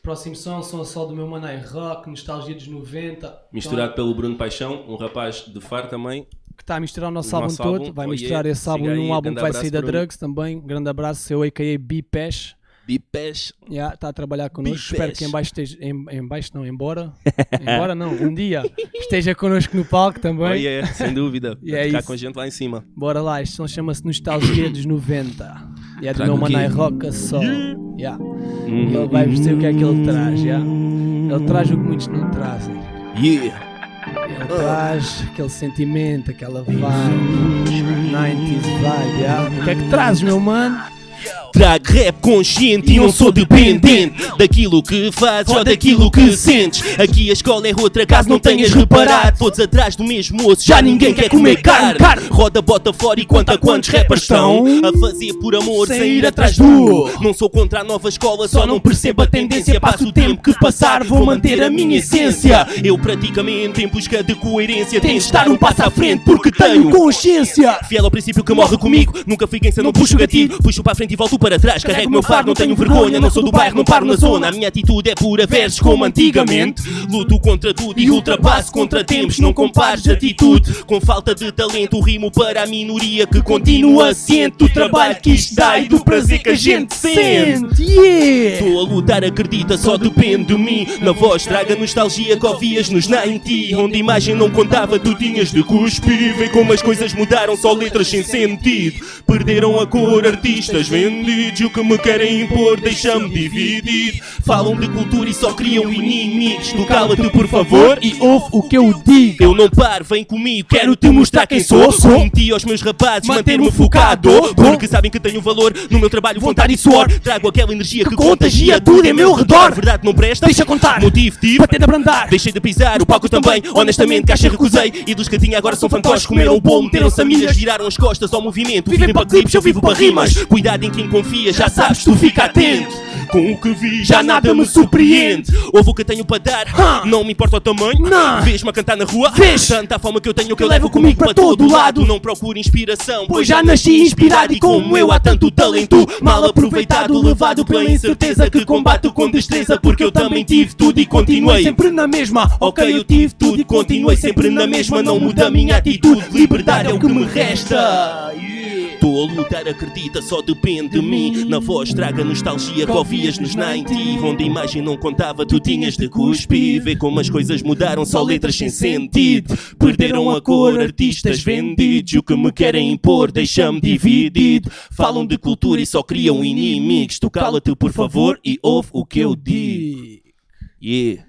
[SPEAKER 1] Próximo som, som a sol do meu mano é rock, nostalgia dos 90.
[SPEAKER 2] Misturado pelo Bruno Paixão, um rapaz de Far também.
[SPEAKER 1] Então, que está a misturar o nosso
[SPEAKER 2] O
[SPEAKER 1] álbum
[SPEAKER 2] nosso
[SPEAKER 1] todo.
[SPEAKER 2] álbum,
[SPEAKER 1] Vai
[SPEAKER 2] oh
[SPEAKER 1] misturar
[SPEAKER 2] yeah,
[SPEAKER 1] esse álbum
[SPEAKER 2] siga aí,
[SPEAKER 1] num álbum
[SPEAKER 2] grande
[SPEAKER 1] que vai
[SPEAKER 2] abraço
[SPEAKER 1] sair da
[SPEAKER 2] para o-
[SPEAKER 1] Drugs também. Grande abraço, seu a.k.a. B-Pesh.
[SPEAKER 5] Bipés.
[SPEAKER 1] Está tá a trabalhar connosco.
[SPEAKER 5] Big
[SPEAKER 1] Espero
[SPEAKER 5] Pesh.
[SPEAKER 1] que em baixo esteja. Em, em baixo não, embora. embora não, um dia esteja connosco no palco também.
[SPEAKER 2] Oh, yeah, sem dúvida.
[SPEAKER 1] E é
[SPEAKER 2] a tocar
[SPEAKER 1] isso.
[SPEAKER 2] com a gente lá em cima.
[SPEAKER 1] Bora lá, este som chama-se Nostalgia dos 90. E é do
[SPEAKER 2] Traga
[SPEAKER 1] meu
[SPEAKER 2] o quê?
[SPEAKER 1] Manai Rock a Sol. Yeah. E ele vai dizer o que é que ele traz. Yeah? Ele traz o que muitos não trazem.
[SPEAKER 5] Yeah.
[SPEAKER 1] Ele traz aquele sentimento, aquela vibe. 90s vibe, yeah? O que é que trazes, meu mano?
[SPEAKER 5] Trago rap consciente e não sou dependente Daquilo que fazes ou daquilo que sentes Aqui a escola é outra, caso não tenhas reparado Todos atrás do mesmo osso, já ninguém quer comer carne Roda, bota fora e conta quantos rappers estão A fazer por amor, sem ir atrás do Não sou contra a nova escola, só não percebo a tendência Passo o tempo que passar, vou manter a minha essência Eu praticamente em busca de coerência Tens de estar um passo à frente porque tenho
[SPEAKER 6] consciência.
[SPEAKER 5] Fiel ao princípio que morre comigo, nunca fico em cena, não puxo o gatilho, puxo para a frente e volto para trás, carrego meu fardo, não tenho vergonha, não sou do bairro, não paro na zona. A minha atitude é pura versos como antigamente. Luto contra tudo e ultrapasso contratempos. Não compares atitude com falta de talento. Rimo para a minoria que continua ciente do trabalho que isto dá e do prazer que a gente sente.
[SPEAKER 6] Sente, yeah!
[SPEAKER 5] Estou a lutar, acredita, só depende de mim. Na voz traga nostalgia que ouvias nos 90, onde imagem não contava, tu tinhas de cuspir. Vê como as coisas mudaram, só letras sem sentido. Perderam a cor, artistas vendidos. E o que me querem impor, deixa-me dividido. Falam de cultura e só criam inimigos. Tu cala-te, por favor, e ouve
[SPEAKER 6] O que eu digo,
[SPEAKER 5] eu não paro, vem comigo, quero te mostrar quem sou.
[SPEAKER 6] Sou.
[SPEAKER 5] Prometi aos meus rapazes manter-me focado. Porque sabem que tenho valor no meu trabalho, vontade e suor. Trago aquela energia que contagia tudo em meu redor. Verdade não presta,
[SPEAKER 6] Deixa contar.
[SPEAKER 5] Motivo tipo, tive,
[SPEAKER 6] bater de abrandar.
[SPEAKER 5] deixei de pisar o palco também. Honestamente, caixa recusei. E dos que tinha agora são fantoches,
[SPEAKER 6] um
[SPEAKER 5] comeram o bolo, meteram-se a milhas, viraram as costas ao movimento.
[SPEAKER 6] Vivem
[SPEAKER 5] Vivem
[SPEAKER 6] para
[SPEAKER 5] para clipes, eu vivo para rimas.
[SPEAKER 6] rimas.
[SPEAKER 5] Cuidado em quem confia, já sabes, tu fica atento. Com o que vi, já nada me surpreende. Ouve o que tenho para dar,
[SPEAKER 6] Ah.
[SPEAKER 5] não me importa o tamanho.
[SPEAKER 6] Não.
[SPEAKER 5] Vês-me a cantar na rua,
[SPEAKER 6] Vês.
[SPEAKER 5] tanta fome que eu tenho que eu levo comigo para todo lado. Não procuro inspiração,
[SPEAKER 6] Pois já nasci inspirado e como eu há tanto talento Mal aproveitado, levado pela incerteza Que combato com destreza porque eu também tive tudo e continuei sempre na mesma Ok, eu tive tudo e continuei sempre na mesma Não muda a minha atitude, liberdade é o que me resta
[SPEAKER 5] Estou a lutar, acredita, só depende de mim. Na voz traga nostalgia que ouvias nos 90. Onde a imagem não contava, tu tinhas de cuspir. Vê como as coisas mudaram, só letras sem sentido. Perderam a cor, artistas vendidos. E o que me querem impor, deixa-me dividido. Falam de cultura e só criam inimigos. Tu cala-te, por favor, e ouve o que eu digo. Yeah.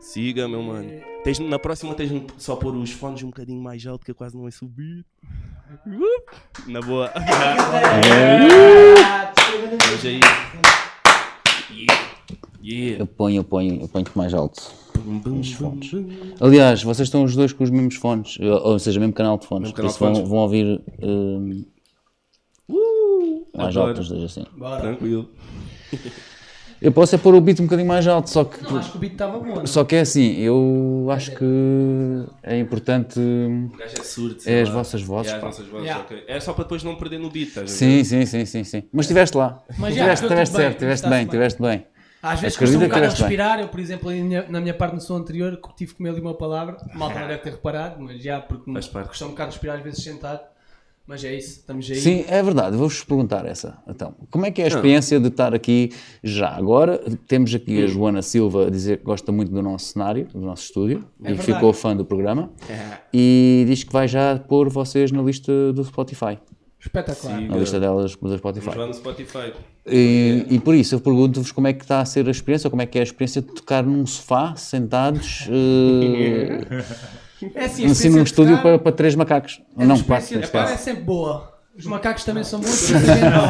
[SPEAKER 5] Siga, meu mano. Tens, na próxima tens-me só pôr os fones um bocadinho mais alto que eu quase não ia subir. Uh, Na boa. Veja aí. Yeah.
[SPEAKER 3] Eu ponho, eu ponho, eu ponho mais alto. Os fones. Aliás, vocês estão os dois com os mesmos fones, eh, ou seja, mesmo canal de fones.
[SPEAKER 2] Mesmo
[SPEAKER 3] Por
[SPEAKER 2] canal
[SPEAKER 3] isso
[SPEAKER 2] de fones.
[SPEAKER 3] vão, vão ouvir hum, mais
[SPEAKER 2] Uh, adoro.
[SPEAKER 3] alto os dois assim.
[SPEAKER 2] Yeah. Tranquilo.
[SPEAKER 3] Eu posso é pôr o beat um bocadinho mais alto, só que,
[SPEAKER 1] Acho que o beat estava bom. né?
[SPEAKER 3] só que é assim, eu acho que é importante. hum,
[SPEAKER 2] O gajo é surdo. sei
[SPEAKER 3] É as
[SPEAKER 2] lá.
[SPEAKER 3] vossas vozes.
[SPEAKER 2] É as
[SPEAKER 3] pá.
[SPEAKER 2] nossas vozes,
[SPEAKER 1] Yeah.
[SPEAKER 2] ok. É só para depois não perder no beat, estás a ver?
[SPEAKER 3] Sim, sim, sim, sim, sim. Mas estiveste lá.
[SPEAKER 1] Mas já,
[SPEAKER 3] Tiveste,
[SPEAKER 1] eu
[SPEAKER 3] tiveste
[SPEAKER 1] tive bem,
[SPEAKER 3] certo, tiveste
[SPEAKER 1] tiveste
[SPEAKER 3] bem,
[SPEAKER 1] bem.
[SPEAKER 3] tiveste bem.
[SPEAKER 1] Às vezes custa
[SPEAKER 3] Acredita
[SPEAKER 1] um
[SPEAKER 3] que
[SPEAKER 1] bocado a
[SPEAKER 3] tiveste bem.
[SPEAKER 1] respirar. Eu, por exemplo, aí na na minha parte no som anterior, que tive que comer ali uma palavra. A malta não deve ter reparado, mas já, porque me
[SPEAKER 2] Faz parte.
[SPEAKER 1] custa um bocado respirar às vezes sentado. Mas é isso, estamos aí.
[SPEAKER 3] Sim, é verdade. Vou-vos perguntar essa. Então, como é que é a experiência de estar aqui já agora? Temos aqui a Joana Silva a dizer que gosta muito do nosso cenário, do nosso estúdio, e
[SPEAKER 1] É verdade. É.
[SPEAKER 3] ficou fã do programa. E diz que vai já pôr vocês na lista do Spotify,
[SPEAKER 1] Espetacular.
[SPEAKER 3] na lista delas do Spotify.
[SPEAKER 2] Vamos lá no Spotify.
[SPEAKER 3] E, e por isso eu pergunto-vos como é que está a ser a experiência, ou como é que é a experiência de tocar num sofá, sentados, eh,
[SPEAKER 1] É assim, a
[SPEAKER 3] em cima de um
[SPEAKER 1] experiência de
[SPEAKER 3] estúdio
[SPEAKER 1] tocar-
[SPEAKER 3] para, para três macacos.
[SPEAKER 1] É
[SPEAKER 3] não,
[SPEAKER 1] uma
[SPEAKER 3] quatro.
[SPEAKER 1] espécie de
[SPEAKER 3] neste
[SPEAKER 1] pá,
[SPEAKER 3] caso.
[SPEAKER 1] é sempre boa. Os macacos também são bons. mas é a gente não.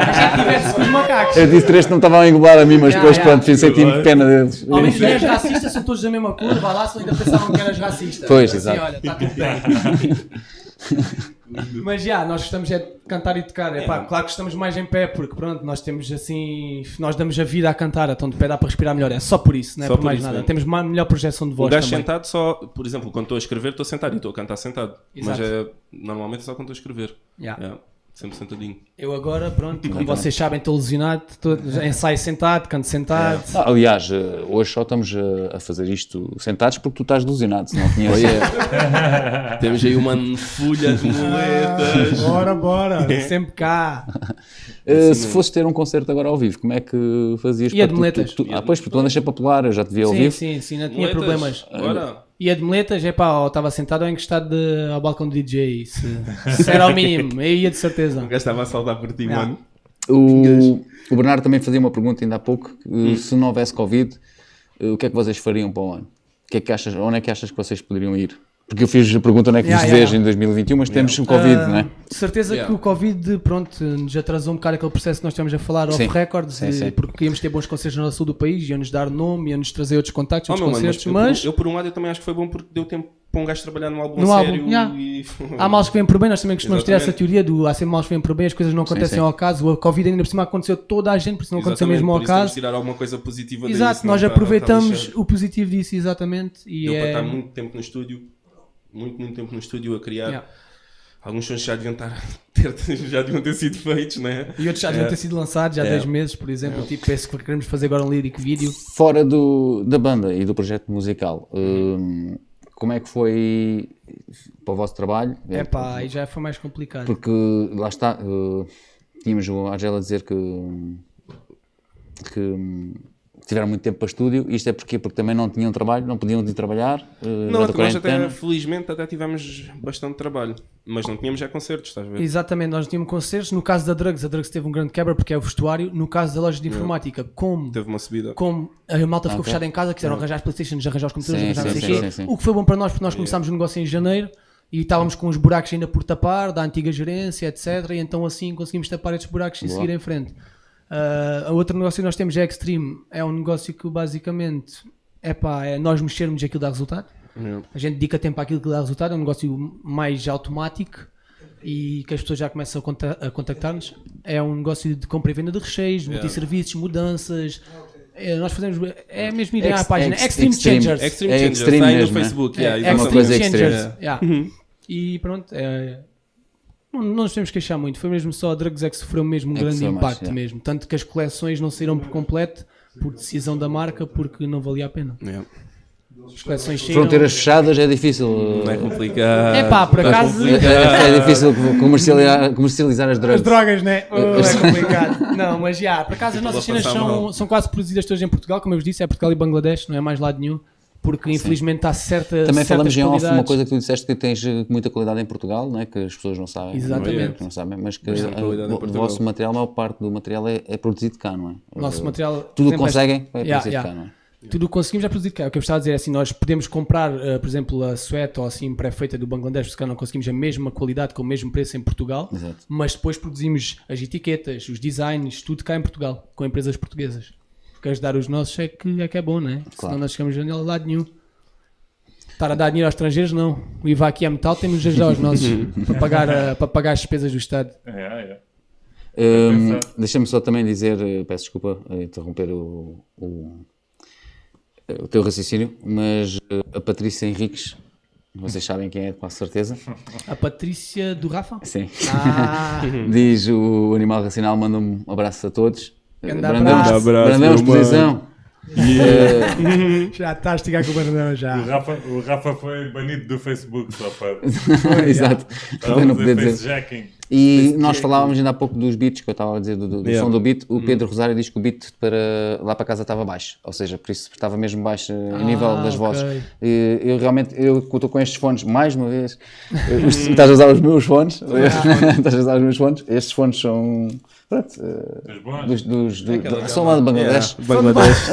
[SPEAKER 1] A gente diverte-se com os macacos.
[SPEAKER 3] Eu disse três que não estavam a engolir a mim, mas
[SPEAKER 1] Ya,
[SPEAKER 3] depois,
[SPEAKER 1] ya.
[SPEAKER 3] pronto, fiz sentindo pena deles.
[SPEAKER 1] Ao menos os racistas são todos da mesma cor, vá lá, se ainda pensavam que eras racista.
[SPEAKER 3] Pois,
[SPEAKER 1] assim,
[SPEAKER 3] exato.
[SPEAKER 1] olha, está tudo bem. Mas já, nós gostamos é de cantar e tocar. É, pá, claro que estamos mais em pé, porque pronto, nós temos assim. Nós damos a vida a cantar, então de pé dá para respirar melhor. É só por isso, não é
[SPEAKER 2] Só
[SPEAKER 1] por,
[SPEAKER 2] por
[SPEAKER 1] mais
[SPEAKER 2] isso
[SPEAKER 1] nada.
[SPEAKER 2] mesmo.
[SPEAKER 1] Temos ma- melhor projeção de
[SPEAKER 2] O
[SPEAKER 1] voz.
[SPEAKER 2] Um gajo
[SPEAKER 1] também.
[SPEAKER 2] sentado só, por exemplo, quando estou a escrever, estou sentado e estou a cantar sentado.
[SPEAKER 1] Exato.
[SPEAKER 2] Mas é, normalmente é só quando estou a escrever.
[SPEAKER 1] Yeah.
[SPEAKER 2] É, sempre sentadinho.
[SPEAKER 1] Eu agora, pronto, como vocês sabem, estou lesionado, estou- ensaio sentado, canto sentado.
[SPEAKER 3] Ah, Aliás, eh, hoje só estamos eh, a fazer isto sentados porque tu estás delusionado, se não tinhas.
[SPEAKER 2] Temos aí uma folha de moedas.
[SPEAKER 1] Bora, bora! Sempre cá!
[SPEAKER 3] Eh, se fosses ter um concerto agora ao vivo, como é que fazias
[SPEAKER 1] Ia de
[SPEAKER 3] tu-
[SPEAKER 1] moletas.
[SPEAKER 3] tu- tu- ah, pois, porque tu andas sempre a pular, eu já te vi ao
[SPEAKER 1] Sim,
[SPEAKER 3] vivo.
[SPEAKER 1] sim, sim, não tinha
[SPEAKER 2] Moedas,
[SPEAKER 1] problemas.
[SPEAKER 2] Bora.
[SPEAKER 1] Ia de moletas, é pá, ou estava sentado ou encostado de- ao balcão do DJ. Se, se era o mínimo, eu ia de certeza.
[SPEAKER 2] O Um gajo estava a saltar por ti,
[SPEAKER 1] Yeah.
[SPEAKER 2] mano.
[SPEAKER 3] O, o Bernardo também fazia uma pergunta ainda há pouco: eh,
[SPEAKER 1] Hum.
[SPEAKER 3] se não houvesse Covid, eh, o que é que vocês fariam para o ano? O que é que achas, onde é que achas que vocês poderiam ir? Porque eu fiz a pergunta onde é que
[SPEAKER 1] Yeah,
[SPEAKER 3] vos
[SPEAKER 1] yeah.
[SPEAKER 3] vejo em 2021, mas temos o Covid,
[SPEAKER 1] Ah,
[SPEAKER 3] não é?
[SPEAKER 1] De certeza
[SPEAKER 2] Yeah.
[SPEAKER 1] que o Covid, pronto, nos atrasou um bocado aquele processo que nós estamos a falar off
[SPEAKER 3] Sim.
[SPEAKER 1] record,
[SPEAKER 3] Sim,
[SPEAKER 1] e-
[SPEAKER 3] sim.
[SPEAKER 1] porque íamos ter bons concertos no sul do país, iam-nos dar nome, iam-nos trazer outros contactos,
[SPEAKER 2] Oh,
[SPEAKER 1] outros
[SPEAKER 2] meu mano, mas
[SPEAKER 1] concertos,
[SPEAKER 2] eu,
[SPEAKER 1] mas,
[SPEAKER 2] eu, por um lado eu também acho que foi bom porque deu tempo para um gajo trabalhar num álbum
[SPEAKER 1] No
[SPEAKER 2] a
[SPEAKER 1] álbum,
[SPEAKER 2] sério
[SPEAKER 1] yeah.
[SPEAKER 2] e
[SPEAKER 1] há males que vêm por bem, nós também costumamos ter essa
[SPEAKER 2] tipo, Exatamente.
[SPEAKER 1] teoria do há sempre males que vêm por bem, as coisas não acontecem
[SPEAKER 3] sim.
[SPEAKER 1] ao caso, o Covid ainda por cima aconteceu a toda a gente, por isso não aconteceu
[SPEAKER 2] Exatamente,
[SPEAKER 1] mesmo
[SPEAKER 2] por
[SPEAKER 1] ao
[SPEAKER 2] isso temos
[SPEAKER 1] caso.
[SPEAKER 2] de tirar alguma coisa positiva daí,
[SPEAKER 1] Exato,
[SPEAKER 2] senão
[SPEAKER 1] nós
[SPEAKER 2] tá- tá
[SPEAKER 1] aproveitamos
[SPEAKER 2] lixado.
[SPEAKER 1] o positivo disso, exatamente. E
[SPEAKER 2] Deu para
[SPEAKER 1] é...
[SPEAKER 2] estar muito tempo no estúdio, muito, muito tempo no estúdio a criar.
[SPEAKER 1] Yeah.
[SPEAKER 2] Alguns sons já deviam, estar, ter, já deviam ter sido feitos, né?
[SPEAKER 1] E outros já deviam ter sido lançados já há
[SPEAKER 2] É.
[SPEAKER 1] 10 meses, por exemplo. Tipo, esse que queremos fazer agora um lyric vídeo.
[SPEAKER 3] Fora do, da banda e do projeto musical, hum, como é que foi para o vosso trabalho?
[SPEAKER 1] É pá, aí já foi mais complicado.
[SPEAKER 3] Porque lá está, eh, tínhamos o Argel a dizer que, hum, que hum, tiveram muito tempo para estúdio. Isto é porque Porque também não tinham trabalho, não podiam ir trabalhar. eh,
[SPEAKER 2] Não,
[SPEAKER 3] durante
[SPEAKER 2] é
[SPEAKER 3] a
[SPEAKER 2] que nós até,
[SPEAKER 3] quarentena.
[SPEAKER 2] felizmente, até tivemos bastante trabalho. Mas não tínhamos já concertos, estás a ver?
[SPEAKER 1] Exatamente, nós tínhamos concertos. No caso da Drugs, a Drugs teve um grande quebra porque é o vestuário. No caso da
[SPEAKER 2] É.
[SPEAKER 1] loja de informática, como,
[SPEAKER 2] Teve uma subida.
[SPEAKER 1] como a malta ficou fechada em casa, quiseram arranjar as Playstations, arranjar os computadores,
[SPEAKER 3] Sim,
[SPEAKER 1] arranjar
[SPEAKER 3] sim,
[SPEAKER 1] não sei
[SPEAKER 3] sim,
[SPEAKER 1] o quê.
[SPEAKER 3] sim, sim.
[SPEAKER 1] O que foi bom para nós porque nós começámos o negócio em janeiro e estávamos com os buracos ainda por tapar da antiga gerência, etc. E então assim conseguimos tapar estes buracos e seguir em frente. Ah, outro negócio que nós temos é Extreme. É um negócio que basicamente é pá, é nós mexermos e aquilo dá resultado. A gente dedica tempo àquilo que dá resultado, é um negócio mais automático e que as pessoas já começam a, conta- a contactar-nos. É um negócio de compra e venda de recheios, multisserviços, mudanças. É, nós fazemos. É mesmo irem à
[SPEAKER 3] Ex-
[SPEAKER 1] página.
[SPEAKER 3] ex-
[SPEAKER 1] Extreme,
[SPEAKER 3] extreme.
[SPEAKER 1] Changers.
[SPEAKER 3] Ex-
[SPEAKER 2] Extreme
[SPEAKER 3] É
[SPEAKER 2] Changers,
[SPEAKER 3] extreme
[SPEAKER 2] está aí
[SPEAKER 3] mesmo,
[SPEAKER 2] no
[SPEAKER 3] é?
[SPEAKER 2] Facebook.
[SPEAKER 1] É,
[SPEAKER 2] yeah,
[SPEAKER 1] Extreme
[SPEAKER 3] é uma
[SPEAKER 2] exatamente.
[SPEAKER 3] coisa Uhum. extreme.
[SPEAKER 1] Changers. yeah. E pronto. é, não, não nos temos que queixar muito. Foi mesmo só a Drugs é que sofreu mesmo um
[SPEAKER 3] É que
[SPEAKER 1] grande
[SPEAKER 3] sofreu mais,
[SPEAKER 1] impacto
[SPEAKER 3] yeah.
[SPEAKER 1] mesmo. Tanto que as coleções não saíram por completo por decisão da marca porque não valia a pena.
[SPEAKER 2] Yeah.
[SPEAKER 1] As coleções saíram.
[SPEAKER 3] Fronteiras fechadas é difícil.
[SPEAKER 2] Não é complicado.
[SPEAKER 1] É pá, por
[SPEAKER 2] Não
[SPEAKER 1] acaso-
[SPEAKER 2] complicado.
[SPEAKER 3] É, é difícil comercializar, comercializar as drogas.
[SPEAKER 1] As drogas, né? Oh, é complicado. não, mas já, por acaso as nossas
[SPEAKER 2] Estou a
[SPEAKER 1] cenas
[SPEAKER 2] Tipo, passar
[SPEAKER 1] são,
[SPEAKER 2] mal.
[SPEAKER 1] são quase produzidas todas em Portugal, como eu vos disse, é Portugal e Bangladesh, não é mais lado nenhum, porque infelizmente há certa.
[SPEAKER 3] Também
[SPEAKER 1] certas
[SPEAKER 3] falamos em off uma
[SPEAKER 1] qualidades.
[SPEAKER 3] coisa que tu disseste que tens eh, muita qualidade em Portugal, não é? que as pessoas não sabem.
[SPEAKER 1] Exatamente.
[SPEAKER 3] Não sabem, mas que
[SPEAKER 2] Bastante
[SPEAKER 3] eh,
[SPEAKER 2] qualidade em
[SPEAKER 3] o o
[SPEAKER 2] Portugal.
[SPEAKER 3] vosso material, a maior parte do material é, é produzido cá, não é?
[SPEAKER 1] Nosso
[SPEAKER 3] Eh,
[SPEAKER 1] material.
[SPEAKER 3] Tudo o que
[SPEAKER 1] sempre é-
[SPEAKER 3] conseguem é
[SPEAKER 1] Yeah,
[SPEAKER 3] produzido
[SPEAKER 1] yeah.
[SPEAKER 3] cá, não é?
[SPEAKER 1] Tudo o que conseguimos é produzido cá. O que eu estava a dizer é assim: nós podemos comprar, eh, por exemplo, a suéte ou assim pré-feita do Bangladesh, porque cá não conseguimos a mesma qualidade com o mesmo preço em Portugal,
[SPEAKER 3] Exato.
[SPEAKER 1] mas depois produzimos as etiquetas, os designs, tudo cá em Portugal, com empresas portuguesas. Porque ajudar os nossos é que é, que é bom, né? Senão nós chegamos a lado nenhum. Estar a dar dinheiro aos estrangeiros, não. O IVA aqui é metal, temos de ajudar os nossos para, pagar, eh, para pagar as despesas do Estado.
[SPEAKER 4] É, é.
[SPEAKER 3] Hum,
[SPEAKER 4] pensar.
[SPEAKER 3] Deixa-me só também dizer, eh, peço desculpa eh, interromper o, o, eh, o teu raciocínio, mas eh, a Patrícia Henriques, vocês sabem quem é, com a certeza.
[SPEAKER 1] A Patrícia do Rafa?
[SPEAKER 3] Sim.
[SPEAKER 1] Ah,
[SPEAKER 3] Diz o Animal Racional, manda um abraço a todos. Eh,
[SPEAKER 1] Grande
[SPEAKER 3] Brandão,
[SPEAKER 1] abraço.
[SPEAKER 2] Grande abraço,
[SPEAKER 3] Brandão,
[SPEAKER 2] meu mano.
[SPEAKER 3] exposição.
[SPEAKER 1] já está a estigar com o Bernardo já.
[SPEAKER 4] O Rafa, o Rafa foi banido do Facebook só para
[SPEAKER 3] Exato.
[SPEAKER 4] para
[SPEAKER 3] Eu não podia
[SPEAKER 4] fazer
[SPEAKER 3] dizer.
[SPEAKER 4] facejacking.
[SPEAKER 3] E nós falávamos ainda há pouco dos beats que eu estava a dizer, do, do- do
[SPEAKER 2] Yeah.
[SPEAKER 3] som do beat. O Pedro Rosário diz que o beat para lá para casa estava baixo, ou seja, por isso estava mesmo baixo eh, a nível das
[SPEAKER 1] ok.
[SPEAKER 3] vozes. E eu realmente, eu que estou com estes fones, mais uma vez, eh, os- estás a usar os meus fones, estás a usar os meus fones, estes fones são. Pronto, eh,
[SPEAKER 4] Mas bom,
[SPEAKER 3] dos, dos, do- são lá de Bangladesh.
[SPEAKER 2] Yeah, Bangladesh.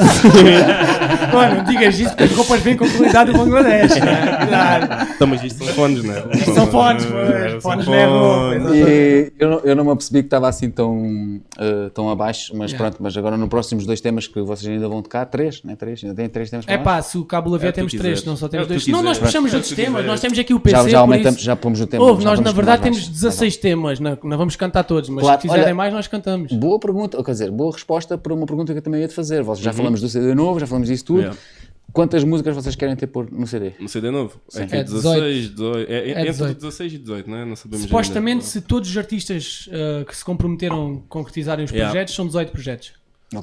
[SPEAKER 1] Mano, não digas isso porque as roupas vêm com qualidade do Bangladesh. né? Claro.
[SPEAKER 2] Então, mas isto são fones, não é?
[SPEAKER 1] São fones,
[SPEAKER 4] é,
[SPEAKER 1] pois. Fones
[SPEAKER 2] são
[SPEAKER 1] não é
[SPEAKER 3] né?
[SPEAKER 1] roupa.
[SPEAKER 2] fones.
[SPEAKER 1] exatamente.
[SPEAKER 3] E eu não, eu não me apercebi que estava assim tão, eh, tão abaixo, mas pronto, mas agora nos próximos dois temas que vocês ainda vão tocar, três, né? Três, ainda tem três temas para
[SPEAKER 1] É
[SPEAKER 3] lá.
[SPEAKER 1] pá, se o Cabo Lavia
[SPEAKER 2] É o que tu
[SPEAKER 1] temos três,
[SPEAKER 2] quiseres.
[SPEAKER 1] não só
[SPEAKER 2] É o
[SPEAKER 1] temos
[SPEAKER 2] que
[SPEAKER 1] dois.
[SPEAKER 2] tu
[SPEAKER 1] Não, nós
[SPEAKER 2] quiseres.
[SPEAKER 1] puxamos
[SPEAKER 2] É o que
[SPEAKER 1] outros
[SPEAKER 2] tu
[SPEAKER 1] temas,
[SPEAKER 2] quiseres.
[SPEAKER 1] nós temos aqui o PC.
[SPEAKER 3] Já, já
[SPEAKER 1] por
[SPEAKER 3] aumentamos,
[SPEAKER 1] isso-
[SPEAKER 3] já pomos o tempo.
[SPEAKER 1] Houve,
[SPEAKER 3] já
[SPEAKER 1] nós
[SPEAKER 3] vamos
[SPEAKER 1] na
[SPEAKER 3] com
[SPEAKER 1] verdade
[SPEAKER 3] mais Tá
[SPEAKER 1] temos
[SPEAKER 3] baixo.
[SPEAKER 1] 16 temas, não, é? não vamos cantar todos, mas
[SPEAKER 3] Claro,
[SPEAKER 1] se quiserem
[SPEAKER 3] olha-
[SPEAKER 1] mais nós cantamos.
[SPEAKER 3] Boa pergunta, ou quer dizer, boa resposta para uma pergunta que eu também ia te fazer. Vocês
[SPEAKER 1] Uhum.
[SPEAKER 3] já falamos do CD novo, já falamos disso tudo.
[SPEAKER 2] Yeah.
[SPEAKER 3] Quantas músicas vocês querem ter por no CD?
[SPEAKER 2] No CD novo. É, que
[SPEAKER 1] É
[SPEAKER 2] é 16, 18. É, é entre
[SPEAKER 1] 18.
[SPEAKER 2] 16 e 18, não é? Não sabemos
[SPEAKER 1] Supostamente,
[SPEAKER 2] ainda.
[SPEAKER 1] se todos os artistas ah, que se comprometeram a concretizarem os
[SPEAKER 2] Yeah.
[SPEAKER 1] projetos, são 18 projetos.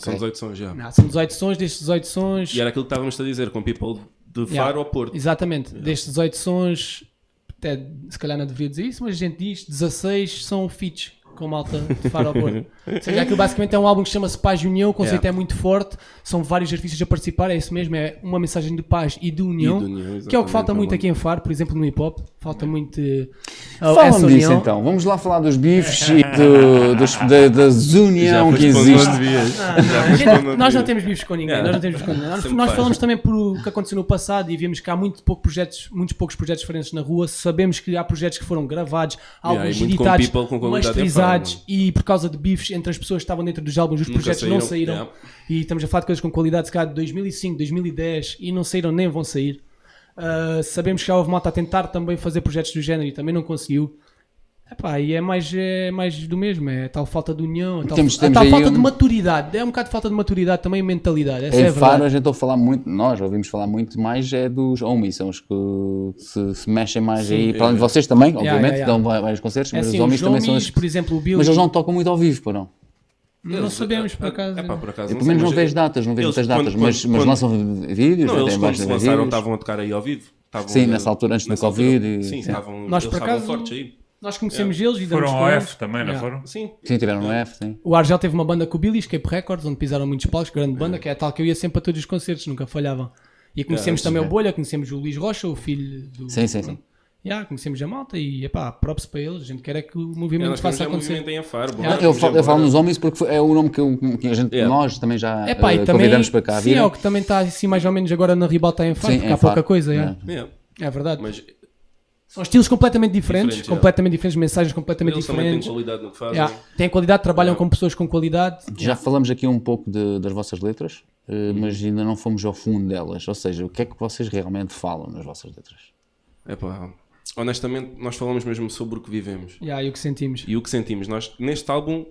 [SPEAKER 2] São 18 sons já.
[SPEAKER 1] Não, são 18 sons, destes 18 sons.
[SPEAKER 2] E era aquilo que estávamos a dizer, com people de Faro
[SPEAKER 1] Yeah.
[SPEAKER 2] ao Porto.
[SPEAKER 1] Exatamente, destes 18 sons, até se calhar não deveria dizer isso, mas a gente diz 16 são feats com malta de Faro ao Porto. Ou seja, aquilo basicamente é um álbum que chama-se Paz e União, o conceito
[SPEAKER 2] Yeah.
[SPEAKER 1] é muito forte, são vários artistas a participar, é isso mesmo, é uma mensagem de paz e de união,
[SPEAKER 2] E de união,
[SPEAKER 1] que é o que falta
[SPEAKER 2] exatamente,
[SPEAKER 1] muito
[SPEAKER 2] é
[SPEAKER 1] aqui em Faro, por exemplo no hip hop, falta muito eh, essa
[SPEAKER 3] Fala-me disso
[SPEAKER 1] união.
[SPEAKER 3] então. Vamos lá falar dos bifes e do, dos, da, da desunião que existe. É
[SPEAKER 1] A gente- nós não temos bifes com ninguém,
[SPEAKER 2] Yeah.
[SPEAKER 1] nós não temos bifes com ninguém. Nós,
[SPEAKER 2] Sempre
[SPEAKER 1] nós
[SPEAKER 2] faz.
[SPEAKER 1] falamos também por o que aconteceu no passado e vimos que há muito pouco projetos, muitos poucos projetos diferentes na rua. Sabemos que há projetos que foram gravados,
[SPEAKER 2] Yeah,
[SPEAKER 1] alguns
[SPEAKER 2] e muito com
[SPEAKER 1] editados,
[SPEAKER 2] people com qualidade é
[SPEAKER 1] masterizados
[SPEAKER 2] foda,
[SPEAKER 1] e por causa de bifes entre as pessoas que estavam dentro dos álbuns, os
[SPEAKER 2] Nunca
[SPEAKER 1] projetos não saíram.
[SPEAKER 2] saíram, yeah.
[SPEAKER 1] E estamos a falar de coisas com qualidade, se calhar, de 2005, 2010 e não saíram nem vão Ah, sair. Uh, sabemos que já houve malta a tentar também fazer projetos do género e também não conseguiu. Epá, e é mais, é mais do mesmo, é a tal falta de união, a tal,
[SPEAKER 3] Temos-
[SPEAKER 1] a
[SPEAKER 3] temos
[SPEAKER 1] tal
[SPEAKER 3] aí
[SPEAKER 1] falta
[SPEAKER 3] um-
[SPEAKER 1] de maturidade. É um bocado de falta de maturidade também e mentalidade. Essa é, a
[SPEAKER 3] Em
[SPEAKER 1] verdade.
[SPEAKER 3] Faro a gente ouve falar muito, nós ouvimos falar muito mais é dos homens, são os que se, se mexem mais aí, para além de vocês também, obviamente,
[SPEAKER 1] é. yeah, yeah.
[SPEAKER 3] dão vai- vários concertos,
[SPEAKER 1] É
[SPEAKER 3] mas
[SPEAKER 1] assim,
[SPEAKER 3] os homens também são
[SPEAKER 1] homies,
[SPEAKER 3] os...
[SPEAKER 1] por exemplo, o Bill.
[SPEAKER 3] Mas eles não tocam muito ao vivo, pô, não?
[SPEAKER 1] não sabemos, por acaso.
[SPEAKER 2] É pá, por acaso.
[SPEAKER 3] Eu, pelo menos
[SPEAKER 2] sei,
[SPEAKER 3] não
[SPEAKER 2] mas
[SPEAKER 3] vejo datas, não vejo
[SPEAKER 2] eles
[SPEAKER 3] muitas datas,
[SPEAKER 2] quando-
[SPEAKER 3] mas,
[SPEAKER 2] quando-
[SPEAKER 3] mas
[SPEAKER 2] quando-
[SPEAKER 3] lançam vídeos,
[SPEAKER 2] Não,
[SPEAKER 3] até
[SPEAKER 2] eles quando
[SPEAKER 3] mais
[SPEAKER 2] se
[SPEAKER 3] vídeos.
[SPEAKER 2] lançaram estavam a tocar aí ao vivo. Estavam,
[SPEAKER 3] Sim,
[SPEAKER 2] eh,
[SPEAKER 3] nessa altura, antes do
[SPEAKER 2] nessa
[SPEAKER 3] Covid
[SPEAKER 2] altura.
[SPEAKER 3] e-
[SPEAKER 2] Sim,
[SPEAKER 3] sim.
[SPEAKER 2] estavam,
[SPEAKER 1] Nós,
[SPEAKER 2] eles
[SPEAKER 1] por
[SPEAKER 2] estavam
[SPEAKER 1] acaso,
[SPEAKER 2] fortes aí.
[SPEAKER 1] Nós conhecemos
[SPEAKER 3] é.
[SPEAKER 1] eles e damos
[SPEAKER 4] Foram
[SPEAKER 1] com
[SPEAKER 4] ao
[SPEAKER 1] eles.
[SPEAKER 4] F também, não
[SPEAKER 1] Yeah.
[SPEAKER 4] foram?
[SPEAKER 2] Sim.
[SPEAKER 3] Sim, tiveram no F, sim.
[SPEAKER 1] O Argel teve uma banda com o Billy, Escape Records, onde pisaram muitos palcos, grande banda, que é a tal que eu ia sempre a todos os concertos, nunca falhavam. E conhecemos também o Bolha, conhecemos o Luís Rocha, o filho do.
[SPEAKER 3] É, Sim, sim, sim.
[SPEAKER 1] Yeah, conhecemos a malta e epá, props para eles, a gente quer é que o movimento
[SPEAKER 2] Nós
[SPEAKER 1] faça
[SPEAKER 2] fizemos um
[SPEAKER 1] acontecer.
[SPEAKER 2] movimento em Afaro. bora,
[SPEAKER 3] Não, eu,
[SPEAKER 2] vamos
[SPEAKER 3] falo, eu
[SPEAKER 2] embora.
[SPEAKER 3] falo nos homens porque foi- é o nome que, eu, que a gente,
[SPEAKER 2] Yeah.
[SPEAKER 3] nós também já
[SPEAKER 1] É pá,
[SPEAKER 3] eh,
[SPEAKER 1] e também.
[SPEAKER 3] convidamos para cá
[SPEAKER 1] sim,
[SPEAKER 3] vir. é
[SPEAKER 1] é o que também está assim mais ou menos agora na ribalta em Faro, porque há pouca
[SPEAKER 3] né?
[SPEAKER 1] coisa. yeah.
[SPEAKER 2] Yeah,
[SPEAKER 1] É, verdade.
[SPEAKER 2] Mas
[SPEAKER 1] São estilos completamente diferentes,
[SPEAKER 2] Diferentes, é.
[SPEAKER 1] completamente diferentes, mensagens completamente
[SPEAKER 2] eles também têm
[SPEAKER 1] diferentes.
[SPEAKER 2] qualidade no que fazem.
[SPEAKER 1] Yeah. Têm qualidade, trabalham com pessoas com qualidade.
[SPEAKER 3] Já falamos aqui um pouco de- das vossas letras, eh,
[SPEAKER 2] Uhum.
[SPEAKER 3] mas ainda não fomos ao fundo delas. Ou seja, o que é que vocês realmente falam nas vossas letras?
[SPEAKER 2] Epá, honestamente, nós falamos mesmo sobre o que vivemos
[SPEAKER 1] Yeah, e o que sentimos.
[SPEAKER 2] e o que sentimos. Nós, neste álbum,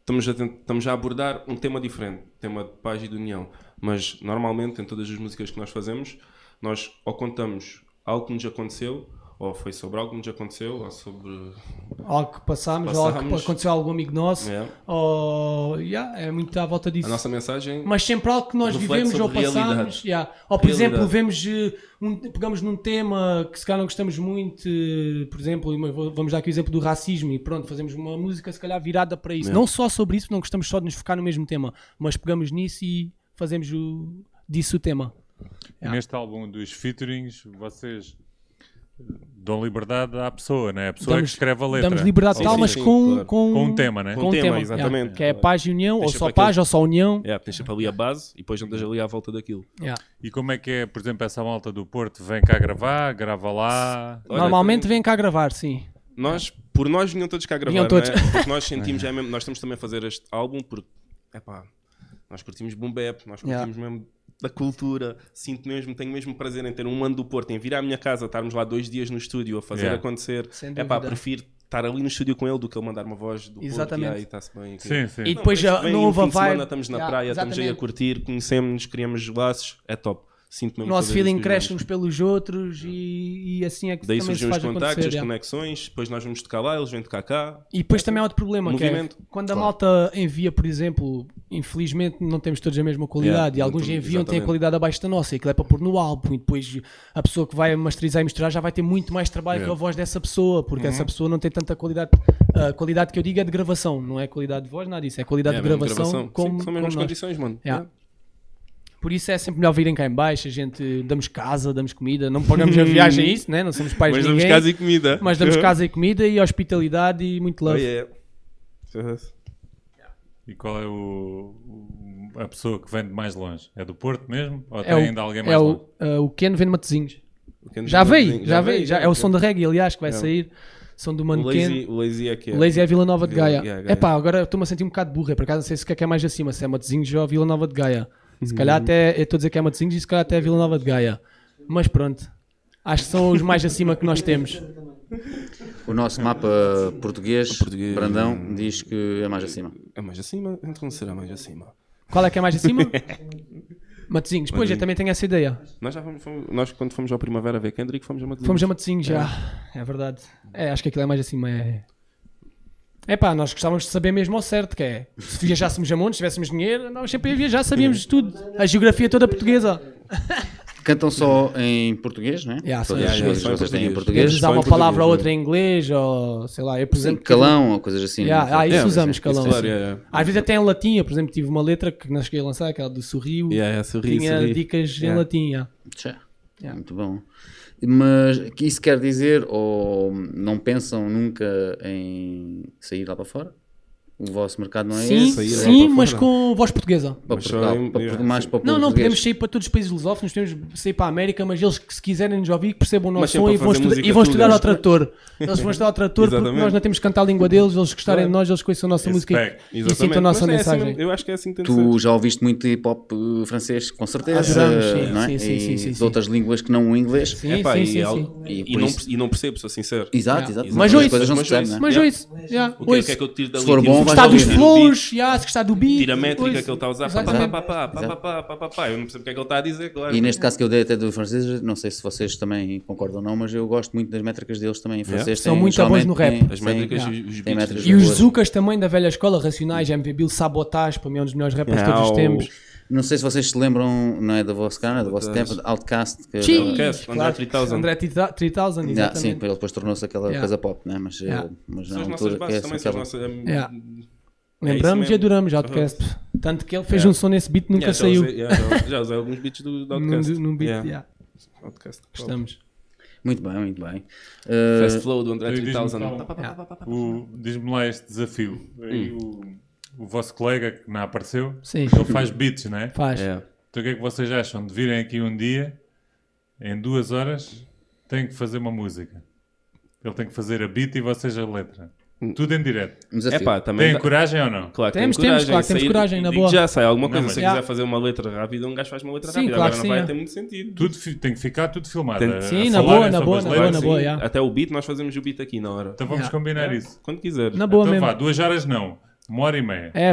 [SPEAKER 2] estamos a, tent- estamos a abordar um tema diferente, tema de paz e de união. Mas, normalmente, em todas as músicas que nós fazemos, nós ou contamos algo que nos aconteceu, ou foi sobre algo que nos aconteceu, ou sobre...
[SPEAKER 1] Algo que passámos, ou algo que
[SPEAKER 2] Passámos.
[SPEAKER 1] aconteceu a algum amigo nosso.
[SPEAKER 2] É.
[SPEAKER 1] ou- yeah, é muito à volta disso.
[SPEAKER 2] A nossa mensagem...
[SPEAKER 1] Mas sempre algo que nós
[SPEAKER 2] Reflete
[SPEAKER 1] vivemos ou
[SPEAKER 2] sobre
[SPEAKER 1] passamos.
[SPEAKER 2] realidade.
[SPEAKER 1] yeah. Ou, por
[SPEAKER 2] Realidade.
[SPEAKER 1] exemplo, vemos, eh, um- pegamos num tema que se calhar não gostamos muito, eh, por exemplo, e vou- vamos dar aqui o exemplo do racismo e pronto, fazemos uma música se calhar virada para
[SPEAKER 2] É.
[SPEAKER 1] isso. Não só sobre isso, não gostamos só de nos focar no mesmo tema, mas pegamos nisso e fazemos o- disso o tema.
[SPEAKER 4] E Neste álbum dos featurings, vocês eh, dão liberdade à pessoa, né? A pessoa é que
[SPEAKER 1] Damos-
[SPEAKER 4] escreve a letra.
[SPEAKER 1] Damos liberdade
[SPEAKER 2] Sim,
[SPEAKER 1] total,
[SPEAKER 2] sim,
[SPEAKER 1] mas
[SPEAKER 2] sim,
[SPEAKER 1] com,
[SPEAKER 2] claro.
[SPEAKER 1] com,
[SPEAKER 4] Com um tema, né?
[SPEAKER 1] com
[SPEAKER 2] Com
[SPEAKER 1] um
[SPEAKER 2] um tema,
[SPEAKER 1] tema,
[SPEAKER 2] exatamente.
[SPEAKER 1] yeah. Que é paz e união, ou
[SPEAKER 2] Deixa
[SPEAKER 1] só
[SPEAKER 2] para aquele-
[SPEAKER 1] paz, ou só união.
[SPEAKER 2] É, tens sempre ali a base e depois andas ali à volta daquilo.
[SPEAKER 1] yeah.
[SPEAKER 4] E como é que é, por exemplo, essa malta do Porto vem cá gravar, grava lá?
[SPEAKER 2] Olha,
[SPEAKER 1] Normalmente vêm cá gravar, sim.
[SPEAKER 2] Nós, por nós, vinham todos cá gravar,
[SPEAKER 1] Vinham todos.
[SPEAKER 2] não é? Porque nós sentimos, é mesmo, nós estamos também a fazer este álbum porque, epá, nós curtimos boom bap, nós curtimos mesmo da cultura, sinto mesmo, tenho mesmo prazer em ter um ano do Porto, em vir à minha casa, estarmos lá dois dias no estúdio a fazer
[SPEAKER 4] Yeah.
[SPEAKER 2] acontecer.
[SPEAKER 1] Sem
[SPEAKER 2] Epá,
[SPEAKER 1] dúvida.
[SPEAKER 2] prefiro estar ali no estúdio com ele do que ele mandar uma voz do
[SPEAKER 1] Exatamente.
[SPEAKER 2] Porto e aí está-se bem. aqui.
[SPEAKER 4] Sim, sim.
[SPEAKER 1] E depois
[SPEAKER 2] Não,
[SPEAKER 1] já
[SPEAKER 2] isto vem,
[SPEAKER 1] não
[SPEAKER 2] um
[SPEAKER 1] houve a
[SPEAKER 2] fim de semana,
[SPEAKER 1] vibe.
[SPEAKER 2] Estamos na
[SPEAKER 1] Yeah,
[SPEAKER 2] praia, estamos aí a
[SPEAKER 1] exatamente.
[SPEAKER 2] curtir, conhecemos, criamos laços, é top. Sinto
[SPEAKER 1] O
[SPEAKER 2] mesmo
[SPEAKER 1] nosso
[SPEAKER 2] fazer isso
[SPEAKER 1] feeling
[SPEAKER 2] com os
[SPEAKER 1] cresce
[SPEAKER 2] manos.
[SPEAKER 1] uns pelos outros e, e assim é que
[SPEAKER 2] Daí
[SPEAKER 1] também se
[SPEAKER 2] surgem os
[SPEAKER 1] faz
[SPEAKER 2] contactos, né? as
[SPEAKER 1] acontecer. é.
[SPEAKER 2] conexões, depois nós vamos tocar lá, eles vêm tocar cá.
[SPEAKER 1] E depois também há outro problema, que é
[SPEAKER 2] Movimento.
[SPEAKER 1] quando a malta envia, por exemplo, infelizmente não temos todos a mesma qualidade
[SPEAKER 2] Yeah,
[SPEAKER 1] e alguns
[SPEAKER 2] muito-
[SPEAKER 1] enviam têm a
[SPEAKER 2] exatamente.
[SPEAKER 1] qualidade abaixo da nossa e aquilo é para pôr no álbum e depois a pessoa que vai masterizar e misturar já vai ter muito mais trabalho com a voz dessa pessoa, porque
[SPEAKER 2] Uhum.
[SPEAKER 1] essa pessoa não tem tanta qualidade. A qualidade que eu digo é de gravação, não é qualidade de voz, nada disso, é qualidade
[SPEAKER 2] É,
[SPEAKER 1] de
[SPEAKER 2] mesmo
[SPEAKER 1] gravação, como,
[SPEAKER 2] Sim, são
[SPEAKER 1] como
[SPEAKER 2] mesmo as
[SPEAKER 1] nós.
[SPEAKER 2] condições, mano.
[SPEAKER 1] Yeah. Por isso é sempre melhor virem cá em baixo, a gente damos casa, damos comida, não pagamos a viagem isso, né? não somos pais
[SPEAKER 2] Mas
[SPEAKER 1] de
[SPEAKER 2] damos
[SPEAKER 1] ninguém,
[SPEAKER 2] casa e comida.
[SPEAKER 1] mas damos casa e comida e hospitalidade e muito
[SPEAKER 2] Oh,
[SPEAKER 1] love.
[SPEAKER 3] é.
[SPEAKER 2] yeah.
[SPEAKER 4] E qual é o, o- a pessoa que vem de mais longe? É do Porto mesmo? Ou tem
[SPEAKER 1] É o,
[SPEAKER 4] ainda alguém mais
[SPEAKER 1] é
[SPEAKER 4] longe?
[SPEAKER 1] o, ah, o Ken vem de Matozinhos.
[SPEAKER 2] O Ken
[SPEAKER 1] Já
[SPEAKER 2] do
[SPEAKER 1] veio,
[SPEAKER 2] Mantezinho,
[SPEAKER 1] já veio, já é o som da reggae, aliás, que vai
[SPEAKER 2] É.
[SPEAKER 1] sair, som do
[SPEAKER 2] O
[SPEAKER 1] Mano Ken.
[SPEAKER 2] lazy, o lazy é que é.
[SPEAKER 1] O Lazy é Vila Nova de
[SPEAKER 2] Vila-
[SPEAKER 1] Gaia.
[SPEAKER 2] yeah, Gaia.
[SPEAKER 1] É pá, agora estou-me a sentir um bocado burra, por acaso não sei se o que é que é mais acima, se é Matozinhos ou Vila Nova de Gaia. Se calhar até, eu estou a dizer que é Matozinhos e se calhar até é Vila Nova de Gaia. Mas pronto, acho que são os mais acima que nós temos.
[SPEAKER 3] O nosso mapa português,
[SPEAKER 2] português,
[SPEAKER 3] Brandão, diz que é mais acima.
[SPEAKER 2] É mais acima? Então será mais acima.
[SPEAKER 1] Qual é que é mais acima? Matozinhos. Pois, eu também tenho essa ideia.
[SPEAKER 2] Nós já fomos, fomos- nós quando fomos ao Primavera ver Kendrick fomos a Matosinhos.
[SPEAKER 1] Fomos a Matozinhos já. É verdade. É, acho que aquilo é mais acima. É. É pá, nós gostávamos de saber mesmo ao certo que é. Se viajássemos a montes, tivéssemos dinheiro, nós sempre ia viajar, sabíamos de tudo. A geografia toda portuguesa.
[SPEAKER 3] Cantam só em português, não é?
[SPEAKER 1] Yeah, só
[SPEAKER 3] Todas as
[SPEAKER 1] em-
[SPEAKER 3] coisas
[SPEAKER 2] só
[SPEAKER 3] que
[SPEAKER 2] em
[SPEAKER 3] vocês têm em
[SPEAKER 2] português.
[SPEAKER 1] Eles
[SPEAKER 3] português.
[SPEAKER 2] Só
[SPEAKER 1] usavam
[SPEAKER 2] em
[SPEAKER 1] uma palavra
[SPEAKER 2] português,
[SPEAKER 1] ou outra
[SPEAKER 2] é?
[SPEAKER 1] em inglês, ou sei lá, eu por exemplo.
[SPEAKER 3] Calão ou coisas assim.
[SPEAKER 1] Yeah,
[SPEAKER 3] não é?
[SPEAKER 1] ah, isso
[SPEAKER 2] Yeah,
[SPEAKER 1] usamos, calão.
[SPEAKER 2] Claro,
[SPEAKER 1] sim.
[SPEAKER 2] yeah, yeah.
[SPEAKER 1] Às vezes até em latim, eu, por exemplo, tive uma letra que não cheguei a lançar, aquela do sorriu,
[SPEAKER 2] Yeah, yeah, sorri,
[SPEAKER 1] tinha
[SPEAKER 2] sorri.
[SPEAKER 1] dicas em
[SPEAKER 2] Yeah.
[SPEAKER 1] latim. yeah.
[SPEAKER 3] Tchá. Muito bom. Mas que isso quer dizer, ou não pensam nunca em sair lá para fora? O vosso mercado não é
[SPEAKER 1] Sim,
[SPEAKER 3] esse.
[SPEAKER 2] sair
[SPEAKER 1] sim,
[SPEAKER 2] lá para
[SPEAKER 1] mas
[SPEAKER 2] fora.
[SPEAKER 1] com voz portuguesa.
[SPEAKER 3] Para
[SPEAKER 2] Mas
[SPEAKER 3] Portugal,
[SPEAKER 2] só em-
[SPEAKER 3] para,
[SPEAKER 2] yeah,
[SPEAKER 3] mais
[SPEAKER 2] sim.
[SPEAKER 3] para o
[SPEAKER 1] Não, não,
[SPEAKER 3] português.
[SPEAKER 1] podemos sair para todos os países lusófonos, podemos sair para a América, mas eles que se quiserem nos ouvir, que percebam o
[SPEAKER 2] Mas
[SPEAKER 1] nosso
[SPEAKER 2] sempre
[SPEAKER 1] som
[SPEAKER 2] a
[SPEAKER 1] e vão,
[SPEAKER 2] fazer
[SPEAKER 1] estuda-
[SPEAKER 2] música
[SPEAKER 1] e vão estudar ao
[SPEAKER 2] tugas.
[SPEAKER 1] trator. Eles vão estudar ao trator porque
[SPEAKER 2] Exatamente. É.
[SPEAKER 1] nós não temos que cantar a língua deles, eles gostarem de nós, eles conheçam a nossa
[SPEAKER 4] Esse
[SPEAKER 1] música
[SPEAKER 4] pack.
[SPEAKER 1] e- e sintam a nossa
[SPEAKER 2] Mas é assim
[SPEAKER 1] mensagem.
[SPEAKER 2] mesmo, eu acho que é assim que tem de
[SPEAKER 3] Tu
[SPEAKER 2] ser.
[SPEAKER 3] já ouviste muito hip hop eh, francês, com certeza.
[SPEAKER 1] Adoramos, sim,
[SPEAKER 3] não é?
[SPEAKER 1] sim, sim,
[SPEAKER 3] E
[SPEAKER 1] sim, sim,
[SPEAKER 3] de
[SPEAKER 1] sim.
[SPEAKER 3] outras línguas que não o inglês.
[SPEAKER 1] Sim,
[SPEAKER 2] Epá,
[SPEAKER 1] sim,
[SPEAKER 2] É e
[SPEAKER 1] sim,
[SPEAKER 2] al-
[SPEAKER 1] sim.
[SPEAKER 3] E
[SPEAKER 2] E
[SPEAKER 3] por
[SPEAKER 2] não
[SPEAKER 3] isso-
[SPEAKER 2] perce- e não percebo, sou sincero.
[SPEAKER 3] Exato,
[SPEAKER 1] Yeah.
[SPEAKER 3] exato.
[SPEAKER 2] Mas
[SPEAKER 3] Algumas
[SPEAKER 1] ouço,
[SPEAKER 3] coisas não se
[SPEAKER 2] mas
[SPEAKER 3] percebem,
[SPEAKER 2] ouço.
[SPEAKER 3] não é?
[SPEAKER 1] Mas
[SPEAKER 2] né? Yeah.
[SPEAKER 1] ouço, yeah,
[SPEAKER 2] O que é
[SPEAKER 1] ouço.
[SPEAKER 2] que é que eu tiro dali?
[SPEAKER 3] Se for
[SPEAKER 2] Tiro-
[SPEAKER 3] bom, vais
[SPEAKER 1] Gostar dos
[SPEAKER 3] ouvir.
[SPEAKER 1] flows, yeah, se gostar do beat.
[SPEAKER 2] Tira a métrica
[SPEAKER 1] ouço.
[SPEAKER 2] que ele está a usar. Pá, pá,
[SPEAKER 1] Exatamente.
[SPEAKER 2] pá, pá, pá, pá,
[SPEAKER 3] Exato.
[SPEAKER 2] pá, pá, pá, pá. Eu não percebo o que é que ele está a dizer, claro.
[SPEAKER 3] E neste caso que eu dei até do francês, não sei se vocês também concordam ou não, mas eu gosto muito das métricas deles também em francês.
[SPEAKER 1] São
[SPEAKER 3] Têm-
[SPEAKER 1] muito
[SPEAKER 3] geralmente
[SPEAKER 1] bons no rap.
[SPEAKER 3] têm-
[SPEAKER 2] As métricas
[SPEAKER 1] Sim.
[SPEAKER 2] e os
[SPEAKER 3] Tem métricas.
[SPEAKER 2] beats.
[SPEAKER 1] E os
[SPEAKER 3] Boa.
[SPEAKER 1] Zucas também da velha escola, Racionais, MP Bill, Sabotage, para mim é um dos melhores rappers de todos os
[SPEAKER 2] Yeah, o-
[SPEAKER 1] tempos.
[SPEAKER 3] Não sei se vocês se lembram, não é da vossa cara, do vosso tempo, de Outcast. Que
[SPEAKER 1] Sim,
[SPEAKER 2] Outcast, André
[SPEAKER 1] claro.
[SPEAKER 2] 3000.
[SPEAKER 1] André 3000,
[SPEAKER 3] Ah, sim,
[SPEAKER 1] exatamente.
[SPEAKER 3] ele depois tornou-se aquela
[SPEAKER 1] Yeah.
[SPEAKER 3] coisa pop, né? mas, eh,
[SPEAKER 1] Yeah.
[SPEAKER 3] mas
[SPEAKER 2] São
[SPEAKER 3] na
[SPEAKER 2] as nossas
[SPEAKER 3] altura que é
[SPEAKER 2] bases também, são as nossas.
[SPEAKER 3] aquela-
[SPEAKER 2] hum,
[SPEAKER 1] Yeah.
[SPEAKER 2] É isso
[SPEAKER 1] Lembramos e
[SPEAKER 2] mesmo.
[SPEAKER 1] adoramos Outcast. Tanto que ele fez um som nesse beat que nunca
[SPEAKER 2] Yeah, já
[SPEAKER 1] saiu.
[SPEAKER 2] usei- yeah, já- Já usei alguns beats do do
[SPEAKER 1] Num,
[SPEAKER 2] Outcast.
[SPEAKER 1] num beat,
[SPEAKER 2] Yeah,
[SPEAKER 1] yeah.
[SPEAKER 2] Outcast.
[SPEAKER 1] Gostamos.
[SPEAKER 3] Muito bem, muito bem. Eh,
[SPEAKER 2] Fast Flow do André
[SPEAKER 4] Eu diz-me
[SPEAKER 2] 3000.
[SPEAKER 4] então, o- Diz-me lá este desafio. Aí O, o vosso colega que não apareceu,
[SPEAKER 1] Hum. Sim.
[SPEAKER 4] ele faz beats, não é?
[SPEAKER 1] Faz.
[SPEAKER 2] Yeah.
[SPEAKER 4] Então o que é que vocês acham de virem aqui um dia, em duas horas, tem que fazer uma música? Ele tem que fazer a beat e vocês a letra.
[SPEAKER 1] Hum.
[SPEAKER 4] Tudo em direto.
[SPEAKER 3] um desafio.
[SPEAKER 2] É pá, também.
[SPEAKER 4] Têm
[SPEAKER 2] dá-
[SPEAKER 4] coragem ou não?
[SPEAKER 2] Claro, que
[SPEAKER 1] Temos,
[SPEAKER 2] tem coragem,
[SPEAKER 1] temos, claro,
[SPEAKER 2] isso aí
[SPEAKER 1] temos coragem, na
[SPEAKER 2] digo
[SPEAKER 1] boa.
[SPEAKER 2] Já sai alguma coisa.
[SPEAKER 4] mas-
[SPEAKER 2] Se
[SPEAKER 1] Yeah.
[SPEAKER 2] quiser fazer uma letra rápida, um gajo faz uma letra
[SPEAKER 1] Sim,
[SPEAKER 2] rápida.
[SPEAKER 1] claro
[SPEAKER 2] Agora
[SPEAKER 1] que
[SPEAKER 2] não vai
[SPEAKER 1] sim,
[SPEAKER 2] ter
[SPEAKER 1] é.
[SPEAKER 2] muito sentido.
[SPEAKER 4] Tudo fi- tem que ficar tudo filmado.
[SPEAKER 2] Tem-
[SPEAKER 4] a- a
[SPEAKER 1] sim, na
[SPEAKER 4] falarem
[SPEAKER 1] boa, na
[SPEAKER 4] sobre
[SPEAKER 1] boa,
[SPEAKER 4] as
[SPEAKER 1] na
[SPEAKER 4] letras.
[SPEAKER 1] boa, na boa, yeah.
[SPEAKER 2] Até o beat, nós fazemos o beat aqui na hora.
[SPEAKER 4] Então vamos
[SPEAKER 1] Yeah.
[SPEAKER 4] combinar isso.
[SPEAKER 2] Quando quiseres.
[SPEAKER 1] Na boa
[SPEAKER 4] então
[SPEAKER 1] mesmo.
[SPEAKER 4] vá, duas horas não. Uma hora e meia.
[SPEAKER 1] É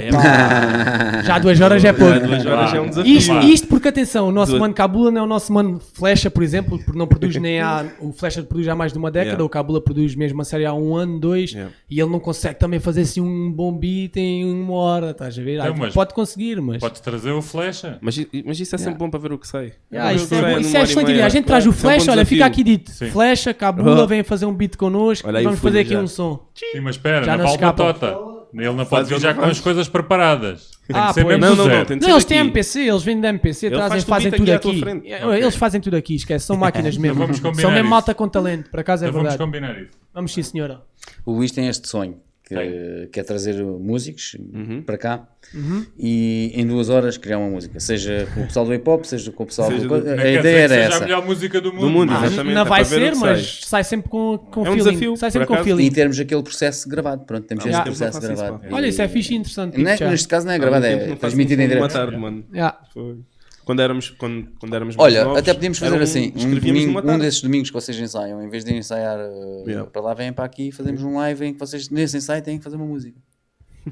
[SPEAKER 1] pá. Já duas horas é pouco.
[SPEAKER 2] Já Duas horas
[SPEAKER 4] Vá.
[SPEAKER 2] é um desafio.
[SPEAKER 1] Isto,
[SPEAKER 4] Vá.
[SPEAKER 1] isto porque, atenção, o nosso
[SPEAKER 2] Duas-
[SPEAKER 1] mano Cabula não é o nosso mano Flecha, por exemplo, porque não produz nem há. O Flecha produz há mais de uma década,
[SPEAKER 2] Yeah.
[SPEAKER 1] o Cabula produz mesmo a série há um ano, dois,
[SPEAKER 2] Yeah.
[SPEAKER 1] e ele não consegue também fazer assim um bom beat em uma hora, estás a ver?
[SPEAKER 4] Então,
[SPEAKER 1] Ah,
[SPEAKER 4] mas-
[SPEAKER 1] pode conseguir, mas.
[SPEAKER 4] Podes trazer o flecha.
[SPEAKER 2] Mas, i- mas isso é sempre bom para ver o que sai.
[SPEAKER 1] Yeah,
[SPEAKER 2] Ver o
[SPEAKER 1] isso
[SPEAKER 2] que sai
[SPEAKER 1] é,
[SPEAKER 2] numa
[SPEAKER 1] isso é
[SPEAKER 2] hora e
[SPEAKER 1] excelente
[SPEAKER 2] meia.
[SPEAKER 1] ideia. A gente traz o
[SPEAKER 2] É um bom
[SPEAKER 1] Flash, olha,
[SPEAKER 2] desafio.
[SPEAKER 1] fica aqui dito.
[SPEAKER 4] Sim.
[SPEAKER 1] Flecha, Cabula,
[SPEAKER 2] Uhum.
[SPEAKER 1] vem fazer um beat connosco.
[SPEAKER 2] Olha aí
[SPEAKER 1] Vamos
[SPEAKER 2] o Fulho
[SPEAKER 1] fazer aqui
[SPEAKER 2] já.
[SPEAKER 1] um som.
[SPEAKER 4] Sim, mas espera,
[SPEAKER 1] Já
[SPEAKER 4] não,
[SPEAKER 1] não
[SPEAKER 4] vale
[SPEAKER 1] escapa.
[SPEAKER 4] batota. tota. Ele não
[SPEAKER 2] Faz
[SPEAKER 4] pode vir
[SPEAKER 2] onde
[SPEAKER 4] já com
[SPEAKER 2] faz.
[SPEAKER 4] as coisas preparadas. Tem
[SPEAKER 1] Ah,
[SPEAKER 4] que ser
[SPEAKER 1] pois.
[SPEAKER 2] Não,
[SPEAKER 4] mesmo do
[SPEAKER 2] não, não,
[SPEAKER 4] zero.
[SPEAKER 2] tem de
[SPEAKER 1] Não,
[SPEAKER 2] ser
[SPEAKER 1] eles têm
[SPEAKER 2] daqui.
[SPEAKER 1] MPC, eles vêm da MPC,
[SPEAKER 2] Ele
[SPEAKER 1] trazem,
[SPEAKER 2] faz tudo
[SPEAKER 1] fazem
[SPEAKER 2] aqui
[SPEAKER 1] tudo
[SPEAKER 2] à tua
[SPEAKER 1] aqui.
[SPEAKER 2] frente.
[SPEAKER 1] É, Eles fazem tudo aqui, esquece, são máquinas mesmo.
[SPEAKER 4] vamos combinar
[SPEAKER 1] São mesmo
[SPEAKER 4] isso.
[SPEAKER 1] malta com talento, por acaso é
[SPEAKER 4] Então vamos
[SPEAKER 1] verdade.
[SPEAKER 4] combinar isso.
[SPEAKER 1] Vamos sim, senhora.
[SPEAKER 3] O Luís tem este sonho, que, que é trazer músicos
[SPEAKER 2] Uhum.
[SPEAKER 3] para cá
[SPEAKER 1] Uhum.
[SPEAKER 3] e em duas horas criar uma música, seja com o pessoal do hip hop, seja com o pessoal.
[SPEAKER 2] Seja
[SPEAKER 3] do-
[SPEAKER 2] do-
[SPEAKER 3] A
[SPEAKER 4] Quer dizer
[SPEAKER 3] ideia
[SPEAKER 4] que
[SPEAKER 3] era
[SPEAKER 4] seja a
[SPEAKER 3] essa.
[SPEAKER 4] melhor música do mundo.
[SPEAKER 2] Do mundo,
[SPEAKER 4] Ah,
[SPEAKER 2] exatamente.
[SPEAKER 1] Não
[SPEAKER 2] é
[SPEAKER 1] vai
[SPEAKER 2] para ver o
[SPEAKER 1] ser,
[SPEAKER 2] que
[SPEAKER 1] mas sai sempre com, com
[SPEAKER 2] É um
[SPEAKER 1] feeling.
[SPEAKER 2] desafio,
[SPEAKER 1] sai
[SPEAKER 2] por
[SPEAKER 1] sempre com
[SPEAKER 2] acaso.
[SPEAKER 1] feeling.
[SPEAKER 3] E termos aquele processo gravado, pronto, temos
[SPEAKER 1] há
[SPEAKER 3] esse
[SPEAKER 2] tempo não
[SPEAKER 3] processo
[SPEAKER 2] faço isso,
[SPEAKER 3] gravado.
[SPEAKER 2] pá.
[SPEAKER 3] E-
[SPEAKER 1] Olha, isso é fixe e interessante.
[SPEAKER 3] Não é-
[SPEAKER 1] já.
[SPEAKER 3] neste caso não é
[SPEAKER 2] sai. Há algum
[SPEAKER 3] gravado,
[SPEAKER 2] tempo
[SPEAKER 3] é
[SPEAKER 2] não faz
[SPEAKER 3] transmitido em
[SPEAKER 2] uma
[SPEAKER 3] direto.
[SPEAKER 2] tarde, mano.
[SPEAKER 1] Já.
[SPEAKER 2] Foi. Quando éramos, quando, quando éramos mais
[SPEAKER 3] Olha,
[SPEAKER 2] novos,
[SPEAKER 3] até podíamos fazer
[SPEAKER 2] era um-
[SPEAKER 3] assim, um,
[SPEAKER 2] escrevíamos
[SPEAKER 3] domingo-
[SPEAKER 2] numa
[SPEAKER 3] um
[SPEAKER 2] tarde.
[SPEAKER 3] desses domingos que vocês ensaiam, em vez de ensaiar uh,
[SPEAKER 2] Yeah.
[SPEAKER 3] para lá, vêm para aqui e fazemos um live em que vocês nesse ensaio têm que fazer uma música.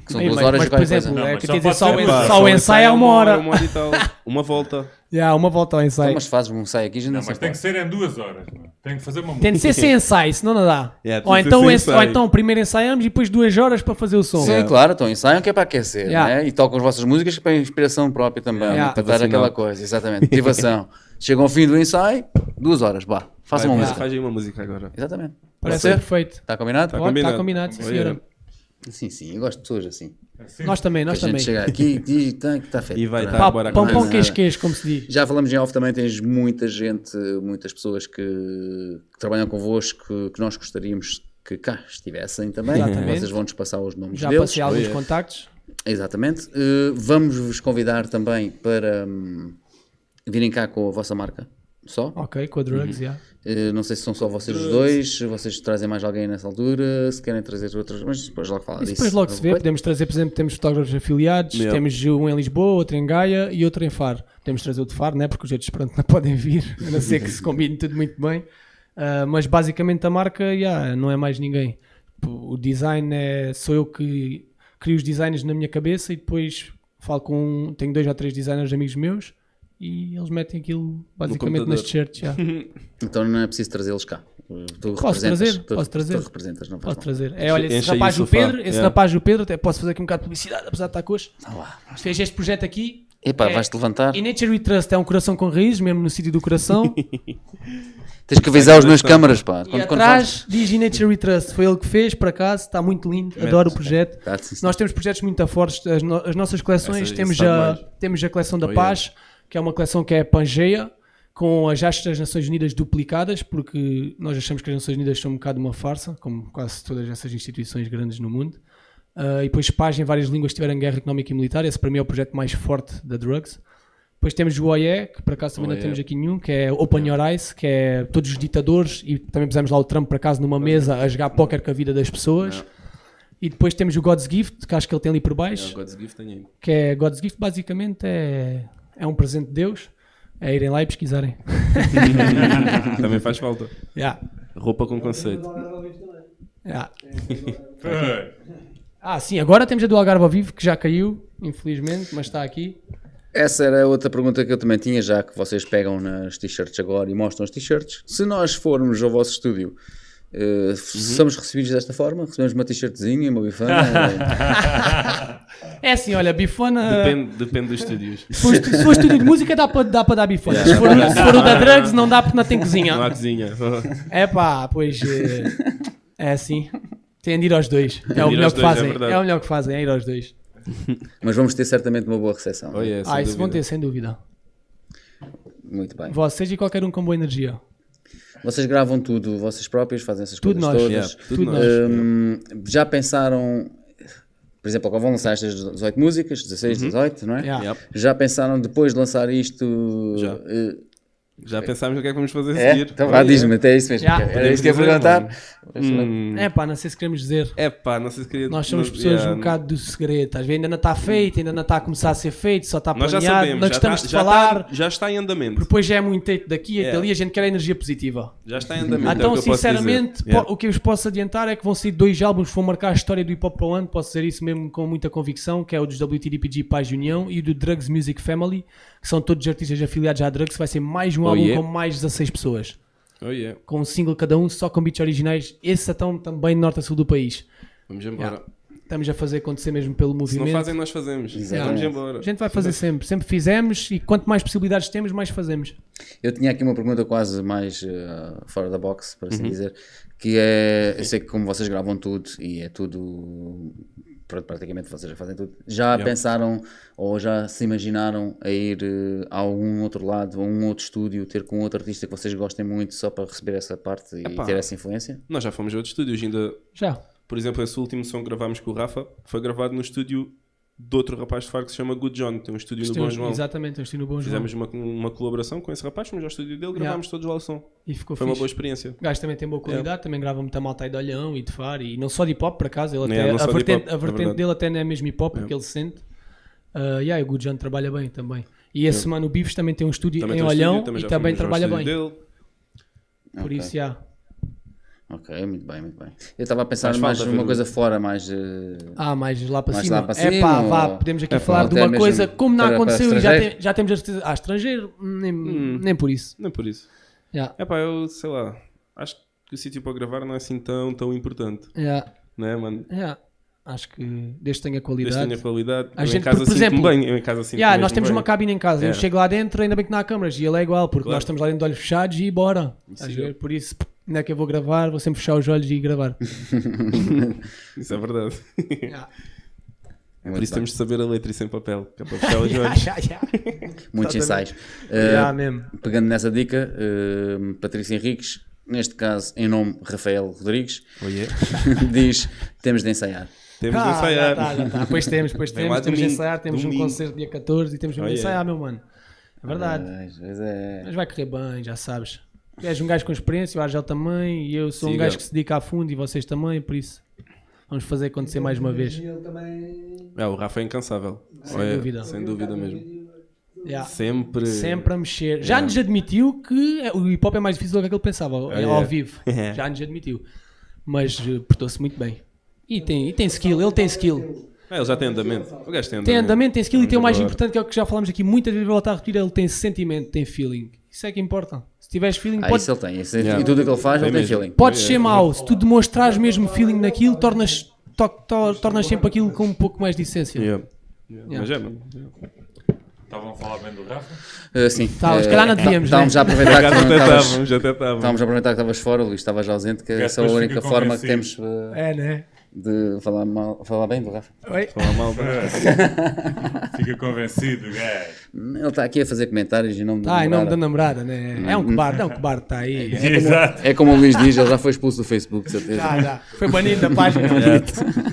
[SPEAKER 3] Que são
[SPEAKER 1] Ei,
[SPEAKER 3] duas
[SPEAKER 1] mas,
[SPEAKER 3] horas
[SPEAKER 1] mas,
[SPEAKER 3] e
[SPEAKER 1] por
[SPEAKER 3] qualquer
[SPEAKER 1] exemplo,
[SPEAKER 3] coisa.
[SPEAKER 4] Não,
[SPEAKER 1] é,
[SPEAKER 4] mas
[SPEAKER 1] quer
[SPEAKER 4] só
[SPEAKER 1] dizer,
[SPEAKER 4] pode
[SPEAKER 1] só,
[SPEAKER 4] ser
[SPEAKER 1] o en-
[SPEAKER 4] uma.
[SPEAKER 1] só o ensaio é uma hora.
[SPEAKER 2] um Uma hora e tal. Uma volta.
[SPEAKER 1] Já, uma volta ao
[SPEAKER 3] Então,
[SPEAKER 1] ensaio.
[SPEAKER 3] mas fazes um ensaio aqui, já não,
[SPEAKER 4] Não, mas tem que ser em duas horas. mano. Tem que fazer uma música.
[SPEAKER 1] Tem de ser sem ensaio, senão não dá.
[SPEAKER 2] Yeah, tem
[SPEAKER 1] ou,
[SPEAKER 2] de ser
[SPEAKER 1] então,
[SPEAKER 2] sem
[SPEAKER 1] esse- ou
[SPEAKER 2] ensaio.
[SPEAKER 1] então primeiro ensaiamos e depois duas horas para fazer o som.
[SPEAKER 3] Sim, claro, então ensaiam que é para aquecer,
[SPEAKER 1] Yeah.
[SPEAKER 3] né? E tocam as vossas músicas para inspiração própria também,
[SPEAKER 1] Yeah.
[SPEAKER 3] para dar
[SPEAKER 2] Motivacional.
[SPEAKER 3] aquela coisa, exatamente, motivação. Chegam ao fim do ensaio, duas horas, vá, façam uma
[SPEAKER 2] Vai,
[SPEAKER 3] música.
[SPEAKER 2] Faz aí uma música agora.
[SPEAKER 3] Exatamente. Pode
[SPEAKER 1] Parece
[SPEAKER 3] ser?
[SPEAKER 1] perfeito.
[SPEAKER 3] Está combinado?
[SPEAKER 2] Tá
[SPEAKER 1] Está combinado.
[SPEAKER 2] combinado.
[SPEAKER 1] sim,
[SPEAKER 2] Olha.
[SPEAKER 1] senhora.
[SPEAKER 3] Sim, sim, eu gosto de pessoas assim.
[SPEAKER 4] Assim,
[SPEAKER 1] Nós também, nós
[SPEAKER 3] que a
[SPEAKER 1] também.
[SPEAKER 3] gente chega aqui e tem que está feito.
[SPEAKER 2] E vai
[SPEAKER 3] Pronto.
[SPEAKER 2] tá.
[SPEAKER 1] Pá,
[SPEAKER 2] Bora,
[SPEAKER 1] pão,
[SPEAKER 3] começa.
[SPEAKER 1] pão, queijo, queijo, como se diz.
[SPEAKER 3] Já falamos em off também, tens muita gente, muitas pessoas que, que trabalham convosco que, que nós gostaríamos que cá estivessem também.
[SPEAKER 1] Exatamente.
[SPEAKER 3] Vocês vão-nos passar os nomes
[SPEAKER 1] Já
[SPEAKER 3] deles.
[SPEAKER 1] passei alguns contactos.
[SPEAKER 3] Exatamente. Eh, vamos vos convidar também para hum, virem cá com a vossa marca. Só?
[SPEAKER 1] Ok, com a Drugs, yeah.
[SPEAKER 3] Eh, não sei se são só vocês os dois, se vocês trazem mais alguém nessa altura, se querem trazer outras, mas depois logo falar
[SPEAKER 1] Isso
[SPEAKER 3] disso.
[SPEAKER 1] depois logo se vê. Podemos trazer, por exemplo, temos fotógrafos afiliados,
[SPEAKER 2] Yeah.
[SPEAKER 1] temos um em Lisboa, outro em Gaia e outro em Faro. Podemos trazer o de Faro, né? porque os outros pronto, não podem vir, a não ser que se combine tudo muito bem. Ah, mas basicamente a marca yeah, não é mais ninguém. O design é. sou eu que crio os designs na minha cabeça e depois falo com. um, tenho dois ou três designers amigos meus e eles metem aquilo basicamente
[SPEAKER 2] computador.
[SPEAKER 1] nas t-shirts. yeah.
[SPEAKER 3] Então não é preciso trazê-los cá. Tu
[SPEAKER 1] Posso
[SPEAKER 3] representas,
[SPEAKER 1] trazer,
[SPEAKER 3] tu-
[SPEAKER 1] posso trazer.
[SPEAKER 3] Tu representas, não
[SPEAKER 1] Posso
[SPEAKER 3] faz mal.
[SPEAKER 1] trazer. É, olha, esse
[SPEAKER 2] Enche aí o
[SPEAKER 1] rapaz do
[SPEAKER 2] sofá. É.
[SPEAKER 1] Pedro, esse
[SPEAKER 2] Yeah.
[SPEAKER 1] rapaz do Pedro, até posso fazer aqui um bocado de publicidade, apesar de estar coxa. Fez este projeto aqui.
[SPEAKER 3] Epá,
[SPEAKER 1] É.
[SPEAKER 3] vais-te
[SPEAKER 2] Tá.
[SPEAKER 3] levantar.
[SPEAKER 1] E Nature We Trust é um coração com raízes, mesmo no sítio do coração.
[SPEAKER 3] Tens que avisar os meus câmaras, pá.
[SPEAKER 1] e atrás diz In Nature We Trust. Foi ele que fez, por acaso. Está muito lindo. Adoro o projeto.
[SPEAKER 3] Tá, sim, sim.
[SPEAKER 1] Nós temos projetos muito fortes. As, no- as nossas coleções,
[SPEAKER 2] Essa-
[SPEAKER 1] temos
[SPEAKER 2] isso está
[SPEAKER 1] a,
[SPEAKER 2] demais.
[SPEAKER 1] temos a coleção da Paz, que é uma coleção que é pangeia, com as hastes das Nações Unidas duplicadas, porque nós achamos que as Nações Unidas são um bocado uma farsa, como quase todas essas instituições grandes no mundo. Ah, Ah, e depois paz em várias línguas tiveram guerra económica e militar. Esse para mim é o projeto mais forte da Drugs. Depois temos o OE, que por acaso também não
[SPEAKER 7] OE.
[SPEAKER 1] temos aqui nenhum, que é Open Your Eyes, que é todos os ditadores, e também pusemos lá o Trump por acaso numa mesa a jogar póquer com a vida das pessoas. E depois temos o God's Gift, que acho que ele tem ali por baixo,
[SPEAKER 2] God's Gift tenho aí.
[SPEAKER 1] que é God's Gift basicamente é, é um presente de Deus. É irem lá e pesquisarem.
[SPEAKER 2] Também faz falta.
[SPEAKER 1] Yeah,
[SPEAKER 2] Roupa com conceito.
[SPEAKER 1] yeah.
[SPEAKER 4] Ei,
[SPEAKER 1] Ah, sim, agora temos a do Algarve ao vivo, que já caiu, infelizmente, mas está aqui.
[SPEAKER 3] Essa era outra pergunta que eu também tinha, já que vocês pegam nas t-shirts agora e mostram as t-shirts. Se nós formos ao vosso estúdio, eh, f-
[SPEAKER 1] Uhum.
[SPEAKER 3] somos recebidos desta forma? Recebemos uma t-shirtzinha, uma bifana?
[SPEAKER 1] É assim, olha, bifona.
[SPEAKER 2] Depende, depende dos estúdios.
[SPEAKER 1] Se for estu- se for estúdio de música, dá para dá para dar bifona. Se for, se for o da drugs, não dá porque não tem
[SPEAKER 2] Não há
[SPEAKER 1] cozinha.
[SPEAKER 2] cozinha.
[SPEAKER 1] É pá, pois. eh, É assim. Tem de ir aos dois. É o
[SPEAKER 2] ir
[SPEAKER 1] melhor
[SPEAKER 2] aos
[SPEAKER 1] que
[SPEAKER 2] dois, é
[SPEAKER 1] fazem.
[SPEAKER 2] verdade.
[SPEAKER 1] É o melhor que fazem, é ir aos dois.
[SPEAKER 3] Mas vamos ter certamente uma boa recepção.
[SPEAKER 2] Oh, yeah, sem
[SPEAKER 1] Ah, isso vão ter,
[SPEAKER 2] dúvida.
[SPEAKER 1] sem dúvida.
[SPEAKER 3] Muito bem.
[SPEAKER 1] Vocês e qualquer um com boa energia.
[SPEAKER 3] Vocês gravam tudo, vocês próprios fazem essas
[SPEAKER 1] Tudo
[SPEAKER 3] coisas
[SPEAKER 1] nós.
[SPEAKER 3] todas.
[SPEAKER 2] Yeah, tudo
[SPEAKER 1] Tudo
[SPEAKER 2] nós.
[SPEAKER 3] Hum, já pensaram, por exemplo, agora vão lançar estas 18 músicas,
[SPEAKER 2] Uhum.
[SPEAKER 3] 16, 18, não é?
[SPEAKER 1] Yeah.
[SPEAKER 2] Yep.
[SPEAKER 3] Já pensaram depois de lançar isto?
[SPEAKER 2] Já.
[SPEAKER 3] eh,
[SPEAKER 2] Já pensámos o que é que vamos fazer a
[SPEAKER 3] é?
[SPEAKER 2] seguir.
[SPEAKER 3] Então vá,
[SPEAKER 2] Oh, yeah.
[SPEAKER 3] diz-me, até isso mesmo.
[SPEAKER 1] Yeah.
[SPEAKER 3] Era isso que eu ia
[SPEAKER 2] Podemos
[SPEAKER 3] perguntar. Hum.
[SPEAKER 2] Hum.
[SPEAKER 1] É pá, não sei se queremos dizer.
[SPEAKER 2] É pá, não sei se queria.
[SPEAKER 1] Nós somos
[SPEAKER 2] não-
[SPEAKER 1] pessoas
[SPEAKER 2] yeah.
[SPEAKER 1] um bocado do segredo. Às vezes ainda não está feito, ainda não está a começar a ser feito, só está
[SPEAKER 2] Nós já
[SPEAKER 1] planeado.
[SPEAKER 2] sabemos.
[SPEAKER 1] Não
[SPEAKER 2] já está-
[SPEAKER 1] gostamos de
[SPEAKER 2] já
[SPEAKER 1] falar.
[SPEAKER 2] está- Já está em andamento.
[SPEAKER 1] Depois já é muito teito daqui e
[SPEAKER 2] Yeah.
[SPEAKER 1] dali, a gente quer a energia positiva.
[SPEAKER 2] Já está em andamento.
[SPEAKER 1] Ah,
[SPEAKER 2] é
[SPEAKER 1] então,
[SPEAKER 2] o que eu posso dizer.
[SPEAKER 1] sinceramente, po-
[SPEAKER 2] Yeah.
[SPEAKER 1] o que eu vos posso adiantar é que vão ser dois álbuns que vão marcar a história do hip hop para o ano. Posso dizer isso mesmo com muita convicção: que é o dos WTDPG Paz de União e o do Drugs Music Family, que são todos artistas afiliados à Drugs. Vai ser mais um
[SPEAKER 2] Oh,
[SPEAKER 1] álbum
[SPEAKER 2] yeah.
[SPEAKER 1] com mais 16 pessoas,
[SPEAKER 2] Oh, yeah.
[SPEAKER 1] com um single cada um, só com beats originais. Esse então também de norte a sul do país.
[SPEAKER 2] Vamos embora.
[SPEAKER 1] Yeah. Estamos a fazer acontecer mesmo pelo
[SPEAKER 2] Se não
[SPEAKER 1] movimento.
[SPEAKER 2] fazem, nós fazemos. Vamos embora.
[SPEAKER 1] A gente vai fazer sempre, sempre fizemos e quanto mais possibilidades temos, mais fazemos.
[SPEAKER 3] Eu tinha aqui uma pergunta quase mais eh, fora da box, para
[SPEAKER 2] Uhum.
[SPEAKER 3] assim dizer, que é, eu sei que como vocês gravam tudo e é tudo, pronto, praticamente vocês já fazem tudo, já pensaram ou já se imaginaram a ir eh, a algum outro lado, a um outro estúdio, ter com outro artista que vocês gostem muito só para receber essa parte e ter essa influência?
[SPEAKER 2] Nós já fomos a outros estúdios. Ainda,
[SPEAKER 1] Já.
[SPEAKER 2] por exemplo, esse último som que gravámos com o Rafa foi gravado no estúdio de outro rapaz de Faro que se chama Good John. Tem um estúdio no Bom João.
[SPEAKER 1] Exatamente, eu estive no Bom João.
[SPEAKER 2] Fizemos uma, uma colaboração com esse rapaz, fomos ao estúdio dele,
[SPEAKER 1] Yeah.
[SPEAKER 2] gravámos todos lá o som.
[SPEAKER 1] E ficou
[SPEAKER 2] Foi uma
[SPEAKER 1] fixe.
[SPEAKER 2] boa É. experiência.
[SPEAKER 1] O gajo também tem boa qualidade, também grava muita malta aí de olhão e de faro, e não só de hip hop, por acaso, ele
[SPEAKER 2] É,
[SPEAKER 1] até,
[SPEAKER 2] não
[SPEAKER 1] a
[SPEAKER 2] só de
[SPEAKER 1] vertente,
[SPEAKER 2] hip hop,
[SPEAKER 1] a
[SPEAKER 2] é
[SPEAKER 1] vertente
[SPEAKER 2] verdade.
[SPEAKER 1] dele até não é mesmo hip hop, porque ele se sente. Uh, yeah, e o Good John trabalha bem também. E esse semana o Bives também tem um estúdio
[SPEAKER 2] É. Também
[SPEAKER 1] em
[SPEAKER 2] tem um
[SPEAKER 1] Olhão
[SPEAKER 2] estúdio, também
[SPEAKER 1] e
[SPEAKER 2] já
[SPEAKER 1] também
[SPEAKER 2] fomos ao
[SPEAKER 1] trabalha bem.
[SPEAKER 2] estúdio dele.
[SPEAKER 1] Por isso, yeah.
[SPEAKER 3] Ok, muito bem, muito bem. Eu estava a pensar
[SPEAKER 2] Faz
[SPEAKER 3] mais
[SPEAKER 2] falta um- É
[SPEAKER 3] numa
[SPEAKER 2] ver o-
[SPEAKER 3] coisa fora, mais... eh,
[SPEAKER 1] Ah, mais lá para
[SPEAKER 3] Mais
[SPEAKER 1] cima.
[SPEAKER 3] lá para
[SPEAKER 1] é pá,
[SPEAKER 3] cima,
[SPEAKER 1] vá,
[SPEAKER 3] ou-
[SPEAKER 1] podemos aqui
[SPEAKER 3] é pá,
[SPEAKER 1] falar de
[SPEAKER 3] até
[SPEAKER 1] uma
[SPEAKER 3] mesmo
[SPEAKER 1] coisa como não
[SPEAKER 3] para- para
[SPEAKER 1] aconteceu e já,
[SPEAKER 3] estrangeiro?
[SPEAKER 1] tem- já temos a certeza. Ah, estrangeiro, nem, nem por isso.
[SPEAKER 2] Não é por isso.
[SPEAKER 1] Yeah,
[SPEAKER 2] É pá, eu sei lá, acho que o sítio para gravar não é assim tão, tão importante,
[SPEAKER 1] yeah,
[SPEAKER 2] né, mano?
[SPEAKER 1] yeah. É, Acho que desde que tenha
[SPEAKER 2] Desde
[SPEAKER 1] qualidade.
[SPEAKER 2] que tenha qualidade,
[SPEAKER 1] A
[SPEAKER 2] eu
[SPEAKER 1] gente,
[SPEAKER 2] em casa
[SPEAKER 1] por- por
[SPEAKER 2] sinto-me
[SPEAKER 1] exemplo,
[SPEAKER 2] bem, eu em casa sinto
[SPEAKER 1] Yeah, nós temos uma cabine em casa. Eu
[SPEAKER 2] É.
[SPEAKER 1] chego lá dentro, ainda bem que não há câmaras. E ele é igual, porque
[SPEAKER 2] Claro.
[SPEAKER 1] nós estamos lá dentro de olhos fechados e bora. Estás a ver? Por isso, pff, não é que eu vou gravar, vou sempre fechar os olhos e gravar.
[SPEAKER 2] Isso é verdade.
[SPEAKER 1] Yeah.
[SPEAKER 3] muito
[SPEAKER 2] por isso
[SPEAKER 3] bem.
[SPEAKER 2] temos de saber a letra e sem papel, que é para fechar os
[SPEAKER 1] Yeah,
[SPEAKER 2] olhos. É.
[SPEAKER 1] yeah, yeah.
[SPEAKER 3] muitos ensaios. Eh,
[SPEAKER 1] Yeah, mesmo.
[SPEAKER 3] Pegando nessa dica, eh, Patrícia Henriques, neste caso em nome Rafael Rodrigues,
[SPEAKER 2] Oh, yeah.
[SPEAKER 3] diz: temos de ensaiar.
[SPEAKER 2] Temos de
[SPEAKER 1] Ah, já
[SPEAKER 2] ensaiar.
[SPEAKER 1] tá, já tá. Pois temos, pois
[SPEAKER 2] Vem
[SPEAKER 1] temos.
[SPEAKER 2] lá
[SPEAKER 1] Temos de
[SPEAKER 2] domingo,
[SPEAKER 1] ensaiar, temos um
[SPEAKER 2] domingo.
[SPEAKER 1] concerto dia 14 e temos mesmo
[SPEAKER 2] Oh,
[SPEAKER 1] de
[SPEAKER 2] yeah.
[SPEAKER 1] ensaiar, meu mano. É verdade.
[SPEAKER 3] Pois, pois é.
[SPEAKER 1] Mas vai correr bem, já sabes. Tu És um gajo com experiência, o Argel também, e eu sou um
[SPEAKER 2] Siga.
[SPEAKER 1] gajo que se dedica a fundo e vocês também, por isso vamos fazer acontecer mais uma vez.
[SPEAKER 2] É, o Rafa é incansável. Sem
[SPEAKER 1] dúvida.
[SPEAKER 2] Sem dúvida mesmo.
[SPEAKER 1] Yeah.
[SPEAKER 2] Sempre.
[SPEAKER 1] Sempre a mexer.
[SPEAKER 3] É.
[SPEAKER 1] Já nos admitiu que é- o hip hop é mais difícil do que aquilo pensava,
[SPEAKER 3] Oh,
[SPEAKER 1] ao,
[SPEAKER 2] é.
[SPEAKER 1] ao vivo. Já nos admitiu. Mas eh, portou-se muito bem. E tem, e tem skill, ele tem skill.
[SPEAKER 2] É, ele já tem andamento. O gajo tem andamento.
[SPEAKER 1] Tem andamento, tem skill e tem o mais
[SPEAKER 2] Agora.
[SPEAKER 1] importante, que é o que já falámos aqui muitas vezes, vou voltar a repetir, ele tem sentimento, tem feeling. Isso é que importa. Se tiveres feeling,
[SPEAKER 3] Ah,
[SPEAKER 1] podes,
[SPEAKER 3] isso ele tem. Isso, E tudo o que ele faz, ele tem
[SPEAKER 2] mesmo.
[SPEAKER 3] feeling.
[SPEAKER 1] podes ser mau. Se tu demonstrares mesmo feeling naquilo, tornas, to- to- tornas sempre aquilo com um pouco mais de essência.
[SPEAKER 2] Yeah. Yeah. Mas é, mano.
[SPEAKER 4] Estavam a falar bem do Rafa?
[SPEAKER 3] Eh, sim.
[SPEAKER 1] Tá, se calhar não devíamos,
[SPEAKER 3] Estávamos
[SPEAKER 1] né?
[SPEAKER 3] a aproveitar que
[SPEAKER 2] Já até
[SPEAKER 3] não estavas.
[SPEAKER 2] estávamos, já até estávamos.
[SPEAKER 3] Estávamos a aproveitar que estavas fora, Luís, estavas ausente, que
[SPEAKER 4] Porque
[SPEAKER 3] essa é a
[SPEAKER 4] depois
[SPEAKER 3] única
[SPEAKER 4] fica
[SPEAKER 3] forma que temos. eh,
[SPEAKER 4] convencido.
[SPEAKER 1] É, né?
[SPEAKER 3] de falar, mal, falar bem do Rafa.
[SPEAKER 2] Fala mal, bro.
[SPEAKER 4] Fica convencido, gajo.
[SPEAKER 3] Ele está aqui a fazer comentários em nome da
[SPEAKER 1] Ah, em nome da
[SPEAKER 3] namorada.
[SPEAKER 1] namorada, né? É um cobarde, é um cobarde, está aí.
[SPEAKER 4] Exato.
[SPEAKER 3] É como o Luís diz, ele já foi expulso do Facebook, de certeza.
[SPEAKER 1] Já, já. Foi banido da página.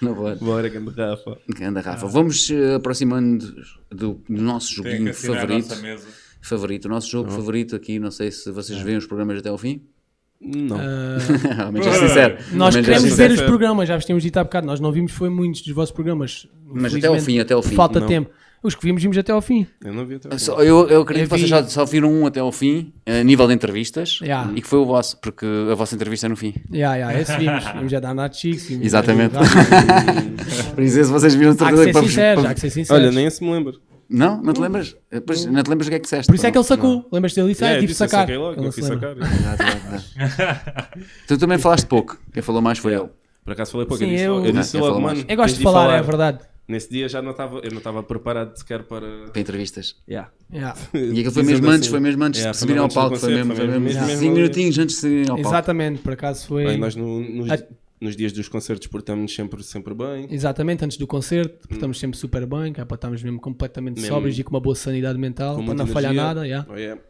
[SPEAKER 3] Não pode.
[SPEAKER 2] Bora, grande Rafa.
[SPEAKER 3] Ganda Rafa. Vamos eh, aproximando do, do nosso
[SPEAKER 4] Ah. Tem
[SPEAKER 3] joguinho
[SPEAKER 4] que assinar a
[SPEAKER 3] favorito.
[SPEAKER 4] nossa mesa.
[SPEAKER 3] Favorito. O nosso jogo favorito aqui, não É. sei se vocês veem os programas até ao fim.
[SPEAKER 2] Não.
[SPEAKER 1] Ah,
[SPEAKER 3] Ao menos é sincero.
[SPEAKER 1] Nós
[SPEAKER 3] Ao menos é
[SPEAKER 1] queremos
[SPEAKER 3] sincero.
[SPEAKER 1] ver os programas, já vos tínhamos dito há bocado. Nós não vimos, foi muitos dos vossos programas.
[SPEAKER 3] Mas
[SPEAKER 1] Infelizmente,
[SPEAKER 3] até ao fim, até ao fim.
[SPEAKER 1] Falta
[SPEAKER 2] Não.
[SPEAKER 1] tempo. Os que vimos, vimos até ao fim.
[SPEAKER 2] Eu não vi até agora.
[SPEAKER 3] é Só- eu, eu acredito
[SPEAKER 1] Eu
[SPEAKER 3] que vocês
[SPEAKER 1] vi-
[SPEAKER 3] já só viram um até ao fim, a nível de entrevistas,
[SPEAKER 1] Yeah.
[SPEAKER 3] e que foi o vosso, porque a vossa entrevista é no fim.
[SPEAKER 1] Ya, ya, esse vimos. Vimos a da Nath Chico. vimos
[SPEAKER 3] Exatamente.
[SPEAKER 1] a do Rafa.
[SPEAKER 3] Por isso, se vocês viram de
[SPEAKER 1] Há que
[SPEAKER 3] certeza
[SPEAKER 1] ser
[SPEAKER 3] para vos-
[SPEAKER 1] sinceros,
[SPEAKER 3] para-
[SPEAKER 1] há que ser sinceros.
[SPEAKER 2] Olha, nem esse me lembro.
[SPEAKER 3] Não? Não te lembras? Pois, não te lembras o que é que disseste?
[SPEAKER 1] Por isso é que
[SPEAKER 3] não?
[SPEAKER 1] ele sacou. Lembras-te dele? Isso
[SPEAKER 2] É,
[SPEAKER 1] aí, tive
[SPEAKER 2] disse,
[SPEAKER 1] de
[SPEAKER 2] eu
[SPEAKER 1] tipo sacar.
[SPEAKER 2] saquei logo,
[SPEAKER 1] Ele
[SPEAKER 2] eu
[SPEAKER 1] não
[SPEAKER 2] fui
[SPEAKER 1] se lembra.
[SPEAKER 2] sacar.
[SPEAKER 3] Tu também falaste pouco. Quem falou mais foi ele.
[SPEAKER 2] Por acaso falei pouco,
[SPEAKER 1] Sim,
[SPEAKER 2] eu disse,
[SPEAKER 1] eu-
[SPEAKER 2] eu disse
[SPEAKER 3] Ah,
[SPEAKER 2] logo,
[SPEAKER 3] falou mais.
[SPEAKER 2] mano.
[SPEAKER 1] Eu gosto
[SPEAKER 2] tens
[SPEAKER 1] de falar, é verdade.
[SPEAKER 2] Nesse dia já não estava, eu não estava preparado sequer para.
[SPEAKER 3] Para entrevistas.
[SPEAKER 2] Yeah.
[SPEAKER 1] Ya.
[SPEAKER 3] E aquilo foi mesmo antes, foi mesmo antes de subirem ao palco, foi mesmo, foi mesmo, cinco
[SPEAKER 2] ali.
[SPEAKER 3] minutinhos antes de subirem ao palco.
[SPEAKER 1] Exatamente, por acaso foi.
[SPEAKER 2] Bem, nós no- nos,
[SPEAKER 1] A-
[SPEAKER 2] nos dias dos concertos portamos-nos sempre, sempre bem.
[SPEAKER 1] Exatamente, antes do concerto,
[SPEAKER 2] Hum.
[SPEAKER 1] estamos sempre super bem, cá para estarmos mesmo completamente sóbrios e com uma boa sanidade mental,
[SPEAKER 2] com
[SPEAKER 1] para
[SPEAKER 2] muita
[SPEAKER 1] não falhar
[SPEAKER 2] energia.
[SPEAKER 1] nada. ya.
[SPEAKER 2] Oh, yeah.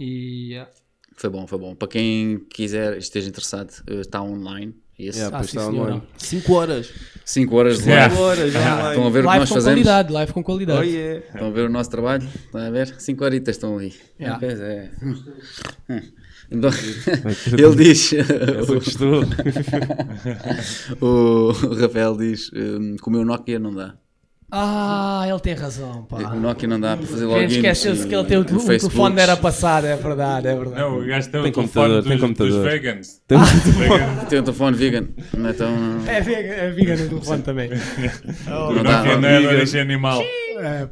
[SPEAKER 1] E, ya.
[SPEAKER 3] Foi bom, foi bom. Para quem quiser, esteja interessado, eh, está online. Esse.
[SPEAKER 2] Yeah,
[SPEAKER 1] Ah,
[SPEAKER 2] pois
[SPEAKER 1] sim,
[SPEAKER 2] está
[SPEAKER 1] senhora. Ah,
[SPEAKER 2] online. 5 horas.
[SPEAKER 3] 5 horas de
[SPEAKER 4] Yeah.
[SPEAKER 3] live.
[SPEAKER 2] Cinco horas,
[SPEAKER 3] Estão a
[SPEAKER 2] online.
[SPEAKER 3] ver o que
[SPEAKER 1] Live
[SPEAKER 3] nós
[SPEAKER 1] com
[SPEAKER 3] fazemos.
[SPEAKER 1] qualidade, live com qualidade.
[SPEAKER 2] Oh, yeah.
[SPEAKER 3] Estão a ver o nosso trabalho? Estão a ver? 5 horitas estão ali.
[SPEAKER 1] Yeah.
[SPEAKER 3] Ah, pois é. Então, Ele diz,
[SPEAKER 2] Essa gostou.
[SPEAKER 3] o Rafael diz, hum, com o meu Nokia não dá.
[SPEAKER 1] Ah, ele tem razão, pá.
[SPEAKER 3] O Nokia não dá para fazer login.
[SPEAKER 1] Gente, esqueceu-se
[SPEAKER 3] e-
[SPEAKER 1] que ele tem o,
[SPEAKER 3] e
[SPEAKER 1] o
[SPEAKER 3] Facebooks.
[SPEAKER 1] telefone da era passada, é verdade, é verdade.
[SPEAKER 4] Não, o gajo tem,
[SPEAKER 2] Tem
[SPEAKER 4] o telefone
[SPEAKER 2] computador, tem
[SPEAKER 4] dos,
[SPEAKER 2] computador.
[SPEAKER 4] dos vegans.
[SPEAKER 1] Ah.
[SPEAKER 3] Tem um telefone vegan. Não é tão...
[SPEAKER 1] É vegan, é vegan no telefone também.
[SPEAKER 3] Não
[SPEAKER 4] Não,
[SPEAKER 3] dá,
[SPEAKER 4] que não é de origem animal.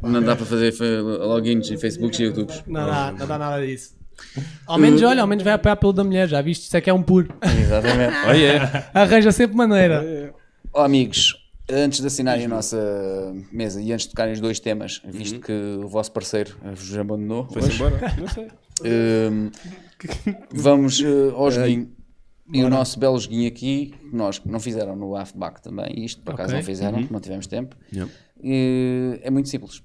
[SPEAKER 3] não dá para fazer fa- logins em Facebooks e YouTubes.
[SPEAKER 1] Não dá, não dá nada disso. Ao menos, olha, ao menos vai apoiar pelo da mulher, já viste? Isso é que é um puro.
[SPEAKER 3] Exatamente.
[SPEAKER 2] Oh, yeah.
[SPEAKER 1] Arranja sempre maneira.
[SPEAKER 3] Ó amigos, antes de assinarem a nossa mesa e antes de tocarem os dois temas, visto que o vosso parceiro eh, vos abandonou,
[SPEAKER 2] Foi-se embora? Não sei.
[SPEAKER 3] Hum, vamos eh, ao joguinho. E o nosso belo joguinho aqui, que nós não fizeram no Halfback também, isto por acaso
[SPEAKER 1] Ok.
[SPEAKER 3] não fizeram, não tivemos tempo.
[SPEAKER 2] Yep.
[SPEAKER 3] Eh, é muito simples.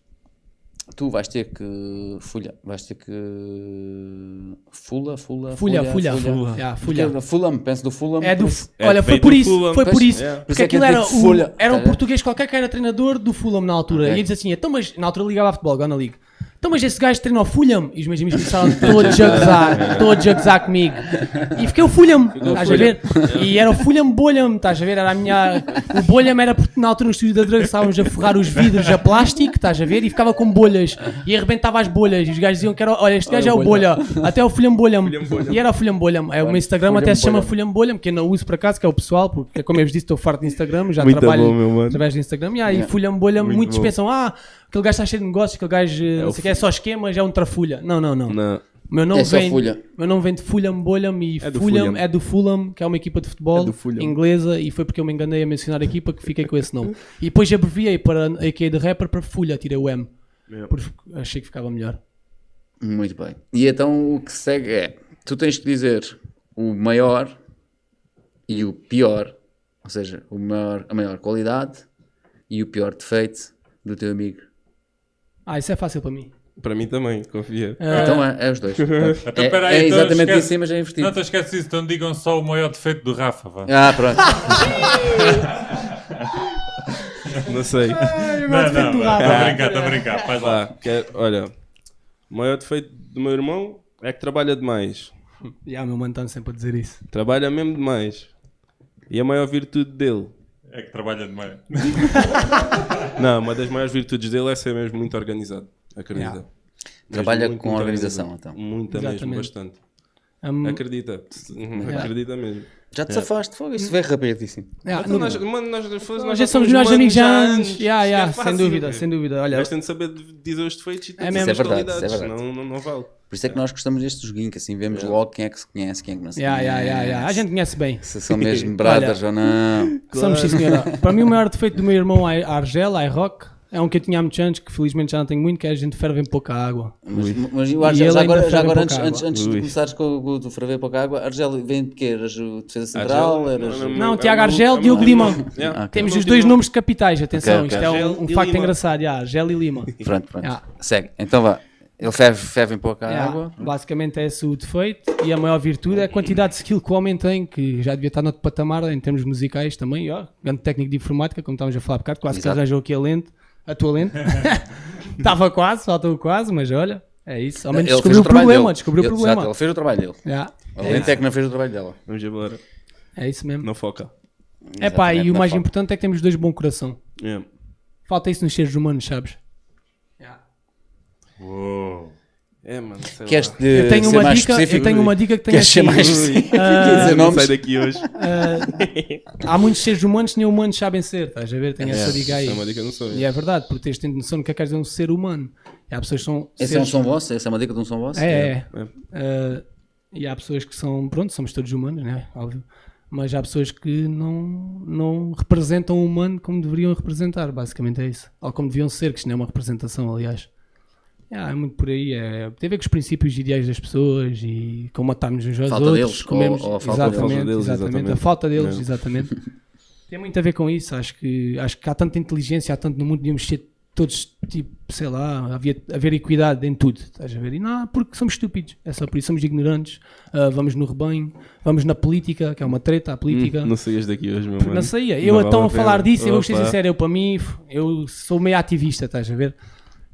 [SPEAKER 3] Tu vais ter que folha, vais ter que fula, fula,
[SPEAKER 1] Folha, folha,
[SPEAKER 3] folha.
[SPEAKER 1] folha.
[SPEAKER 3] Porque era Fulham, penso do Fulham.
[SPEAKER 1] É do. tá
[SPEAKER 3] penso-
[SPEAKER 2] É,
[SPEAKER 1] olha, foi
[SPEAKER 2] veio
[SPEAKER 1] por
[SPEAKER 2] do
[SPEAKER 1] isso,
[SPEAKER 2] Fulham,
[SPEAKER 1] foi por
[SPEAKER 3] pois,
[SPEAKER 1] isso.
[SPEAKER 3] é. Por isso
[SPEAKER 1] Porque
[SPEAKER 3] é que
[SPEAKER 1] aquilo
[SPEAKER 3] é
[SPEAKER 1] era,
[SPEAKER 3] de Fulham,
[SPEAKER 1] o, era um
[SPEAKER 3] tá, é?
[SPEAKER 1] português qualquer que era treinador do Fulham na altura.
[SPEAKER 3] Ok.
[SPEAKER 1] E ele dizia assim: então, mas na altura ligava a futebol, agora não ligo. Então, mas esse gajo treina o Fulham? E os meus amigos começaram todos a gozar, todos a gozar comigo. E fiquei o Fulham, estás a ver? E era o Fulham Bolham, estás a ver? Era a minha. O Bolham era porque na altura no estúdio da Drug estávamos a forrar os vidros a plástico, estás a ver? E ficava com bolhas. E arrebentava as bolhas. E os gajos diziam que era. Olha, este gajo é o Bolha. Até o Fulham Bolham. E era o Fulham Bolham. É, o meu Instagram até se chama Fulham Bolham, que eu não uso por acaso, que é o pessoal, porque como eu vos disse, estou farto de Instagram, já
[SPEAKER 2] Muito
[SPEAKER 1] trabalho
[SPEAKER 2] bom, meu mano.
[SPEAKER 1] através do Instagram. E aí, Fulham Bolham, muitos pensam, ah, aquele gajo está cheio de negócios, aquele gajo, eh, não sei o que, é só esquemas, é um trafulha. Não, não, não.
[SPEAKER 2] Não.
[SPEAKER 1] Meu nome
[SPEAKER 3] É só
[SPEAKER 1] vem,
[SPEAKER 3] Fulham.
[SPEAKER 1] meu nome vem de Fulham Bolham e
[SPEAKER 2] É do
[SPEAKER 1] Fulham,
[SPEAKER 2] Fulham.
[SPEAKER 1] é do Fulham, que é uma equipa de futebol inglesa e foi porque eu me enganei a mencionar a equipa que fiquei com esse nome. E depois abreviei para a EQ de rapper para Fulha, tirei o M. Porque achei que ficava melhor.
[SPEAKER 3] Muito bem. E então o que segue é: tu tens que dizer o maior e o pior, ou seja, o maior, a maior qualidade e o pior defeito do teu amigo.
[SPEAKER 1] Ah, isso é fácil para mim.
[SPEAKER 2] Para mim também, confia.
[SPEAKER 3] Então é, é os dois. É,
[SPEAKER 4] Ah. Então, peraí,
[SPEAKER 3] é
[SPEAKER 4] então
[SPEAKER 3] exatamente
[SPEAKER 4] esquece-
[SPEAKER 3] isso, mas é
[SPEAKER 4] Não,
[SPEAKER 3] invertido.
[SPEAKER 4] então esquece isso. Então digam só o maior defeito do Rafa, vá.
[SPEAKER 3] Ah, pronto.
[SPEAKER 2] Não sei.
[SPEAKER 1] É
[SPEAKER 4] Não, não,
[SPEAKER 1] do
[SPEAKER 4] vá,
[SPEAKER 1] Rafa.
[SPEAKER 4] tá a brincar, tá a brincar. Faz lá.
[SPEAKER 2] Pá, quer- olha, o maior defeito do meu irmão é que trabalha demais.
[SPEAKER 1] E ah, meu mano está sempre a dizer isso.
[SPEAKER 2] Trabalha mesmo demais. E a maior virtude dele.
[SPEAKER 4] É que trabalha demais.
[SPEAKER 2] Não, uma das maiores virtudes dele é ser mesmo muito organizado. Acredita.
[SPEAKER 1] Yeah.
[SPEAKER 2] Mesmo
[SPEAKER 3] Trabalha
[SPEAKER 2] muito,
[SPEAKER 3] com
[SPEAKER 2] muito
[SPEAKER 3] organização,
[SPEAKER 2] organizado.
[SPEAKER 3] então.
[SPEAKER 2] Muita mesmo,
[SPEAKER 1] Exatamente.
[SPEAKER 2] bastante.
[SPEAKER 1] Hum,
[SPEAKER 2] É Acredita. Uhum, Acredita mesmo.
[SPEAKER 3] Já te safaste, fogo, isso veio rapidíssimo.
[SPEAKER 1] yeah,
[SPEAKER 2] Então
[SPEAKER 1] no-
[SPEAKER 2] nós, mano, nós, nós
[SPEAKER 1] Nós
[SPEAKER 2] já
[SPEAKER 1] já somos melhores amigos já há anos. Yeah, yeah, sem dúvida, sem dúvida. Olha,
[SPEAKER 2] é Mas tem de saber de- dizer os defeitos e
[SPEAKER 1] É
[SPEAKER 2] todas
[SPEAKER 1] mesmo.
[SPEAKER 2] as
[SPEAKER 3] Isso é verdade,
[SPEAKER 2] qualidades,
[SPEAKER 3] isso é verdade.
[SPEAKER 2] senão não, não vale.
[SPEAKER 3] Por isso é que nós gostamos deste joguinho, que assim vemos logo quem é que se conhece, quem é que não se
[SPEAKER 1] yeah, yeah, yeah,
[SPEAKER 3] conhece.
[SPEAKER 1] yeah. a gente conhece bem.
[SPEAKER 3] Se são mesmo brothers ou não.
[SPEAKER 1] Somos, sim, senhora. Para mim, o maior defeito do meu irmão é a Argel, a rock É um que eu tinha há muitos anos, que felizmente já não tenho muito, que é a gente ferve em pouca água.
[SPEAKER 3] Mas, mas eu acho-
[SPEAKER 1] E ele
[SPEAKER 3] já agora,
[SPEAKER 1] ainda ferve
[SPEAKER 3] já agora
[SPEAKER 1] pouca
[SPEAKER 3] antes,
[SPEAKER 1] água.
[SPEAKER 3] antes, antes de
[SPEAKER 2] Ui.
[SPEAKER 3] começares com o com o ferver pouca água, Argel vem de quê? Eras o defesa central? eras-
[SPEAKER 2] é
[SPEAKER 1] Não, Tiago Argel, Diogo Limão.
[SPEAKER 3] Ah, ok.
[SPEAKER 1] Temos os dois nomes de capitais, atenção,
[SPEAKER 3] Ok, ok.
[SPEAKER 1] isto é
[SPEAKER 2] Argel
[SPEAKER 1] um, um
[SPEAKER 2] e
[SPEAKER 1] facto
[SPEAKER 2] Lima.
[SPEAKER 1] engraçado. já, Argel e Lima.
[SPEAKER 3] Pronto, pronto.
[SPEAKER 1] Ah.
[SPEAKER 3] Segue. Então vá. Ele ferve, ferve em pouca
[SPEAKER 1] É,
[SPEAKER 3] água.
[SPEAKER 1] Basicamente é esse o defeito e a maior virtude é a quantidade de skill que o homem tem, que já devia estar noutro patamar em termos musicais também. e, Ó, grande técnico de informática, como estávamos a falar há bocado, quase
[SPEAKER 3] Exato.
[SPEAKER 1] que arranjou aqui a lente, a tua lente. Estava quase, faltou quase, mas olha, é isso. Ao menos
[SPEAKER 3] Ele fez
[SPEAKER 1] descobriu o
[SPEAKER 3] trabalho
[SPEAKER 1] problema,
[SPEAKER 3] dele.
[SPEAKER 1] descobriu o
[SPEAKER 3] Ele-
[SPEAKER 1] problema.
[SPEAKER 3] Exato, ele fez o trabalho dele.
[SPEAKER 1] Já,
[SPEAKER 3] A lente é que não fez o trabalho dela.
[SPEAKER 2] Vamos embora.
[SPEAKER 1] é isso mesmo.
[SPEAKER 2] Não foca.
[SPEAKER 1] É pá, e
[SPEAKER 3] Exatamente,
[SPEAKER 1] o
[SPEAKER 3] na
[SPEAKER 1] mais
[SPEAKER 3] foto.
[SPEAKER 1] importante é que temos dois bom coração.
[SPEAKER 2] Yeah.
[SPEAKER 1] Falta isso nos seres humanos, sabes?
[SPEAKER 4] Uou.
[SPEAKER 2] É, mano. sei lá.
[SPEAKER 3] Queres
[SPEAKER 1] Eu tenho
[SPEAKER 3] Eh, ser
[SPEAKER 1] uma
[SPEAKER 3] mais
[SPEAKER 1] dica, eu
[SPEAKER 3] específico?
[SPEAKER 1] tenho uma dica que tem
[SPEAKER 3] Queres ser
[SPEAKER 1] assim.
[SPEAKER 3] mais específico? Quer dizer
[SPEAKER 2] Não sai
[SPEAKER 3] nomes?
[SPEAKER 2] daqui hoje.
[SPEAKER 1] Então Há muitos seres humanos que nem humanos sabem ser, estás a ver? Tem essa dica aí.
[SPEAKER 2] É uma dica, não sou eu.
[SPEAKER 1] E é verdade, porque tens de ter noção do que é que queres dizer um ser humano. E há pessoas que são.
[SPEAKER 3] Esse é um
[SPEAKER 1] seres-
[SPEAKER 3] som vosso? Essa é uma dica de um som vosso?
[SPEAKER 1] É, é. Ah, e há pessoas que são. Pronto, somos todos humanos, né? Óbvio. Mas há pessoas que não, não representam o humano como deveriam representar, basicamente é isso. Ou como deviam ser, que isto não é uma representação, aliás. Ah, é muito por aí. É, tem a ver com os princípios ideais das pessoas e como matarmos uns aos
[SPEAKER 3] Falta
[SPEAKER 1] outros.
[SPEAKER 3] deles,
[SPEAKER 1] comemos,
[SPEAKER 3] ou- ou a falta deles.
[SPEAKER 1] exatamente,
[SPEAKER 2] Falta deles,
[SPEAKER 1] exatamente,
[SPEAKER 2] exatamente.
[SPEAKER 1] A falta deles,
[SPEAKER 2] É.
[SPEAKER 1] exatamente. tem muito a ver com isso. Acho que, acho que há tanta inteligência, há tanto no mundo, devíamos ser todos, tipo, sei lá, havia, haver equidade em tudo. Estás a ver? E não, porque somos estúpidos. É só por isso. Somos ignorantes. ah, vamos no rebanho, vamos na política, que é uma treta, a política.
[SPEAKER 2] Não saías daqui hoje, meu
[SPEAKER 1] Porque
[SPEAKER 2] mano.
[SPEAKER 1] Não saía. Eu
[SPEAKER 2] Uhum. Não
[SPEAKER 1] então
[SPEAKER 2] vale
[SPEAKER 1] a falar
[SPEAKER 2] pena.
[SPEAKER 1] disso, eu vou ser
[SPEAKER 2] Opa.
[SPEAKER 1] sincero, eu para mim, f- eu sou meio ativista, estás a ver?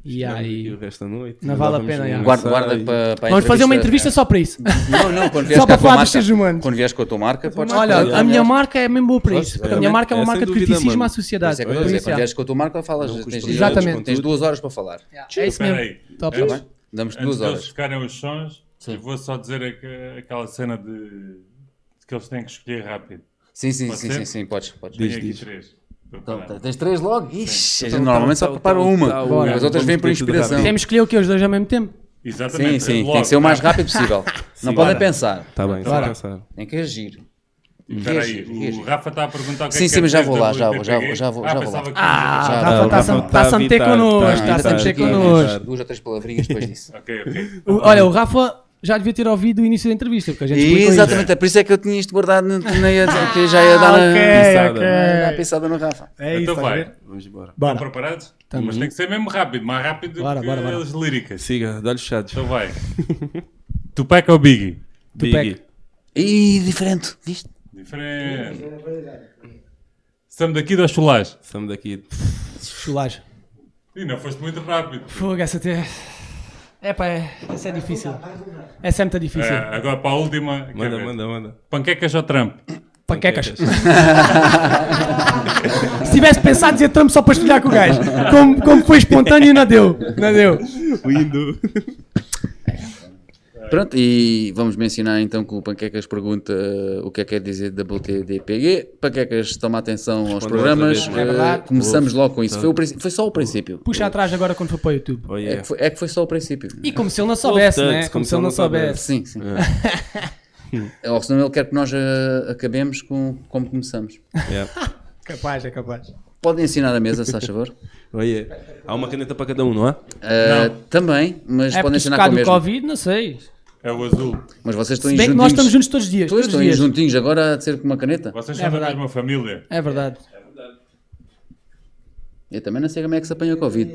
[SPEAKER 1] E
[SPEAKER 2] E
[SPEAKER 1] aí.
[SPEAKER 2] o resto da noite.
[SPEAKER 1] Não vale a
[SPEAKER 2] Andávamos
[SPEAKER 1] pena,
[SPEAKER 2] no
[SPEAKER 1] já.
[SPEAKER 3] Guarda,
[SPEAKER 2] ensaio.
[SPEAKER 3] guarda para, para a
[SPEAKER 1] Vamos fazer
[SPEAKER 2] é-
[SPEAKER 1] uma entrevista só para isso.
[SPEAKER 3] Não, não, quando vieres
[SPEAKER 1] Só para
[SPEAKER 3] cá com a
[SPEAKER 1] falar
[SPEAKER 3] marca-
[SPEAKER 1] dos seres humanos.
[SPEAKER 3] Quando vieres com a tua marca, podes
[SPEAKER 1] Olha,
[SPEAKER 3] podes-
[SPEAKER 1] a minha marca é mesmo boa para isso. Porque a minha
[SPEAKER 2] exatamente.
[SPEAKER 1] marca é uma
[SPEAKER 2] É, sem
[SPEAKER 1] marca de
[SPEAKER 2] dúvida,
[SPEAKER 1] criticismo
[SPEAKER 2] mano.
[SPEAKER 1] à sociedade.
[SPEAKER 3] Isso é que
[SPEAKER 1] por
[SPEAKER 3] eu estou a dizer,
[SPEAKER 1] isso,
[SPEAKER 3] Quando vieres com a tua marca, falas. Tens,
[SPEAKER 1] Exatamente.
[SPEAKER 3] tens duas horas para falar.
[SPEAKER 1] é. É isso
[SPEAKER 4] Espera
[SPEAKER 1] mesmo.
[SPEAKER 4] aí.
[SPEAKER 1] Top.
[SPEAKER 3] Está bem? Damos
[SPEAKER 4] Antes
[SPEAKER 3] duas
[SPEAKER 4] de eles
[SPEAKER 3] horas.
[SPEAKER 4] ficarem os sons, eu vou só dizer aqu- aquela cena de, de que eles têm que escolher rápido.
[SPEAKER 3] Sim, sim,
[SPEAKER 4] Pode
[SPEAKER 3] sim,
[SPEAKER 4] ser?
[SPEAKER 3] sim, sim, podes. podes.
[SPEAKER 4] Tenho aqui três. para
[SPEAKER 3] Então,
[SPEAKER 4] falar.
[SPEAKER 3] tens três logo? Ixi, a gente
[SPEAKER 2] Então,
[SPEAKER 3] normalmente
[SPEAKER 2] tá,
[SPEAKER 3] só
[SPEAKER 2] tá,
[SPEAKER 3] prepara
[SPEAKER 2] tá,
[SPEAKER 3] uma.
[SPEAKER 2] tá,
[SPEAKER 3] As
[SPEAKER 2] vamos
[SPEAKER 3] outras vêm por
[SPEAKER 2] ter tudo
[SPEAKER 3] inspiração.
[SPEAKER 2] rápido.
[SPEAKER 1] Temos que escolher o que os dois ao mesmo tempo.
[SPEAKER 3] Sim,
[SPEAKER 4] Exatamente.
[SPEAKER 3] sim,
[SPEAKER 4] logo,
[SPEAKER 3] tem que ser o mais
[SPEAKER 4] tá?
[SPEAKER 3] rápido possível. Não
[SPEAKER 2] Sim,
[SPEAKER 3] podem
[SPEAKER 2] bora.
[SPEAKER 3] pensar.
[SPEAKER 2] Tá bem, sem pensar.
[SPEAKER 3] Tem que agir.
[SPEAKER 4] tá. Espera aí,
[SPEAKER 3] Reagir, reagir.
[SPEAKER 4] o Rafa está a perguntar o que
[SPEAKER 3] Sim,
[SPEAKER 4] é que
[SPEAKER 3] sim, mas já
[SPEAKER 4] quer
[SPEAKER 3] vou
[SPEAKER 4] dizer
[SPEAKER 3] lá,
[SPEAKER 4] do
[SPEAKER 3] já vou, já vou,
[SPEAKER 4] IPPG.
[SPEAKER 3] já vou,
[SPEAKER 4] Ah,
[SPEAKER 3] já vou
[SPEAKER 4] pensava
[SPEAKER 3] lá.
[SPEAKER 4] que-
[SPEAKER 1] Ah,
[SPEAKER 3] Rafa
[SPEAKER 1] Rafa
[SPEAKER 3] tá-
[SPEAKER 1] está a santer
[SPEAKER 2] tá-
[SPEAKER 1] connosco.
[SPEAKER 3] Ainda
[SPEAKER 1] Está a
[SPEAKER 3] estamos
[SPEAKER 1] santer
[SPEAKER 3] aqui a
[SPEAKER 1] connosco.
[SPEAKER 3] arranjar Duas ou três palavrinhas depois disso.
[SPEAKER 4] Ok, ok.
[SPEAKER 1] O- Olha, o Rafa já devia ter ouvido o início da entrevista, porque a gente explicou isso.
[SPEAKER 3] Exatamente, é por isso é que eu tinha isto guardado, não- não ia dizer que já ia dar na
[SPEAKER 2] Pisada.
[SPEAKER 3] ia dar a pisada no Rafa.
[SPEAKER 1] É
[SPEAKER 4] então
[SPEAKER 1] isso, tá a
[SPEAKER 4] vai.
[SPEAKER 1] ver?
[SPEAKER 2] Vamos embora.
[SPEAKER 4] Estão
[SPEAKER 1] Bora.
[SPEAKER 4] preparados?
[SPEAKER 1] Estamos.
[SPEAKER 4] Mas tem que ser mesmo rápido, mais rápido
[SPEAKER 1] Bora,
[SPEAKER 4] que
[SPEAKER 1] bora, bora.
[SPEAKER 4] as líricas.
[SPEAKER 2] Siga, dá-lhe chados.
[SPEAKER 4] Então vai. Tupac ou Biggie?
[SPEAKER 2] Biggie.
[SPEAKER 3] E diferente, viste?
[SPEAKER 4] Diferente. Estamos daqui dos chulás.
[SPEAKER 2] Estamos daqui.
[SPEAKER 1] Chulagem.
[SPEAKER 4] E não foste muito rápido.
[SPEAKER 1] Fogo, essa até. É pá, essa é difícil. Essa é muito difícil.
[SPEAKER 4] É, agora para a última. quer
[SPEAKER 2] Manda,
[SPEAKER 4] ver?
[SPEAKER 2] manda, manda.
[SPEAKER 4] Panquecas ou Trump?
[SPEAKER 1] Panquecas. Se tivesse pensado, dizia Trump só para espelhar com o gajo. Como, como foi espontâneo, não deu. Não deu.
[SPEAKER 2] Lindo.
[SPEAKER 3] Pronto, e vamos mencionar então que o Panquecas pergunta uh, o que é que quer dizer WTDPG. Panquecas, toma atenção aos
[SPEAKER 2] Responde
[SPEAKER 3] programas.
[SPEAKER 2] outra vez,
[SPEAKER 3] uh,
[SPEAKER 2] é
[SPEAKER 1] verdade.
[SPEAKER 3] começamos logo com isso. Foi, o princi- foi só o princípio.
[SPEAKER 1] Puxa atrás agora quando foi para o YouTube.
[SPEAKER 2] Oh,
[SPEAKER 3] É que
[SPEAKER 2] yeah.
[SPEAKER 3] foi, é que foi só o princípio.
[SPEAKER 1] E como se ele não soubesse,
[SPEAKER 2] Tanto,
[SPEAKER 1] né? Como, se ele não soubesse.
[SPEAKER 3] Sim, sim. Ou senão ele quer que nós uh, acabemos com como começamos.
[SPEAKER 2] Yeah.
[SPEAKER 1] Capaz, é capaz.
[SPEAKER 3] Podem ensinar a mesa, se faz favor.
[SPEAKER 2] Oh, yeah. Há uma caneta para cada um, não há?
[SPEAKER 3] Uh, também, mas
[SPEAKER 1] É
[SPEAKER 3] podem
[SPEAKER 1] porque
[SPEAKER 3] ensinar
[SPEAKER 1] ficar
[SPEAKER 3] com o
[SPEAKER 1] do
[SPEAKER 3] mesmo.
[SPEAKER 1] Covid, não sei.
[SPEAKER 4] É o azul.
[SPEAKER 3] Mas vocês estão
[SPEAKER 1] Se
[SPEAKER 3] aí
[SPEAKER 1] bem que
[SPEAKER 3] juntinhos.
[SPEAKER 1] nós estamos juntos todos os dias. Todos os
[SPEAKER 3] Pois, estão aí
[SPEAKER 1] dias.
[SPEAKER 3] juntinhos agora a ser com uma caneta.
[SPEAKER 4] Vocês
[SPEAKER 1] É
[SPEAKER 4] são da
[SPEAKER 1] verdade.
[SPEAKER 4] mesma família.
[SPEAKER 1] É verdade.
[SPEAKER 3] Eu também não sei como é que se apanha o Covid.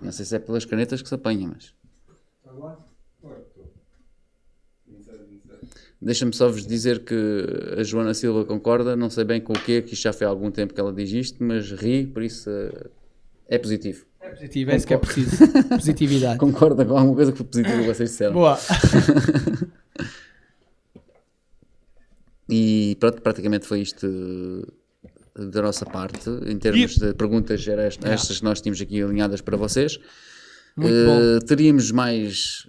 [SPEAKER 3] Não sei se é pelas canetas que se apanha, mas. Deixa-me só vos dizer que a Joana Silva concorda, não sei bem com o quê, que isto já foi há algum tempo que ela diz isto, mas ri, por isso eh, é positivo.
[SPEAKER 1] É positivo, é isso que é preciso. Positividade.
[SPEAKER 3] Concorda com alguma coisa que foi positiva que vocês disseram.
[SPEAKER 1] Boa.
[SPEAKER 3] E pronto, praticamente foi isto eh, da nossa parte, em termos de perguntas, era esta- estas que nós tínhamos aqui alinhadas para vocês.
[SPEAKER 1] Muito
[SPEAKER 3] Eh, teríamos mais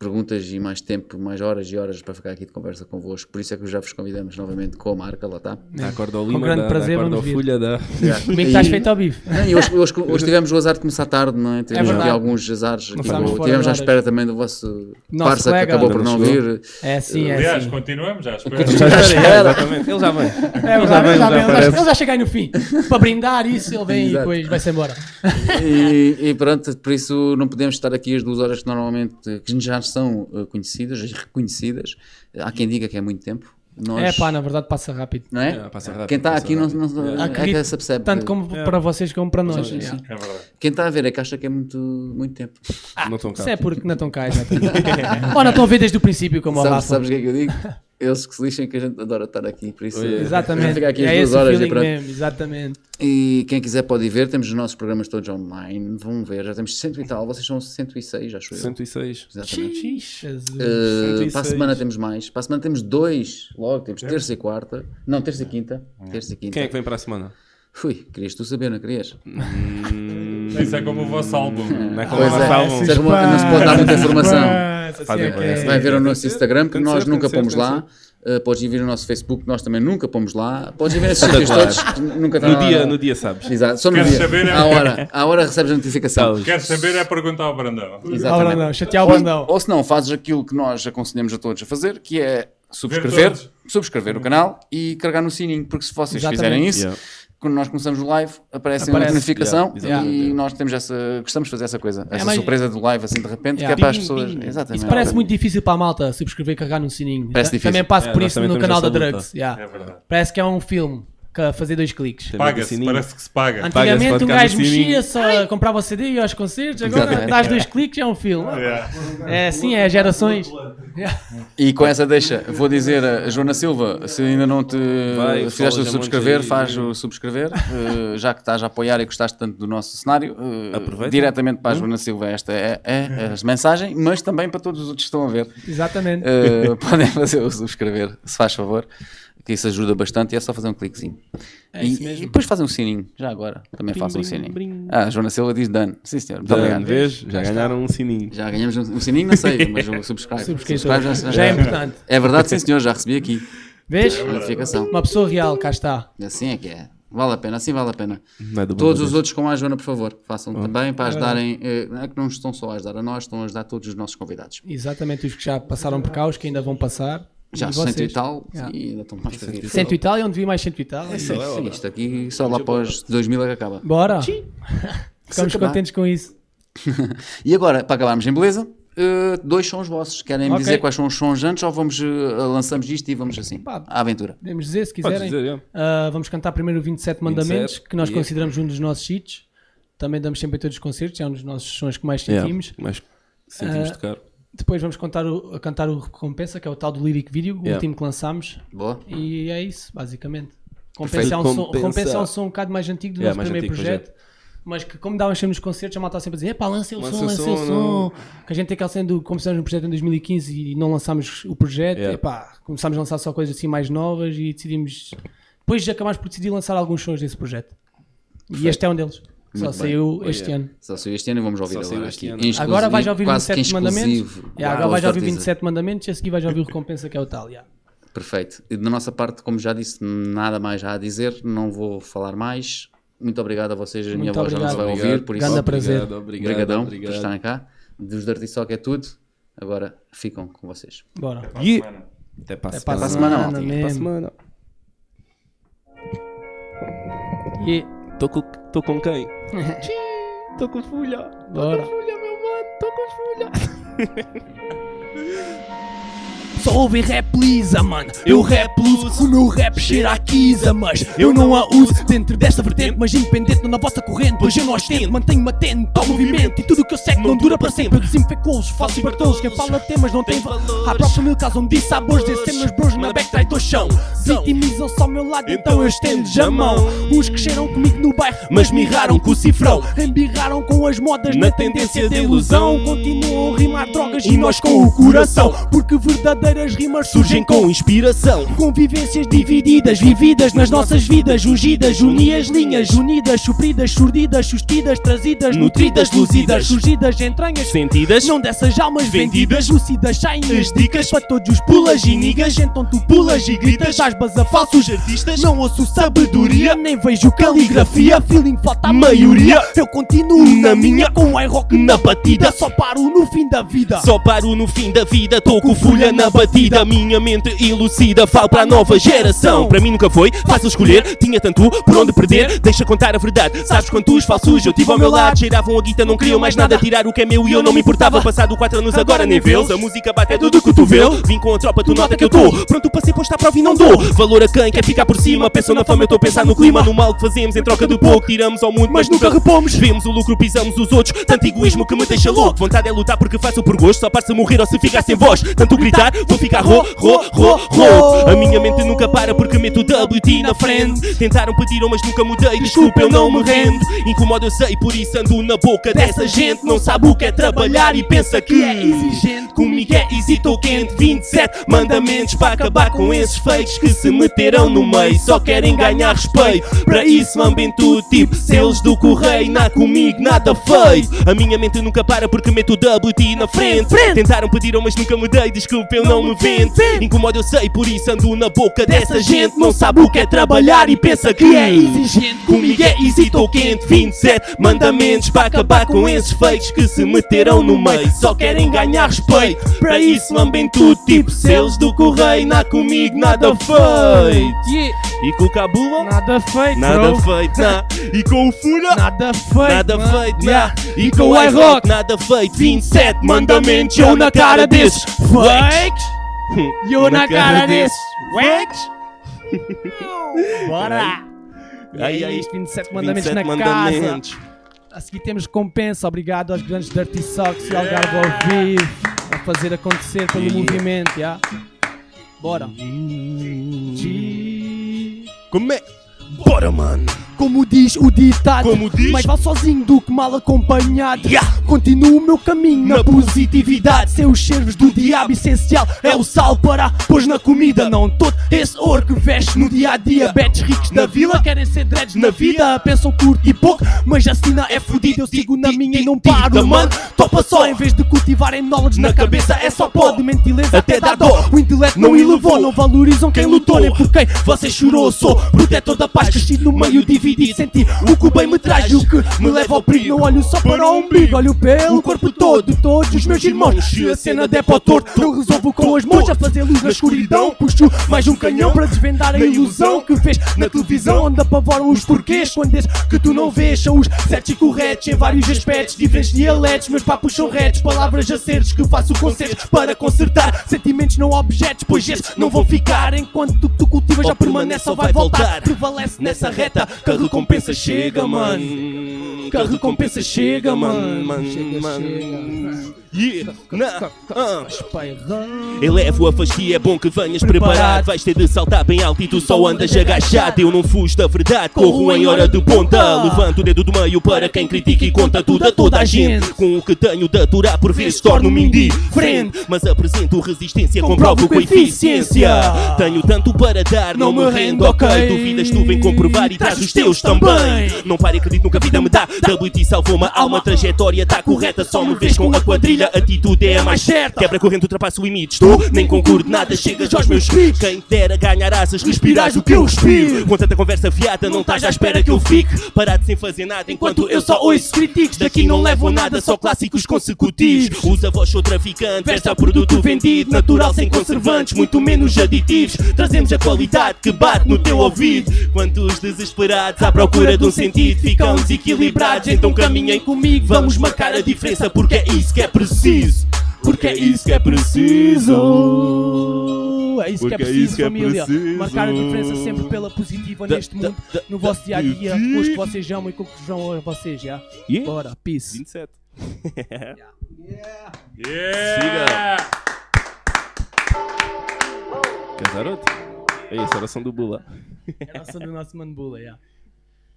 [SPEAKER 3] perguntas e mais tempo, mais horas e horas para ficar aqui de conversa convosco. Por isso é que já vos convidamos novamente com a marca, lá está.
[SPEAKER 2] Da corda ao
[SPEAKER 1] Com
[SPEAKER 2] Lima,
[SPEAKER 1] grande
[SPEAKER 2] da,
[SPEAKER 1] prazer,
[SPEAKER 2] da
[SPEAKER 1] vamos
[SPEAKER 2] corda ao
[SPEAKER 1] vir.
[SPEAKER 2] Folha, da...
[SPEAKER 1] Como é
[SPEAKER 3] E-
[SPEAKER 1] que estás feito ao bife?
[SPEAKER 3] Não, É, e hoje, hoje, hoje tivemos o azar de começar tarde, não é? Tivemos aqui
[SPEAKER 1] verdade.
[SPEAKER 3] alguns azares. que
[SPEAKER 1] estávamos fora
[SPEAKER 3] tivemos
[SPEAKER 1] de
[SPEAKER 3] à
[SPEAKER 1] horas.
[SPEAKER 3] espera também do vosso
[SPEAKER 1] Nosso
[SPEAKER 3] parça que
[SPEAKER 1] colega.
[SPEAKER 3] acabou por
[SPEAKER 2] Ainda
[SPEAKER 3] não
[SPEAKER 2] não chegou.
[SPEAKER 3] vir.
[SPEAKER 1] É sim, é
[SPEAKER 4] Aliás,
[SPEAKER 1] sim.
[SPEAKER 4] continuamos É à espera.
[SPEAKER 2] Exatamente, ele já vem.
[SPEAKER 1] É verdade,
[SPEAKER 2] vem,
[SPEAKER 1] ele já
[SPEAKER 2] já
[SPEAKER 1] vem, ele já-
[SPEAKER 2] aparece.
[SPEAKER 1] ele já chega aí no fim. Para brindar isso, ele vem e
[SPEAKER 3] Exato.
[SPEAKER 1] depois vai-se embora.
[SPEAKER 3] E, e pronto, por isso não podemos estar aqui as duas horas que normalmente que já são eh, conhecidas, reconhecidas. Há quem diga que é muito tempo.
[SPEAKER 1] É
[SPEAKER 3] Nós,
[SPEAKER 1] pá, na verdade passa rápido.
[SPEAKER 3] não é?
[SPEAKER 2] É, passa rápido,
[SPEAKER 3] Quem está
[SPEAKER 2] passa
[SPEAKER 3] aqui não,
[SPEAKER 2] rápido.
[SPEAKER 3] não-
[SPEAKER 2] Yeah.
[SPEAKER 3] é que
[SPEAKER 1] Acredito,
[SPEAKER 3] se percebe.
[SPEAKER 1] Tanto como para vocês como para nós.
[SPEAKER 3] Sim, sim.
[SPEAKER 1] yeah.
[SPEAKER 4] É verdade.
[SPEAKER 3] Quem está a ver é que acha que é muito, muito tempo.
[SPEAKER 2] Não estão cá.
[SPEAKER 1] Isso é porque não estão cá, exatamente. Ou não estão a ver desde o princípio, como o
[SPEAKER 3] Sabes,
[SPEAKER 1] Rafa.
[SPEAKER 3] sabes o que é que eu digo? Eles que se lixem que a gente adora estar aqui, por isso
[SPEAKER 1] Exatamente.
[SPEAKER 3] ficar aqui
[SPEAKER 1] é
[SPEAKER 3] as duas
[SPEAKER 1] esse o
[SPEAKER 3] horas e
[SPEAKER 1] feeling
[SPEAKER 3] pronto.
[SPEAKER 1] mesmo, exatamente.
[SPEAKER 3] E quem quiser pode ir ver, temos os nossos programas todos online, vão ver, já temos 100 e tal, vocês são 106, acho eu.
[SPEAKER 2] 106.
[SPEAKER 3] Exatamente.
[SPEAKER 1] Jesus.
[SPEAKER 3] Eh,
[SPEAKER 2] 106.
[SPEAKER 3] para a semana temos mais, para a semana temos dois, logo temos terça e quarta, não, terça e quinta, terça e quinta.
[SPEAKER 2] Ah. Quem é que vem para a semana?
[SPEAKER 3] Fui, querias tu saber, não querias?
[SPEAKER 4] Isso é como o vosso álbum.
[SPEAKER 2] Não é como
[SPEAKER 3] Pois é,
[SPEAKER 2] lançar álbum.
[SPEAKER 3] Sabes, não não se pode dar
[SPEAKER 2] um.
[SPEAKER 3] muita informação.
[SPEAKER 2] Fazem bem.
[SPEAKER 3] Vai ver o
[SPEAKER 2] Tem
[SPEAKER 3] nosso
[SPEAKER 2] que ser,
[SPEAKER 3] Instagram, que
[SPEAKER 2] tem que
[SPEAKER 3] nós
[SPEAKER 2] ser,
[SPEAKER 3] nunca
[SPEAKER 2] tem que
[SPEAKER 3] pomos
[SPEAKER 2] ser, tem
[SPEAKER 3] lá. Eh, podes ir ver o nosso Facebook, que nós também nunca pomos lá. Podes ir ver esses sítios todos, que nunca está
[SPEAKER 2] No
[SPEAKER 3] lá.
[SPEAKER 2] dia, né? no dia sabes.
[SPEAKER 3] Exato, só no
[SPEAKER 4] Queres
[SPEAKER 3] dia.
[SPEAKER 4] saber, é?
[SPEAKER 3] À hora, à hora recebes a notificação.
[SPEAKER 2] Sabes.
[SPEAKER 4] Queres saber é perguntar ao Brandão.
[SPEAKER 1] Ora
[SPEAKER 3] Exatamente.
[SPEAKER 1] Ah, não, chatear o bandão.
[SPEAKER 3] Ou se não, fazes aquilo que nós aconselhamos a todos a fazer, que é subscrever,
[SPEAKER 4] todos.
[SPEAKER 3] subscrever o canal e carregar no sininho, porque se vocês
[SPEAKER 1] Exatamente.
[SPEAKER 3] fizerem isso,
[SPEAKER 2] Yeah.
[SPEAKER 3] quando nós começamos o live, aparece, uma
[SPEAKER 1] Aparece.
[SPEAKER 3] notificação
[SPEAKER 2] Yeah,
[SPEAKER 3] e
[SPEAKER 2] exatamente.
[SPEAKER 3] nós temos essa, gostamos de fazer essa coisa, essa
[SPEAKER 1] mas-
[SPEAKER 3] surpresa do live assim de repente,
[SPEAKER 1] É Yeah.
[SPEAKER 3] que é para as
[SPEAKER 2] Pim,
[SPEAKER 3] pessoas.
[SPEAKER 2] pim.
[SPEAKER 3] Exatamente.
[SPEAKER 1] Isso parece muito difícil para a malta subscrever e carregar no sininho.
[SPEAKER 3] Parece
[SPEAKER 1] Ta-
[SPEAKER 3] difícil.
[SPEAKER 1] Também passo
[SPEAKER 2] É,
[SPEAKER 1] por
[SPEAKER 2] nós
[SPEAKER 1] isso
[SPEAKER 2] também
[SPEAKER 1] no
[SPEAKER 2] temos
[SPEAKER 1] canal da
[SPEAKER 2] essa luta.
[SPEAKER 1] Drugs. yeah.
[SPEAKER 4] É verdade.
[SPEAKER 1] Parece que é um filme que a fazer dois cliques.
[SPEAKER 2] Tem muito
[SPEAKER 4] Paga-se,
[SPEAKER 2] sininho.
[SPEAKER 4] parece que se paga.
[SPEAKER 2] Paga-se
[SPEAKER 1] Antigamente
[SPEAKER 2] para
[SPEAKER 1] um
[SPEAKER 2] tocar no
[SPEAKER 1] gajo
[SPEAKER 2] sininho.
[SPEAKER 1] mexia, só comprava CD e ia aos concertos, agora
[SPEAKER 3] Exatamente.
[SPEAKER 1] dás dois cliques e é um filme.
[SPEAKER 4] Yeah.
[SPEAKER 1] É assim, é gerações.
[SPEAKER 3] E com essa deixa, vou dizer a Joana Silva, se ainda não te
[SPEAKER 2] Vai, é
[SPEAKER 3] fizeste o
[SPEAKER 2] follows a
[SPEAKER 3] subscrever,
[SPEAKER 2] monte aí.
[SPEAKER 3] faz o subscrever, eh, já que estás a apoiar e gostaste tanto do nosso cenário, eh,
[SPEAKER 2] Aproveita. Hum?
[SPEAKER 3] diretamente para a Joana Silva esta é, é a mensagem, mas também para todos os outros que estão a ver,
[SPEAKER 1] Exatamente.
[SPEAKER 3] Eh, podem fazer o subscrever, se faz favor, que isso ajuda bastante e é só fazer um cliquezinho.
[SPEAKER 2] É
[SPEAKER 3] e,
[SPEAKER 1] isso mesmo.
[SPEAKER 3] e depois fazem um sininho, já agora, também façam um sininho. Ah, a Joana Silva diz done, sim senhor, muito
[SPEAKER 2] Dan,
[SPEAKER 3] obrigado.
[SPEAKER 2] vês? Já ganharam um sininho.
[SPEAKER 3] Já ganhamos um, um sininho, não sei, mas o subscribe,
[SPEAKER 1] Subscritor.
[SPEAKER 3] já-
[SPEAKER 1] Já é importante.
[SPEAKER 3] É verdade, sim senhor, já recebi aqui.
[SPEAKER 1] Vês?
[SPEAKER 3] A notificação.
[SPEAKER 1] Uma pessoa real, cá está.
[SPEAKER 3] Assim é que é. Vale a pena, assim vale a pena.
[SPEAKER 2] Não é do bom
[SPEAKER 3] Todos
[SPEAKER 2] fazer.
[SPEAKER 3] os outros com a Joana, por favor, façam também para ajudarem. eh, Não é que não estão só a ajudar a nós, estão a ajudar todos os nossos convidados.
[SPEAKER 1] Exatamente os que já passaram por cá, os que ainda vão passar.
[SPEAKER 3] Já
[SPEAKER 1] e
[SPEAKER 3] cento e
[SPEAKER 1] vocês?
[SPEAKER 3] tal
[SPEAKER 1] Yeah.
[SPEAKER 3] e ainda estão mais para vir.
[SPEAKER 1] Cento e tal, e onde vi mais cento e tal.
[SPEAKER 3] Sim, sim, Isto aqui só lá para os 2000 é que acaba.
[SPEAKER 1] Bora. Ficamos
[SPEAKER 3] acabar.
[SPEAKER 1] contentes com isso.
[SPEAKER 3] E agora, para acabarmos em beleza, eh, dois sons vossos. Querem me
[SPEAKER 1] Ok.
[SPEAKER 3] dizer quais são os sons antes ou vamos, eh, lançamos isto e vamos assim,
[SPEAKER 1] Pá.
[SPEAKER 3] à aventura?
[SPEAKER 1] Podemos dizer, se
[SPEAKER 2] Podes
[SPEAKER 1] quiserem.
[SPEAKER 2] dizer, yeah.
[SPEAKER 1] Ah, vamos cantar primeiro o 27 Mandamentos,
[SPEAKER 2] 27,
[SPEAKER 1] que nós
[SPEAKER 2] yeah.
[SPEAKER 1] consideramos um dos nossos hits. Também damos sempre a todos os concertos, é um dos nossos sons que mais
[SPEAKER 2] Yeah,
[SPEAKER 1] sentimos.
[SPEAKER 2] Mas sentimos
[SPEAKER 1] Ah,
[SPEAKER 2] tocar.
[SPEAKER 1] Depois vamos contar o- a cantar o Recompensa, que é o tal do Lyric Video, o
[SPEAKER 2] Yeah.
[SPEAKER 1] último que lançámos.
[SPEAKER 3] Boa.
[SPEAKER 1] E é isso, basicamente.
[SPEAKER 2] Perfeito.
[SPEAKER 1] Compensa é, um som,
[SPEAKER 2] Compensa.
[SPEAKER 1] Compensa é um som um bocado mais antigo do
[SPEAKER 2] Yeah,
[SPEAKER 1] nosso
[SPEAKER 2] mais
[SPEAKER 1] primeiro
[SPEAKER 2] antigo
[SPEAKER 1] projeto, mas que, como dávamos sempre nos concertos, a malta estava sempre a dizer: epá, lancei o
[SPEAKER 2] Lança
[SPEAKER 1] som,
[SPEAKER 2] o
[SPEAKER 1] lancei o
[SPEAKER 2] som,
[SPEAKER 1] som.
[SPEAKER 2] não.
[SPEAKER 1] Que a gente tem aquela cena do começámos um projeto em 2015 e não lançámos o projeto.
[SPEAKER 2] Yeah.
[SPEAKER 1] Epá, começámos a lançar só coisas assim mais novas e decidimos. Depois acabámos por decidir lançar alguns sons desse projeto. E este é um deles, que só
[SPEAKER 3] Muito bem.
[SPEAKER 1] saiu este ano.
[SPEAKER 3] Só saiu este ano e vamos ouvir
[SPEAKER 2] Só saiu
[SPEAKER 3] agora
[SPEAKER 2] este
[SPEAKER 3] aqui.
[SPEAKER 2] ano.
[SPEAKER 3] Exclusivo,
[SPEAKER 1] Agora vais ouvir
[SPEAKER 3] quase que
[SPEAKER 1] 27 mandamentos.
[SPEAKER 3] exclusivo.
[SPEAKER 1] Yeah, agora
[SPEAKER 3] Uau,
[SPEAKER 1] vais ouvir um
[SPEAKER 3] artista.
[SPEAKER 1] 27 mandamentos e a seguir vais ouvir o recompensa que é o tal. yeah.
[SPEAKER 3] Perfeito. E da nossa parte, como já disse, nada mais há a dizer, não vou falar mais. Muito obrigado a vocês, a minha
[SPEAKER 1] Muito
[SPEAKER 3] voz já não se vai
[SPEAKER 1] obrigado.
[SPEAKER 3] ouvir, por isso,
[SPEAKER 1] Ganda
[SPEAKER 3] obrigado,
[SPEAKER 1] prazer.
[SPEAKER 2] Obrigado, obrigado,
[SPEAKER 3] obrigadão por
[SPEAKER 2] obrigado.
[SPEAKER 3] estarem cá. Dos Dirty Sock é tudo. Agora ficam com vocês.
[SPEAKER 1] Bora.
[SPEAKER 2] Até para a
[SPEAKER 1] Até para a
[SPEAKER 3] semana,
[SPEAKER 1] semana,
[SPEAKER 3] maltinha.
[SPEAKER 2] Para a
[SPEAKER 1] mesmo.
[SPEAKER 2] semana.
[SPEAKER 1] Yeah.
[SPEAKER 2] Tô com, tô com quem? Tô com Fulha.
[SPEAKER 1] Bora.
[SPEAKER 2] Tô com Fulha.
[SPEAKER 6] Só ouvem rap lisa, mano. Eu rap uso, o meu rap cheira a quisa, mas eu não a uso dentro desta vertente, mas independente na vossa corrente. Pois eu não ostento, mantenho-me atento ao movimento e tudo o que eu sei que não dura para sempre. Eu desinfecuos, faço libertosos. Quem fala temas não tem valor. Há próximo mil casos onde disse sabores, desse tem meus bros na back do chão. Vitimizam só ao meu lado, então eu estendo-lhes a mão. Uns que cheiram comigo no bairro, mas mirraram com o cifrão. Embirraram com as modas na tendência da ilusão. Continuam a rimar drogas e nós com o coração. Porque verdadeiras rimas surgem com inspiração. Convivências divididas, vividas nas nossas vidas, ungidas, unias linhas, unidas, supridas, surdidas, sustidas, trazidas, nutridas, luzidas, surgidas, entranhas.
[SPEAKER 5] Sentidas?
[SPEAKER 6] Não São dessas almas vendidas, lucidas, saem as dicas para todos os pulas e nigas. Então tu pulas e gritas, asbas a falsos artistas. Não ouço sabedoria, nem vejo caligrafia. Feeling falta a maioria. Eu continuo na minha com iRock na batida. Só paro no fim da vida.
[SPEAKER 5] Só paro no fim da vida, tô com folha na batida. Minha mente ilucida, falo para a nova geração. Para mim nunca foi fácil escolher, tinha tanto por onde perder. Deixa contar a verdade, sabes quantos falsos eu tive ao meu lado. Cheiravam a guita, não queriam mais nada, tirar o que é meu e eu não me importava. Passado 4 anos, agora nem vê-los. A música bate é do do cotovelo. Vim com a tropa, tu nota que eu tô pronto para ser posto à prova e não dou. Valor a quem quer ficar por cima, pensam na fama, eu tô a pensar no clima. No mal que fazemos em troca de pouco, tiramos ao mundo, mas nunca repomos. Vemos o lucro, pisamos os outros, tanto egoísmo que me deixa louco. Vontade é lutar porque faço por gosto, só para se morrer ou se ficar sem voz. Tanto gritar, vou ficar ro, ro, ro, ro. A minha mente nunca para porque meto o WT na frente. Tentaram pedir, mas nunca mudei, desculpa, eu não me rendo. Incomodo, eu sei, por isso ando na boca dessa gente. Não sabe o que é trabalhar e pensa que é exigente. Comigo é easy, tô quente, 27 mandamentos para acabar com esses fakes que se meteram no meio. Só querem ganhar respeito, para isso mambem tudo, tipo selos do correio. Nada comigo, nada feio. A minha mente nunca para porque meto o WT na frente. Tentaram pedir, mas nunca mudei, desculpa, eu não me vendo. Incomodo, eu sei, por isso ando na boca dessa gente. Não sabe o que é trabalhar e pensa que é exigente. Comigo é easy, tô quente, 27 mandamentos para acabar com esses fakes que se meteram no meio. Só querem ganhar respeito, para isso mambem tudo, tipo selos do correio. Nada comigo, nada feito.
[SPEAKER 6] Yeah.
[SPEAKER 5] E com o cabula,
[SPEAKER 6] Nada feito,
[SPEAKER 5] nada
[SPEAKER 6] bro.
[SPEAKER 5] feito, nah. E com o Fura,
[SPEAKER 6] Nada feito.
[SPEAKER 5] Nada
[SPEAKER 6] mano.
[SPEAKER 5] feito,
[SPEAKER 6] Yeah.
[SPEAKER 5] nah. E
[SPEAKER 6] com
[SPEAKER 5] com
[SPEAKER 6] o
[SPEAKER 5] o
[SPEAKER 6] iRock.
[SPEAKER 5] iRock, nada feito 27 mandamentos, eu na cara desses fakes
[SPEAKER 6] fakes. E eu na cara desses fakes. Bora!
[SPEAKER 5] Aí, aí,
[SPEAKER 6] Aí, aí, 27 mandamentos
[SPEAKER 5] 27
[SPEAKER 6] na casa.
[SPEAKER 5] mandamentos
[SPEAKER 6] A seguir temos recompensa. Obrigado aos grandes Dirty Socks e ao Garbo ao vivo a fazer acontecer pelo
[SPEAKER 5] Yeah.
[SPEAKER 6] movimento. Yeah. Bora! G.
[SPEAKER 5] Como é? Bora, mano
[SPEAKER 6] Como diz o ditado,
[SPEAKER 5] Como diz?
[SPEAKER 6] mais vale sozinho do que mal acompanhado.
[SPEAKER 5] Yeah.
[SPEAKER 6] Continuo o meu caminho na,
[SPEAKER 5] Na
[SPEAKER 6] positividade. Sem os servos do diabo, essencial é o sal para pôr na comida. Não todo esse ouro que veste no dia a dia. Betes ricos da vila querem ser dreads na vida. Pensam curto e pouco, mas a sina é fodida. Eu sigo na minha e não paro, mano. Topa só em vez de cultivarem knowledge na cabeça. É só pó de mentileza até dar dó. O intelecto não elevou, não valorizam quem lutou, nem por quem você chorou. Sou protetor da paz, crescido no meio dividido. Senti o que o bem me traz e o que me leva ao perigo. Não olho só para o umbigo, olho pelo corpo todo. Todos os meus irmãos, se a cena der para o torto, não resolvo com as mãos a fazer luz na escuridão. Puxo mais um canhão para desvendar a ilusão que fez na televisão, onde apavoram os porquês. Quando esses que tu não vês são os certos e corretos em vários aspectos, diferentes dialetos. Meus papos são retos, palavras acertos que faço concertos para consertar sentimentos, não objetos. Pois estes não vão ficar enquanto o que tu cultivas já permanece ou vai voltar. Prevalece nessa reta que a recompensa chega, mano. Que a recompensa chega, mano.
[SPEAKER 5] Chega,
[SPEAKER 6] Chega,
[SPEAKER 5] chega.
[SPEAKER 6] chega.
[SPEAKER 5] Yeah, nah, ah.
[SPEAKER 6] Espera.
[SPEAKER 5] Elevo a fasquia, é bom que venhas preparado. Vais ter de saltar bem alto e tu só andas agachado. Eu não fujo da verdade, corro em hora de ponta. Levanto o dedo do meio um para quem critica e conta tudo a toda a gente. Com o que tenho de aturar, por vezes torno-me indiferente. Mas apresento resistência, comprovo com eficiência. Tenho tanto para dar, não me rendo, ok. Duvidas, tu vem comprovar e traz os teus também. Não pare, acredito no que a vida me dá. WT salvou-me, a alma, a trajetória tá correta. Só me vês com a quadrilha, a atitude é a mais certa. Quebra corrente, ultrapassa limites. Tu nem concordo nada, chegas aos meus picos. Quem dera ganhar asas, respiras o que eu respiro. Com tanta conversa fiada, não estás à espera que eu fique. Parado sem fazer nada, enquanto eu só ouço críticos. Daqui não levo nada, só clássicos consecutivos. Usa voz, sou traficante, versa produto vendido. Natural, sem conservantes, muito menos aditivos. Trazemos a qualidade que bate no teu ouvido. Quantos desesperados à procura de um sentido ficam desequilibrados, então caminhem comigo. Vamos marcar a diferença, porque é isso que é preciso. Porque é isso que é
[SPEAKER 6] preciso. É isso
[SPEAKER 2] Porque
[SPEAKER 6] que é
[SPEAKER 2] é
[SPEAKER 6] preciso,
[SPEAKER 2] isso que é
[SPEAKER 6] família.
[SPEAKER 2] preciso.
[SPEAKER 6] Marcar a diferença sempre pela positiva
[SPEAKER 5] Da-
[SPEAKER 6] neste
[SPEAKER 5] da-
[SPEAKER 6] mundo,
[SPEAKER 5] da-
[SPEAKER 6] no
[SPEAKER 5] da-
[SPEAKER 6] vosso dia a dia,
[SPEAKER 5] da-
[SPEAKER 6] com os que vocês amam e com os que vão a vocês, já.
[SPEAKER 5] Yeah.
[SPEAKER 6] Bora, peace.
[SPEAKER 5] 27.
[SPEAKER 4] Yeah!
[SPEAKER 2] Casarote? É isso, oração do Bula.
[SPEAKER 6] É a nossa do nosso Manbula, já.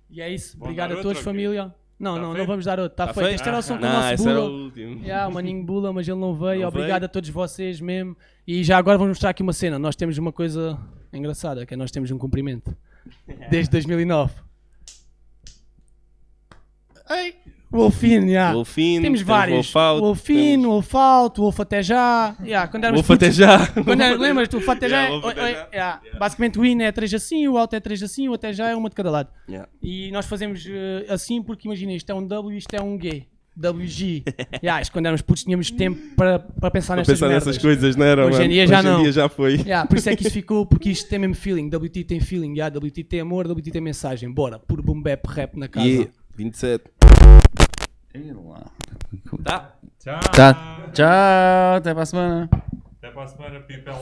[SPEAKER 6] E é isso,
[SPEAKER 4] Bom,
[SPEAKER 6] obrigado
[SPEAKER 4] dar
[SPEAKER 6] a
[SPEAKER 4] outro,
[SPEAKER 6] todos,
[SPEAKER 4] ok?
[SPEAKER 6] família. Não,
[SPEAKER 4] Tá
[SPEAKER 6] não, não
[SPEAKER 4] feito?
[SPEAKER 6] vamos dar outro, está
[SPEAKER 2] Tá
[SPEAKER 6] feito.
[SPEAKER 2] feito?
[SPEAKER 6] Este era o som com o
[SPEAKER 2] Não,
[SPEAKER 6] nosso
[SPEAKER 2] esse era o
[SPEAKER 6] Bula.
[SPEAKER 2] último.
[SPEAKER 6] Yeah, o Maninho Bula, mas ele não veio.
[SPEAKER 2] Não
[SPEAKER 6] Obrigado
[SPEAKER 2] veio.
[SPEAKER 6] a todos vocês mesmo. E já agora vamos mostrar aqui uma cena. Nós temos uma coisa engraçada, que é nós temos um cumprimento. Desde 2009.
[SPEAKER 1] Wolfino, já.
[SPEAKER 5] Wolfino,
[SPEAKER 1] Temos
[SPEAKER 5] temos
[SPEAKER 1] vários.
[SPEAKER 5] Wolfalto,
[SPEAKER 1] Wolfino, Wolfalto, Wolf até já. Yeah, quando éramos
[SPEAKER 5] Wolf até
[SPEAKER 1] putos-
[SPEAKER 5] já.
[SPEAKER 1] Quando era, lembras, tu, o até já.
[SPEAKER 2] Yeah, Wolf até
[SPEAKER 1] oi, oi,
[SPEAKER 2] já.
[SPEAKER 1] yeah. Basicamente o in é 3 assim, o alto é 3 assim, o até já é uma de cada lado.
[SPEAKER 5] Yeah.
[SPEAKER 1] E nós fazemos eh, assim porque imagina, isto é um W e isto é um G. WG. yeah, isto quando éramos putos tínhamos tempo para, para pensar
[SPEAKER 2] Para
[SPEAKER 1] nestas
[SPEAKER 2] pensar
[SPEAKER 1] merdas.
[SPEAKER 2] nessas coisas, não era?
[SPEAKER 1] Hoje em
[SPEAKER 2] mano?
[SPEAKER 1] dia já não.
[SPEAKER 2] dia já foi.
[SPEAKER 1] Yeah, por isso é que isto ficou, porque isto tem mesmo feeling. WT tem feeling, yeah, WT tem amor, WT tem mensagem. Bora, puro boom bap rap na casa.
[SPEAKER 2] Yeah, 27.
[SPEAKER 4] Tchau.
[SPEAKER 8] Tá. Tchau, até para a semana.
[SPEAKER 4] Até para a semana, people.